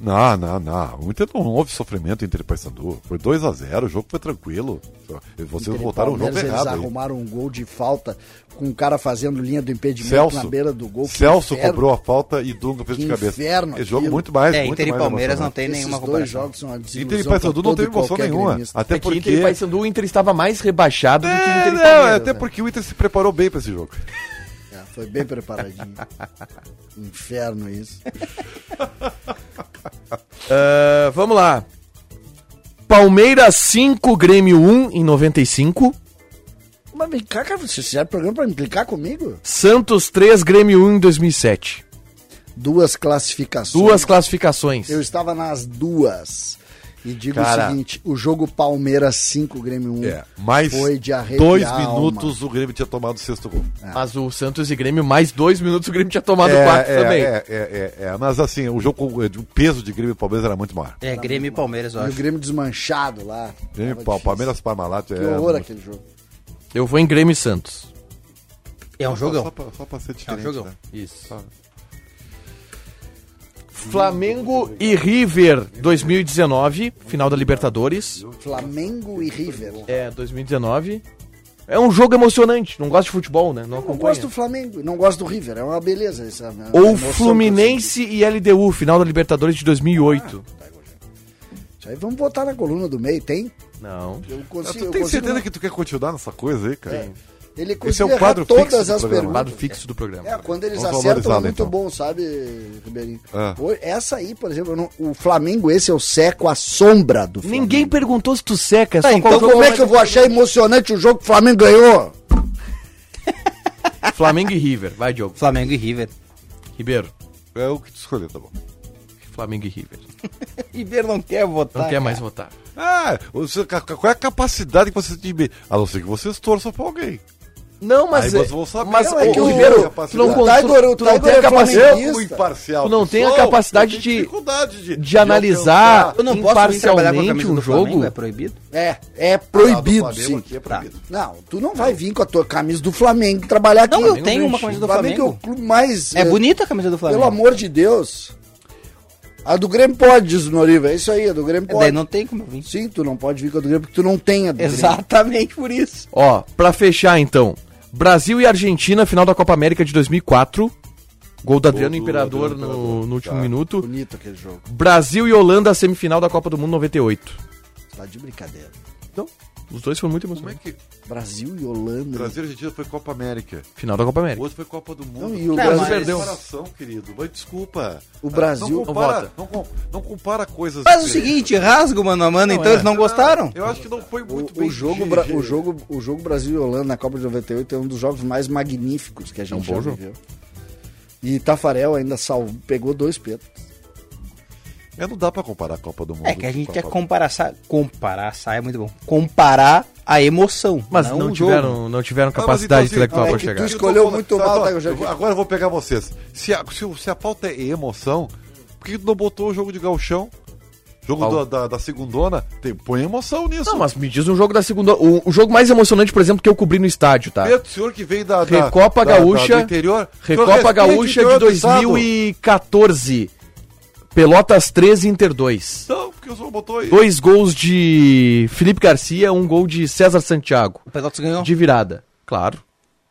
Speaker 3: Não, não, não. O Inter não houve sofrimento Inter e Paysandu. Foi 2x0, o jogo foi tranquilo. Vocês
Speaker 5: Inter e
Speaker 3: voltaram o jogo
Speaker 5: Palmeiras,
Speaker 3: errado.
Speaker 5: Eles
Speaker 3: aí.
Speaker 5: arrumaram um gol de falta com o cara fazendo linha do impedimento
Speaker 3: Celso,
Speaker 5: na beira do gol. que
Speaker 3: Celso
Speaker 5: inferno.
Speaker 3: cobrou a falta e Dunga fez
Speaker 5: Que
Speaker 3: de cabeça.
Speaker 5: inferno
Speaker 3: Esse jogo
Speaker 5: aquilo.
Speaker 3: muito mais.
Speaker 4: É,
Speaker 3: muito
Speaker 4: Inter e
Speaker 3: mais
Speaker 4: Palmeiras não
Speaker 3: emocionante.
Speaker 4: tem nenhuma
Speaker 5: né? Esses dois
Speaker 4: comparação.
Speaker 5: jogos são uma desilusão
Speaker 3: Inter e Paysandu
Speaker 5: pra
Speaker 3: não
Speaker 5: todo
Speaker 3: teve
Speaker 5: e
Speaker 3: emoção
Speaker 5: qualquer
Speaker 3: nenhuma.
Speaker 5: gremista.
Speaker 3: Até
Speaker 2: É que
Speaker 3: porque.
Speaker 2: Inter e Paysandu, o Inter estava mais rebaixado do que
Speaker 3: É,
Speaker 2: Inter e
Speaker 3: não,
Speaker 2: Palmeiras.
Speaker 3: até
Speaker 2: né?
Speaker 3: porque o Inter se preparou bem pra esse jogo.
Speaker 5: É, foi bem preparadinho. Inferno isso.
Speaker 2: Ah, vamos lá. Palmeiras 5, Grêmio 1 em 95.
Speaker 5: Mas vem cá, cara, vocês fizeram programa pra implicar comigo?
Speaker 2: Santos 3, Grêmio 1 em 2007.
Speaker 5: Duas classificações.
Speaker 2: Duas classificações.
Speaker 5: Eu estava nas duas. E digo
Speaker 3: Cara.
Speaker 5: o seguinte, o jogo Palmeiras 5, Grêmio 1
Speaker 3: É, mas
Speaker 5: foi de arrepiar
Speaker 3: dois
Speaker 5: a alma.
Speaker 3: minutos o Grêmio tinha tomado o sexto gol.
Speaker 2: Mas o Santos e Grêmio, mais dois minutos, o Grêmio tinha tomado
Speaker 3: é,
Speaker 2: quatro
Speaker 3: é,
Speaker 2: também.
Speaker 3: É, é, é, é. Mas assim, o jogo, com- o peso de Grêmio e Palmeiras era muito maior.
Speaker 4: É, Grêmio e Palmeiras, eu
Speaker 5: E o
Speaker 4: acho.
Speaker 5: Grêmio desmanchado lá.
Speaker 3: Grêmio,
Speaker 5: Tava
Speaker 3: Pal-
Speaker 5: difícil.
Speaker 3: Palmeiras, Parmalat. é,
Speaker 5: Que horror aquele jogo.
Speaker 2: Eu vou em Grêmio e Santos.
Speaker 4: É um
Speaker 3: tá Só
Speaker 4: jogão. um
Speaker 3: pra, só pra ser diferente.
Speaker 4: jogão.
Speaker 3: né?
Speaker 2: Isso. Flamengo e River 2019, final da Libertadores.
Speaker 5: Flamengo e River.
Speaker 2: É, 2019. É um jogo emocionante. Não gosto de futebol, né? Não
Speaker 5: Não
Speaker 2: acompanho.
Speaker 5: gosto do Flamengo, não gosto do River. É uma beleza essa. né? Uma
Speaker 2: Ou
Speaker 5: emoção
Speaker 2: Fluminense e LDU, final da Libertadores de 2008.
Speaker 5: que eu senti. Isso aí vamos botar na coluna do meio, tem?
Speaker 2: Não.
Speaker 5: Eu
Speaker 3: Ah,
Speaker 5: consigo.
Speaker 3: Tu
Speaker 5: eu
Speaker 3: tem
Speaker 5: consigo
Speaker 3: certeza
Speaker 5: não-
Speaker 3: que tu quer continuar nessa coisa aí, cara? Esse
Speaker 5: Ele
Speaker 3: é um
Speaker 5: conseguiu errar
Speaker 3: quadro
Speaker 5: todas
Speaker 3: fixo do
Speaker 5: as
Speaker 3: programa.
Speaker 5: perguntas.
Speaker 2: Lado fixo do programa.
Speaker 5: É, quando eles
Speaker 3: Vamos
Speaker 5: acertam
Speaker 3: valorizá-lo,
Speaker 5: é muito
Speaker 3: então.
Speaker 5: bom, sabe, Ribeirinho?
Speaker 3: Ah.
Speaker 5: O- Essa aí, por exemplo, eu não- o Flamengo, esse eu seco a sombra do Flamengo.
Speaker 2: Ninguém perguntou se tu seca.
Speaker 5: Ah, então como é que eu vou achar emocionante o jogo que o Flamengo ganhou?
Speaker 2: Flamengo e River. Vai, Diogo.
Speaker 4: Flamengo e River.
Speaker 2: Ribeiro.
Speaker 3: É o que tu escolheu, tá bom.
Speaker 2: Flamengo e River.
Speaker 4: River não quer votar.
Speaker 2: Não quer mais votar.
Speaker 3: Ah, você- ca- qual é a capacidade que você tem de. A não ser que vocês torçam pra alguém.
Speaker 2: Não,
Speaker 3: Aí vocês vão saber.
Speaker 2: mas
Speaker 3: Não,
Speaker 5: é
Speaker 2: ô,
Speaker 5: que o-
Speaker 2: Ribeiro,
Speaker 3: o
Speaker 2: tu não,
Speaker 3: Tiger-
Speaker 2: con- tu-
Speaker 5: o
Speaker 2: tu não
Speaker 5: Tiger
Speaker 2: tem a
Speaker 5: é
Speaker 2: capacidade.
Speaker 5: flamenguista.
Speaker 3: Eu, o imparcial.
Speaker 2: Tu não
Speaker 3: que
Speaker 2: tem a
Speaker 3: sou,
Speaker 2: capacidade
Speaker 3: eu
Speaker 2: de-
Speaker 3: tenho dificuldade de,
Speaker 2: de analisar
Speaker 3: alcançar.
Speaker 4: Eu não posso ir trabalhar com a
Speaker 2: Imparcialmente
Speaker 4: camisa
Speaker 2: um
Speaker 4: do Flamengo,
Speaker 2: jogo?
Speaker 4: é proibido?
Speaker 5: É, é proibido,
Speaker 3: Ah, do Flamengo
Speaker 5: sim. Tá.
Speaker 3: aqui é proibido.
Speaker 5: Não, tu não vai vir com a tua camisa do Flamengo é um trabalhar aqui.
Speaker 4: Não, eu
Speaker 5: O
Speaker 4: tenho uma camisa do Flamengo.
Speaker 5: é o clube mais...
Speaker 4: É
Speaker 5: eh,
Speaker 4: bonita a camisa do Flamengo.
Speaker 5: Pelo amor de Deus. A do Grêmio pode, diz o Noriva. É isso aí, a do Grêmio pode.
Speaker 4: Daí não tem como eu vir.
Speaker 5: Sim, tu não pode vir com a do Grêmio porque tu não tem a do Grêmio.
Speaker 4: Exatamente por isso.
Speaker 2: Ó, pra fechar então. Brasil e Argentina, final da Copa América de 2004. Gol do Adriano
Speaker 3: do
Speaker 2: Imperador
Speaker 3: Adriano
Speaker 2: no,
Speaker 3: Imperador.
Speaker 2: no último
Speaker 3: Tá.
Speaker 2: minuto.
Speaker 5: Bonito aquele jogo.
Speaker 2: Brasil e Holanda, semifinal da Copa do Mundo 98.
Speaker 5: Tá de brincadeira.
Speaker 2: Então, os dois foram muito
Speaker 3: Como é
Speaker 2: emocionantes.
Speaker 3: que.
Speaker 5: Brasil e Holanda.
Speaker 3: Brasil e Argentina foi Copa América.
Speaker 2: Final da Copa
Speaker 3: O
Speaker 2: América.
Speaker 3: outro foi Copa do Mundo.
Speaker 5: Não, e o
Speaker 4: Não,
Speaker 5: Brasil...
Speaker 4: mas-
Speaker 2: perdeu.
Speaker 3: comparação, querido. Mas desculpa.
Speaker 5: O Brasil-
Speaker 3: Não compara,
Speaker 2: Vota.
Speaker 3: não, com- não compara coisas.
Speaker 4: Faz o
Speaker 3: diferentes.
Speaker 4: seguinte, rasga o mano a mano, então eles não gostaram.
Speaker 3: Eu acho que não foi é muito
Speaker 5: O,
Speaker 3: bem
Speaker 5: o, jogo,
Speaker 3: ge-
Speaker 5: Bra-
Speaker 3: ge-
Speaker 5: o, jogo, o jogo Brasil e Holanda na Copa de 98 é um dos jogos mais magníficos
Speaker 3: É
Speaker 5: que a
Speaker 3: um
Speaker 5: gente já viveu. E Tafarel ainda salvou, pegou dois pênaltis.
Speaker 3: É, não dá pra comparar a Copa do Mundo.
Speaker 4: É que a gente
Speaker 3: com
Speaker 4: quer
Speaker 3: Copa-
Speaker 4: comparar, sa- comparar, sai é muito bom. Comparar a emoção,
Speaker 2: Mas não,
Speaker 4: o jogo.
Speaker 2: tiveram, não tiveram
Speaker 3: Ah, mas
Speaker 2: capacidade
Speaker 3: então, assim,
Speaker 2: intelectual
Speaker 3: é
Speaker 2: pra
Speaker 5: que
Speaker 2: chegar.
Speaker 5: tu escolheu muito
Speaker 3: Sabe,
Speaker 5: mal,
Speaker 3: ó,
Speaker 5: tá, eu já
Speaker 3: eu vou-
Speaker 5: vi.
Speaker 3: Agora eu vou pegar vocês. Se a, se, o- se a pauta é emoção, por que tu não botou o jogo de galchão? Jogo
Speaker 2: Paulo.
Speaker 3: da, da, da segundona, tem, põe emoção nisso.
Speaker 2: Não, mas me diz um jogo da segunda. O, o jogo mais emocionante, por exemplo, que eu cobri no estádio, tá?
Speaker 3: Pedro, o senhor que veio da, da-
Speaker 2: Recopa
Speaker 3: da- da-
Speaker 2: Gaúcha.
Speaker 3: do interior.
Speaker 2: Recopa Gaúcha de
Speaker 3: 2000
Speaker 2: 2014. Pelotas 13, Inter 2.
Speaker 3: Não, porque o senhor botou aí.
Speaker 2: Dois gols de Felipe Garcia, um gol de César Santiago.
Speaker 4: O Pelotas ganhou.
Speaker 2: De virada. Claro.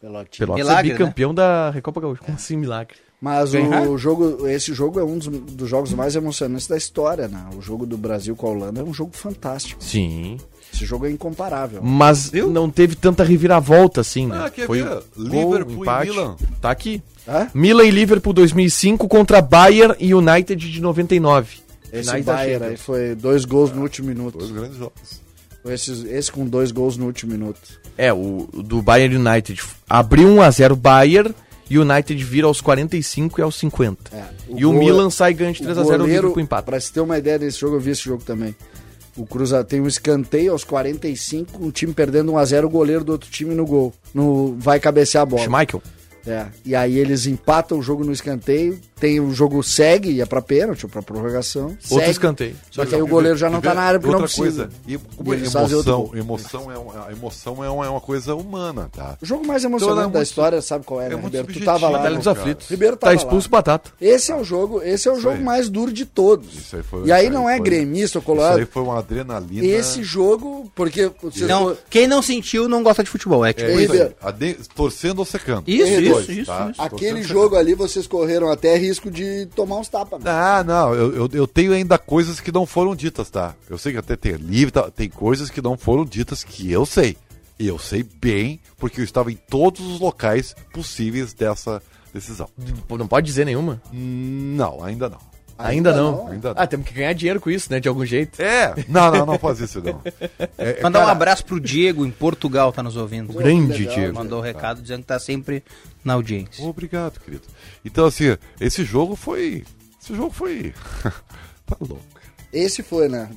Speaker 5: Pelotinha.
Speaker 2: Pelotas
Speaker 4: Milagre,
Speaker 2: é bicampeão da Recopa Gaúcha. Como assim, milagre?
Speaker 5: Mas
Speaker 4: Bem raro.
Speaker 5: o jogo, esse jogo é um dos, dos jogos mais emocionantes da história, né? O jogo do Brasil com a Holanda é um jogo fantástico.
Speaker 2: Sim.
Speaker 5: Esse jogo é incomparável.
Speaker 2: Mas
Speaker 3: Viu?
Speaker 2: não teve tanta reviravolta assim, né?
Speaker 3: Ah, quer ver?
Speaker 2: um
Speaker 3: Liverpool e
Speaker 2: empate.
Speaker 3: Milan.
Speaker 2: Tá aqui.
Speaker 5: Hã?
Speaker 2: Milan e Liverpool 2005 contra Bayern e United de 99.
Speaker 5: Esse
Speaker 2: Finais da
Speaker 5: Bayern aí
Speaker 2: Champions.
Speaker 5: foi dois gols no último
Speaker 3: Ah, Dois
Speaker 5: minuto.
Speaker 3: grandes jogos.
Speaker 5: Esse, esse com dois gols no último minuto.
Speaker 2: É, o o do Bayern United abriu 1x0 Bayern e o United vira aos 45 e aos 50.
Speaker 5: É,
Speaker 2: e o
Speaker 5: gol-
Speaker 2: Milan sai ganhando de 3x0 o
Speaker 5: goleiro,
Speaker 2: Liverpool empata.
Speaker 5: Pra se ter uma ideia desse jogo, eu vi esse jogo também. O Cruza tem um escanteio aos 45, um time perdendo 1x0, o goleiro do outro time no gol. No, vai cabecear a bola.
Speaker 2: Schmeichel.
Speaker 5: É, e aí eles empatam o jogo no escanteio, tem o jogo segue, ia pra pênalti, ou pra prorrogação.
Speaker 2: Outro
Speaker 5: segue,
Speaker 2: escanteio.
Speaker 5: Só que aí o goleiro já não tá na área porque
Speaker 3: Outra
Speaker 5: não precisa.
Speaker 3: coisa, e como
Speaker 5: E
Speaker 3: é
Speaker 5: eles fazem outro
Speaker 3: emoção,
Speaker 5: gol.
Speaker 3: emoção, é, um- a emoção é, um- é uma coisa humana, tá?
Speaker 5: O jogo mais
Speaker 3: Então,
Speaker 5: emocionante
Speaker 3: ela é
Speaker 5: da
Speaker 3: muito-
Speaker 5: história, sabe qual é,
Speaker 3: é
Speaker 5: né,
Speaker 3: muito
Speaker 5: Ribeiro? Tu
Speaker 3: subjetiva,
Speaker 5: tava lá.
Speaker 3: ela é
Speaker 2: Batalha
Speaker 5: no-
Speaker 2: dos
Speaker 3: cara.
Speaker 2: aflitos.
Speaker 5: Ribeiro
Speaker 2: tá
Speaker 5: tava
Speaker 2: expulso
Speaker 5: lá.
Speaker 2: Batata.
Speaker 5: Esse é o jogo, esse é o jogo
Speaker 3: aí.
Speaker 5: mais duro de todos.
Speaker 3: Isso aí foi-
Speaker 5: e aí
Speaker 3: isso
Speaker 5: não
Speaker 3: aí
Speaker 5: é
Speaker 3: foi-
Speaker 5: gremista ou
Speaker 3: Isso
Speaker 5: colorado.
Speaker 3: aí foi uma adrenalina.
Speaker 5: Esse jogo, porque vocês
Speaker 4: Não, quem não sentiu não gosta de futebol, é tipo
Speaker 3: É,
Speaker 5: Ei,
Speaker 3: isso aí,
Speaker 5: Pedro.
Speaker 3: ade- torcendo ou secando.
Speaker 4: Isso,
Speaker 3: Os
Speaker 4: isso,
Speaker 3: dois, tá?
Speaker 4: isso, isso.
Speaker 5: Aquele
Speaker 3: Torcendo ou
Speaker 5: jogo ali, vocês correram até risco de tomar uns tapas.
Speaker 3: secando.
Speaker 5: né?
Speaker 3: Ah, não, eu, eu, eu tenho ainda coisas que não foram ditas, tá? Eu sei que até tem livre, tá? tem coisas que não foram ditas que eu sei. E eu sei bem, porque eu estava em todos os locais possíveis dessa decisão.
Speaker 2: Pô, Não pode dizer nenhuma.
Speaker 5: Hum.
Speaker 3: Não, ainda não.
Speaker 2: Ainda, não.
Speaker 3: Ainda não.
Speaker 2: Ah, temos que ganhar dinheiro com isso, né? De algum jeito.
Speaker 3: É! Não, não, não faz isso, não. É, é,
Speaker 4: Mandar
Speaker 3: cara,
Speaker 4: um abraço pro Diego em Portugal, tá nos ouvindo.
Speaker 5: Pô,
Speaker 2: grande
Speaker 5: que legal,
Speaker 2: Diego.
Speaker 4: Mandou um recado dizendo que tá sempre na audiência. É
Speaker 3: Obrigado, querido. Então, assim, esse jogo foi. Esse jogo foi. tá louco.
Speaker 5: Esse foi, né?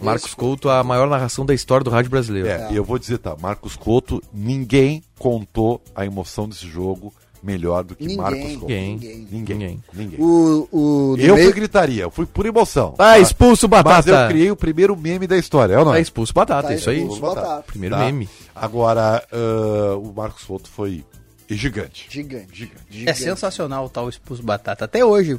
Speaker 2: Marcos Couto, a maior narração da história do rádio brasileiro.
Speaker 3: É, e eu vou dizer, tá, Marcos Couto, ninguém contou a emoção desse jogo melhor do que
Speaker 5: Ninguém.
Speaker 3: Marcos Couto.
Speaker 2: Ninguém.
Speaker 3: Ninguém.
Speaker 2: Ninguém.
Speaker 3: Ninguém.
Speaker 5: O, o do
Speaker 3: Eu fui
Speaker 5: meio-
Speaker 3: gritaria, eu fui por emoção.
Speaker 2: Ah, expulso
Speaker 3: Mas eu
Speaker 2: Batata.
Speaker 3: criei o primeiro meme da história, é ou não?
Speaker 2: Tá
Speaker 3: é?
Speaker 2: expulso Batata,
Speaker 5: Tá
Speaker 2: isso aí.
Speaker 5: expulso Batata.
Speaker 2: Primeiro
Speaker 3: Tá?
Speaker 2: meme.
Speaker 3: Agora, ah, o Marcos Couto foi gigante.
Speaker 5: Gigante.
Speaker 4: É sensacional o tal expulso batata. Até hoje.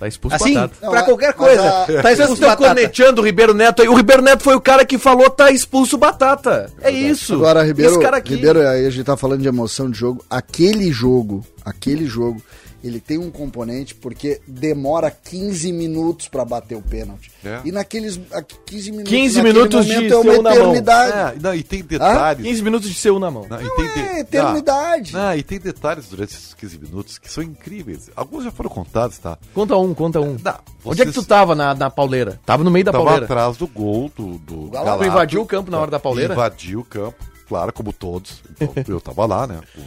Speaker 2: Tá expulso
Speaker 4: Assim,
Speaker 2: Batata.
Speaker 5: Não,
Speaker 4: pra
Speaker 5: mas-
Speaker 4: qualquer
Speaker 5: mas
Speaker 4: coisa.
Speaker 5: a-
Speaker 4: Tá
Speaker 2: Vocês
Speaker 4: expulso
Speaker 2: estão
Speaker 4: batata.
Speaker 2: corneteando o Ribeiro Neto aí. O Ribeiro Neto foi o cara que falou, tá expulso batata. É isso.
Speaker 5: Agora, Ribeiro,
Speaker 2: Esse cara aqui.
Speaker 5: Ribeiro, aí a gente tá falando de emoção de jogo. Aquele jogo, aquele jogo, ele tem um componente porque demora 15 minutos pra bater o pênalti.
Speaker 3: É.
Speaker 5: E naqueles a- 15 minutos,
Speaker 2: 15
Speaker 5: naquele
Speaker 2: minutos de
Speaker 5: momento
Speaker 2: ser
Speaker 5: é uma
Speaker 2: um na mão.
Speaker 5: eternidade.
Speaker 3: É, não, e tem detalhes.
Speaker 2: 15 minutos de C1 na mão.
Speaker 3: Não, e tem de-
Speaker 5: É, eternidade.
Speaker 3: Não, não, e tem detalhes durante esses 15 minutos que são incríveis. Alguns já foram contados, tá?
Speaker 2: Conta um, conta um.
Speaker 3: Não,
Speaker 2: Onde é que
Speaker 3: vocês-
Speaker 2: tu tava na, na pauleira? Tava no meio da
Speaker 3: Tava
Speaker 2: pauleira.
Speaker 3: atrás do gol do, do
Speaker 5: Galo.
Speaker 3: Galato.
Speaker 2: Tu invadiu o campo na hora da pauleira?
Speaker 3: Invadiu o campo, claro, como todos. Então, eu tava lá, né? Com-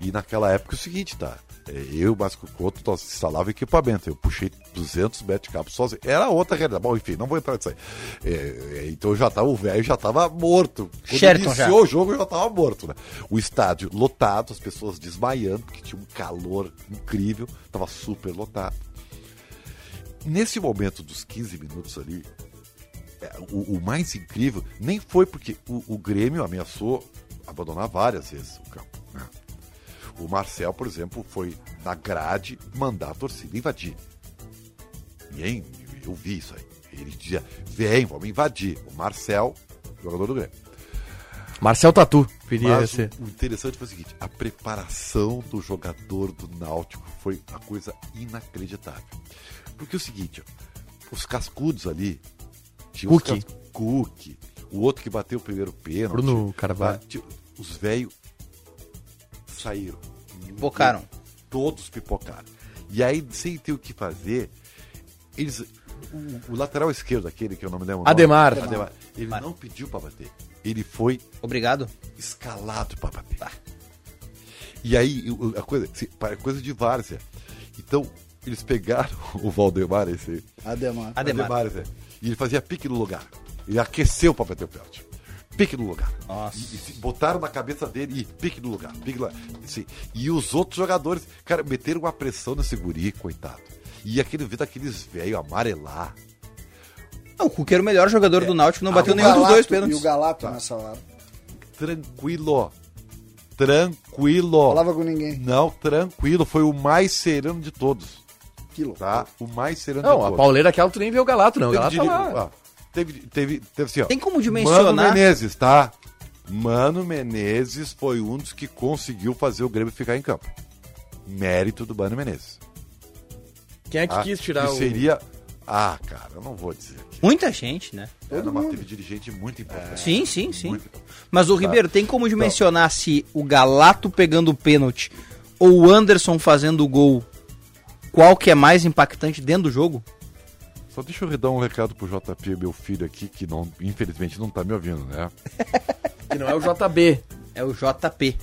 Speaker 3: E naquela época é o seguinte, tá? É, Eu e o Márcio Couto, nós instalava equipamento. Eu puxei 200 metros de cabo sozinho. Era outra realidade. Bom, enfim, não vou entrar nisso aí. É, é, então eu já tava, o velho já tava morto. Quando
Speaker 4: Sheraton
Speaker 3: iniciou o jogo, eu já tava morto, né? O estádio lotado, as pessoas desmaiando, porque tinha um calor incrível. Tava super lotado. Nesse momento dos 15 minutos ali, o, o mais incrível nem foi porque o, o Grêmio ameaçou abandonar várias vezes o campo. né? O Marcel, por exemplo, foi na grade mandar a torcida invadir. E hein, eu vi isso aí. Ele dizia: vem, vamos invadir. O Marcel, jogador do Grêmio.
Speaker 2: Marcel Tatu. Queria
Speaker 3: Mas o,
Speaker 2: ser.
Speaker 3: o interessante foi o seguinte: a preparação do jogador do Náutico foi uma coisa inacreditável. Porque é o seguinte, ó, os cascudos ali. tinha os
Speaker 2: Cookie.
Speaker 3: cas- Cookie, o outro que bateu o primeiro pênalti.
Speaker 2: Bruno Carvalho.
Speaker 3: bate- Os velhos saíram.
Speaker 4: Pipocaram.
Speaker 3: Todos pipocaram. E aí, sem ter o que fazer, eles. O, o lateral esquerdo, aquele que eu não me lembro. o nome,
Speaker 2: Ademar.
Speaker 3: Ademar. Ele não pediu pra bater. Ele foi
Speaker 4: Obrigado.
Speaker 3: escalado pra bater. E aí, eu- eu- a coisa, se- pa- coisa de várzea. Então, eles pegaram o Valdemar, esse
Speaker 5: Ademar.
Speaker 4: Ademar.
Speaker 3: Zé, e ele fazia pique no lugar. Ele aqueceu pra bater o pênalti. Pique no lugar.
Speaker 4: Nossa.
Speaker 3: E, e se- botaram na cabeça dele e pique no lugar. Pique no lugar. Assim, e os outros jogadores, cara, meteram uma pressão nesse guri, coitado. E aquele vendo aqueles velhos amarelar.
Speaker 4: Não, o Cuca era o melhor jogador do Náutico, não bateu
Speaker 5: O
Speaker 4: nenhum dos
Speaker 5: Galato-
Speaker 4: dois
Speaker 5: E o
Speaker 4: pênaltis.
Speaker 5: Galato
Speaker 3: Tá.
Speaker 5: nessa hora.
Speaker 3: Tranquilo. Tranquilo.
Speaker 5: Falava com ninguém.
Speaker 3: Não, tranquilo. Foi o mais sereno de todos.
Speaker 5: Que louco.
Speaker 3: Tá? O mais sereno
Speaker 2: Não,
Speaker 3: de
Speaker 2: a
Speaker 3: todos.
Speaker 2: pauleira é aquela tu nem vê o Galato, não. O Galato tá
Speaker 3: teve,
Speaker 2: lá.
Speaker 3: ah, teve, teve, teve assim, ó.
Speaker 4: Tem como dimensionar?
Speaker 3: Mano Menezes, tá? Mano Menezes foi um dos que conseguiu fazer o Grêmio ficar em campo. Mérito do Mano Menezes.
Speaker 2: Quem é que
Speaker 3: tá?
Speaker 2: quis tirar
Speaker 3: que
Speaker 2: o...
Speaker 3: seria... Ah, cara, eu não vou dizer aqui.
Speaker 4: Muita gente, né?
Speaker 3: Era uma teve dirigente muito importante.
Speaker 4: Sim, sim, sim.
Speaker 3: Muito importante.
Speaker 4: Mas o Ribeiro, tem como dimensionar se o Galato pegando o pênalti ou o Anderson fazendo o gol, qual que é mais impactante dentro do jogo?
Speaker 3: Só deixa eu dar um recado pro JP, meu filho aqui, que não, infelizmente não tá me ouvindo, né?
Speaker 2: Que não é o JB.
Speaker 4: É o JP.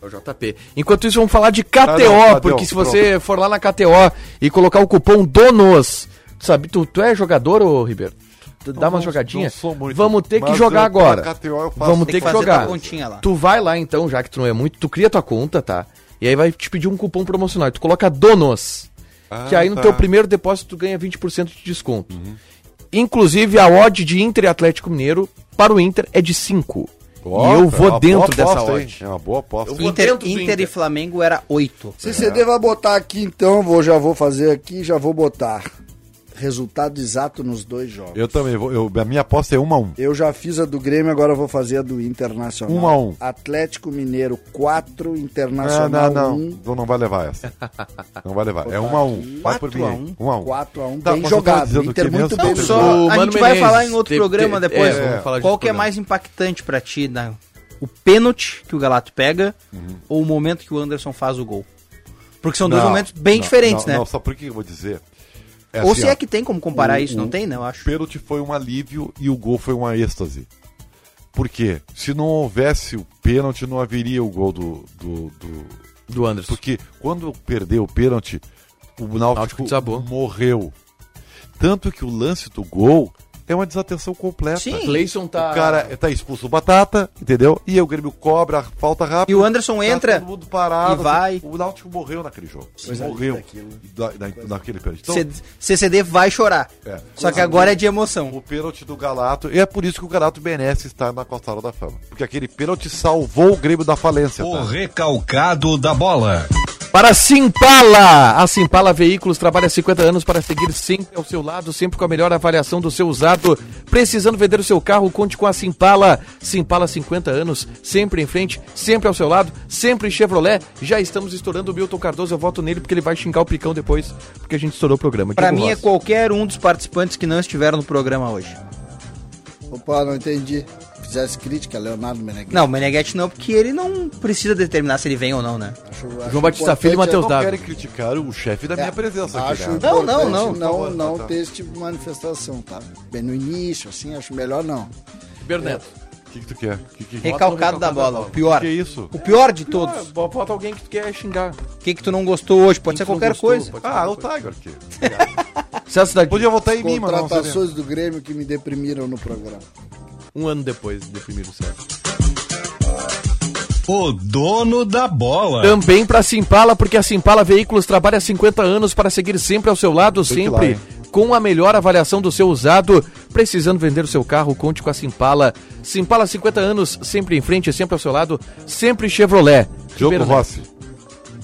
Speaker 2: É o JP. Enquanto isso, vamos falar de KTO,
Speaker 3: Ah, não,
Speaker 2: porque
Speaker 3: KTO,
Speaker 2: se você for lá na KTO e colocar o cupom DONOS, tu sabe, tu, tu é jogador, ô Ribeiro? Tu Dá
Speaker 3: Não,
Speaker 2: uma
Speaker 3: não-
Speaker 2: jogadinha.
Speaker 3: não sou muito,
Speaker 2: Vamos ter que
Speaker 3: mas
Speaker 2: jogar
Speaker 3: eu-
Speaker 2: agora.
Speaker 3: na KTO eu faço-
Speaker 2: Vamos ter
Speaker 4: Tem
Speaker 2: que,
Speaker 4: que fazer
Speaker 2: jogar.
Speaker 4: tua continha lá.
Speaker 2: Tu vai lá então, já que tu não é muito, tu cria tua conta, tá? E aí vai te pedir um cupom promocional. Tu coloca DONOS.
Speaker 3: Ah,
Speaker 2: que aí no
Speaker 3: tá.
Speaker 2: teu primeiro depósito tu ganha 20% de desconto. Inclusive a odd de Inter e Atlético Mineiro para o Inter é de 5. e eu
Speaker 3: Nossa, é
Speaker 2: vou
Speaker 3: uma boa
Speaker 2: dentro dessa
Speaker 3: aposta, hein?
Speaker 2: odd.
Speaker 3: É uma boa aposta.
Speaker 2: Eu vou-
Speaker 4: Inter,
Speaker 2: dentro do
Speaker 4: Inter e
Speaker 2: Inter.
Speaker 4: Flamengo era 8.
Speaker 5: Se CD vai botar aqui então, vou, já vou fazer aqui, já vou botar resultado exato nos dois jogos.
Speaker 3: Eu também vou. eu- a minha aposta é 1 a 1
Speaker 5: Eu já fiz a do Grêmio, agora eu vou fazer a do Internacional.
Speaker 3: Um a um.
Speaker 5: Atlético Mineiro 4,
Speaker 3: Não, não,
Speaker 5: Internacional
Speaker 2: um.
Speaker 3: não.
Speaker 5: 1.
Speaker 3: Então Não, não vai levar essa. Não vai levar. É 1 a 1 Vai por mim. 1 a 1
Speaker 5: 4x1,
Speaker 3: Tá,
Speaker 5: bem
Speaker 3: mas você tá
Speaker 5: jogado.
Speaker 3: dizendo
Speaker 5: Inter
Speaker 3: que mesmo?
Speaker 5: muito bem
Speaker 3: Não,
Speaker 4: Só,
Speaker 5: jogado.
Speaker 2: O
Speaker 4: a
Speaker 2: Mano
Speaker 4: gente vai
Speaker 2: Menezes.
Speaker 4: falar em outro
Speaker 2: Teve-
Speaker 4: programa
Speaker 2: teve-
Speaker 4: depois.
Speaker 2: é, vamos falar de
Speaker 4: qual
Speaker 2: outro
Speaker 4: que é
Speaker 2: programa.
Speaker 4: mais impactante pra ti, né? o pênalti que o Galato pega ou o momento que o Anderson faz o gol? Porque são dois
Speaker 3: Não,
Speaker 4: momentos bem
Speaker 3: não,
Speaker 4: diferentes,
Speaker 3: não,
Speaker 4: né?
Speaker 3: Não, só por que eu vou dizer.
Speaker 4: ou
Speaker 3: assim,
Speaker 4: se é
Speaker 3: ó,
Speaker 4: que tem como comparar
Speaker 3: o-
Speaker 4: isso, não
Speaker 3: o-
Speaker 4: tem, né? Eu
Speaker 3: O
Speaker 4: acho.
Speaker 3: pênalti foi um alívio e o gol foi uma êxtase. Por quê? Se não houvesse o pênalti, não haveria o gol do. do, do-
Speaker 2: Do Anderson.
Speaker 3: Porque quando perdeu o pênalti, o Náutico,
Speaker 2: Náutico desabou.
Speaker 3: morreu. Tanto que o lance do gol é uma desatenção completa.
Speaker 4: Sim.
Speaker 2: Cleison tá.
Speaker 3: O cara tá expulso o Batata, entendeu? E aí o Grêmio cobra a falta rápida.
Speaker 4: E o Anderson
Speaker 3: tá
Speaker 4: entra
Speaker 3: todo mundo parado, assim,
Speaker 4: e vai.
Speaker 3: O Náutico morreu naquele jogo.
Speaker 5: Coisa
Speaker 3: morreu
Speaker 5: linda
Speaker 4: né?
Speaker 5: aquilo.
Speaker 3: da, da- naquele pênalti. Então,
Speaker 4: C- CCD vai chorar.
Speaker 3: É.
Speaker 4: Só que agora é de emoção.
Speaker 3: o pênalti do Galato. E é por isso que o Galato merece estar na Costa da Fama. Porque aquele pênalti salvou o Grêmio da falência.
Speaker 1: O
Speaker 3: Tá?
Speaker 1: recalcado da bola.
Speaker 2: Para a Simpala! A Simpala Veículos trabalha há 50 anos para seguir sempre ao seu lado, sempre com a melhor avaliação do seu usado. Precisando vender o seu carro, conte com a Simpala. Simpala 50 anos, sempre em frente, sempre ao seu lado, sempre Chevrolet. Já estamos estourando o Milton Cardoso, eu voto nele porque ele vai xingar o picão depois, porque a gente estourou o programa.
Speaker 4: Pra
Speaker 2: Diego
Speaker 4: mim é
Speaker 2: Rossi.
Speaker 4: qualquer um dos participantes que não estiveram no programa hoje.
Speaker 5: Opa, não entendi. Fizesse crítica, Leonardo Meneghetti.
Speaker 4: Não, o Meneghetti não, porque ele não precisa determinar se ele vem ou não, né?
Speaker 5: Acho- acho
Speaker 2: João Batista Filho e
Speaker 5: importante-
Speaker 2: Matheus
Speaker 3: Não
Speaker 2: Dávila.
Speaker 3: querem criticar o chefe
Speaker 4: É.
Speaker 3: da minha É presença aqui.
Speaker 5: Acho
Speaker 3: né?
Speaker 5: não, não,
Speaker 4: não.
Speaker 5: não, não,
Speaker 3: Tá, tá.
Speaker 5: ter esse tipo de manifestação, tá? Bem no início, assim, acho melhor não.
Speaker 2: Berneto.
Speaker 3: O que, que tu quer? Que, que...
Speaker 4: Recalcado da bola, o pior.
Speaker 3: Que isso?
Speaker 4: O pior de todos.
Speaker 2: Ah, bota alguém que tu quer xingar.
Speaker 4: O que que tu não gostou hoje? Pode ser
Speaker 2: que tu não
Speaker 4: qualquer
Speaker 2: gostou,
Speaker 4: coisa.
Speaker 2: pode-
Speaker 3: Ah, o Tiger. que-
Speaker 2: César Cidade,
Speaker 3: Podia votar em mim, mas não seria.
Speaker 5: Contratações do Grêmio que me deprimiram no programa.
Speaker 2: um ano depois do primeiro César.
Speaker 1: O dono da bola.
Speaker 2: Também para Simpala, porque a Simpala Veículos trabalha há 50 anos para seguir sempre ao seu lado, sempre
Speaker 3: lá, hein?
Speaker 2: com a melhor avaliação do seu usado. Precisando vender o seu carro, conte com a Simpala. Simpala 50 anos, sempre em frente, sempre ao seu lado, sempre Chevrolet.
Speaker 3: Diogo
Speaker 2: Ribeiro
Speaker 3: Rossi,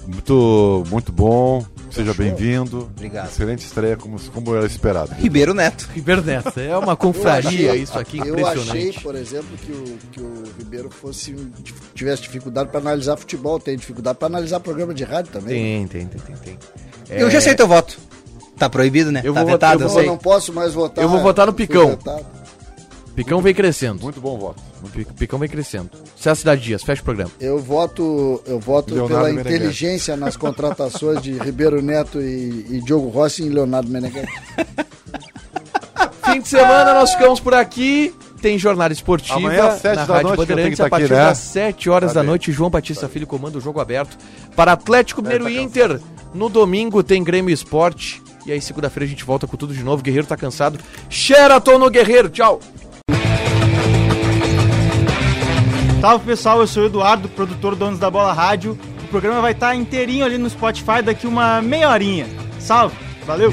Speaker 3: muito, muito bom, seja bem-vindo.
Speaker 4: Obrigado.
Speaker 3: Excelente estreia, como, como era esperado.
Speaker 4: Ribeiro Neto.
Speaker 2: Neto. Ribeiro Neto, é uma
Speaker 5: Eu
Speaker 2: confraria
Speaker 5: achei-
Speaker 2: isso aqui,
Speaker 5: Eu achei,
Speaker 2: impressionante.
Speaker 5: por exemplo, que o, que o Ribeiro fosse tivesse dificuldade para analisar futebol, tem dificuldade para analisar programa de rádio também.
Speaker 2: Tem, tem, tem, tem. tem.
Speaker 4: Eu já sei teu voto. Tá proibido, né?
Speaker 2: É. Eu
Speaker 4: tá
Speaker 2: vou votar- eu
Speaker 4: vetado, eu,
Speaker 2: vou-
Speaker 5: Pô,
Speaker 4: sei.
Speaker 5: não posso mais votar.
Speaker 2: Ah, Eu vou votar no
Speaker 5: fui
Speaker 2: Picão.
Speaker 5: vetado.
Speaker 2: Picão vem crescendo.
Speaker 3: Muito bom voto.
Speaker 2: Pi- Picão vem crescendo. César Cidade Dias, fecha o programa.
Speaker 5: Eu voto, eu voto
Speaker 3: Leonardo
Speaker 5: pela
Speaker 3: Meneghetti.
Speaker 5: inteligência nas contratações de Ribeiro Neto e, e Diogo Rossi e Leonardo Meneghetti.
Speaker 2: Fim de semana, nós ficamos por aqui. Tem jornada esportiva
Speaker 3: Amanhã às sete
Speaker 2: na
Speaker 3: da
Speaker 2: Rádio
Speaker 3: noite que eu tenho que
Speaker 2: Bandeirantes
Speaker 3: estar
Speaker 2: a partir
Speaker 3: aqui, né?
Speaker 2: das 7 horas
Speaker 3: Tá
Speaker 2: da
Speaker 3: bem.
Speaker 2: noite. João Batista Filho comanda o jogo aberto para
Speaker 3: É,
Speaker 2: Atlético
Speaker 3: tá
Speaker 2: Mineiro e Inter. No domingo tem Grêmio Esporte. E aí, segunda-feira, a gente volta com tudo de novo. Guerreiro tá cansado. Sheraton no Guerreiro. Tchau.
Speaker 6: Salve pessoal, eu sou o Eduardo, produtor do Donos da Bola Rádio. O programa vai estar inteirinho ali no Spotify daqui uma meia horinha. Salve, valeu!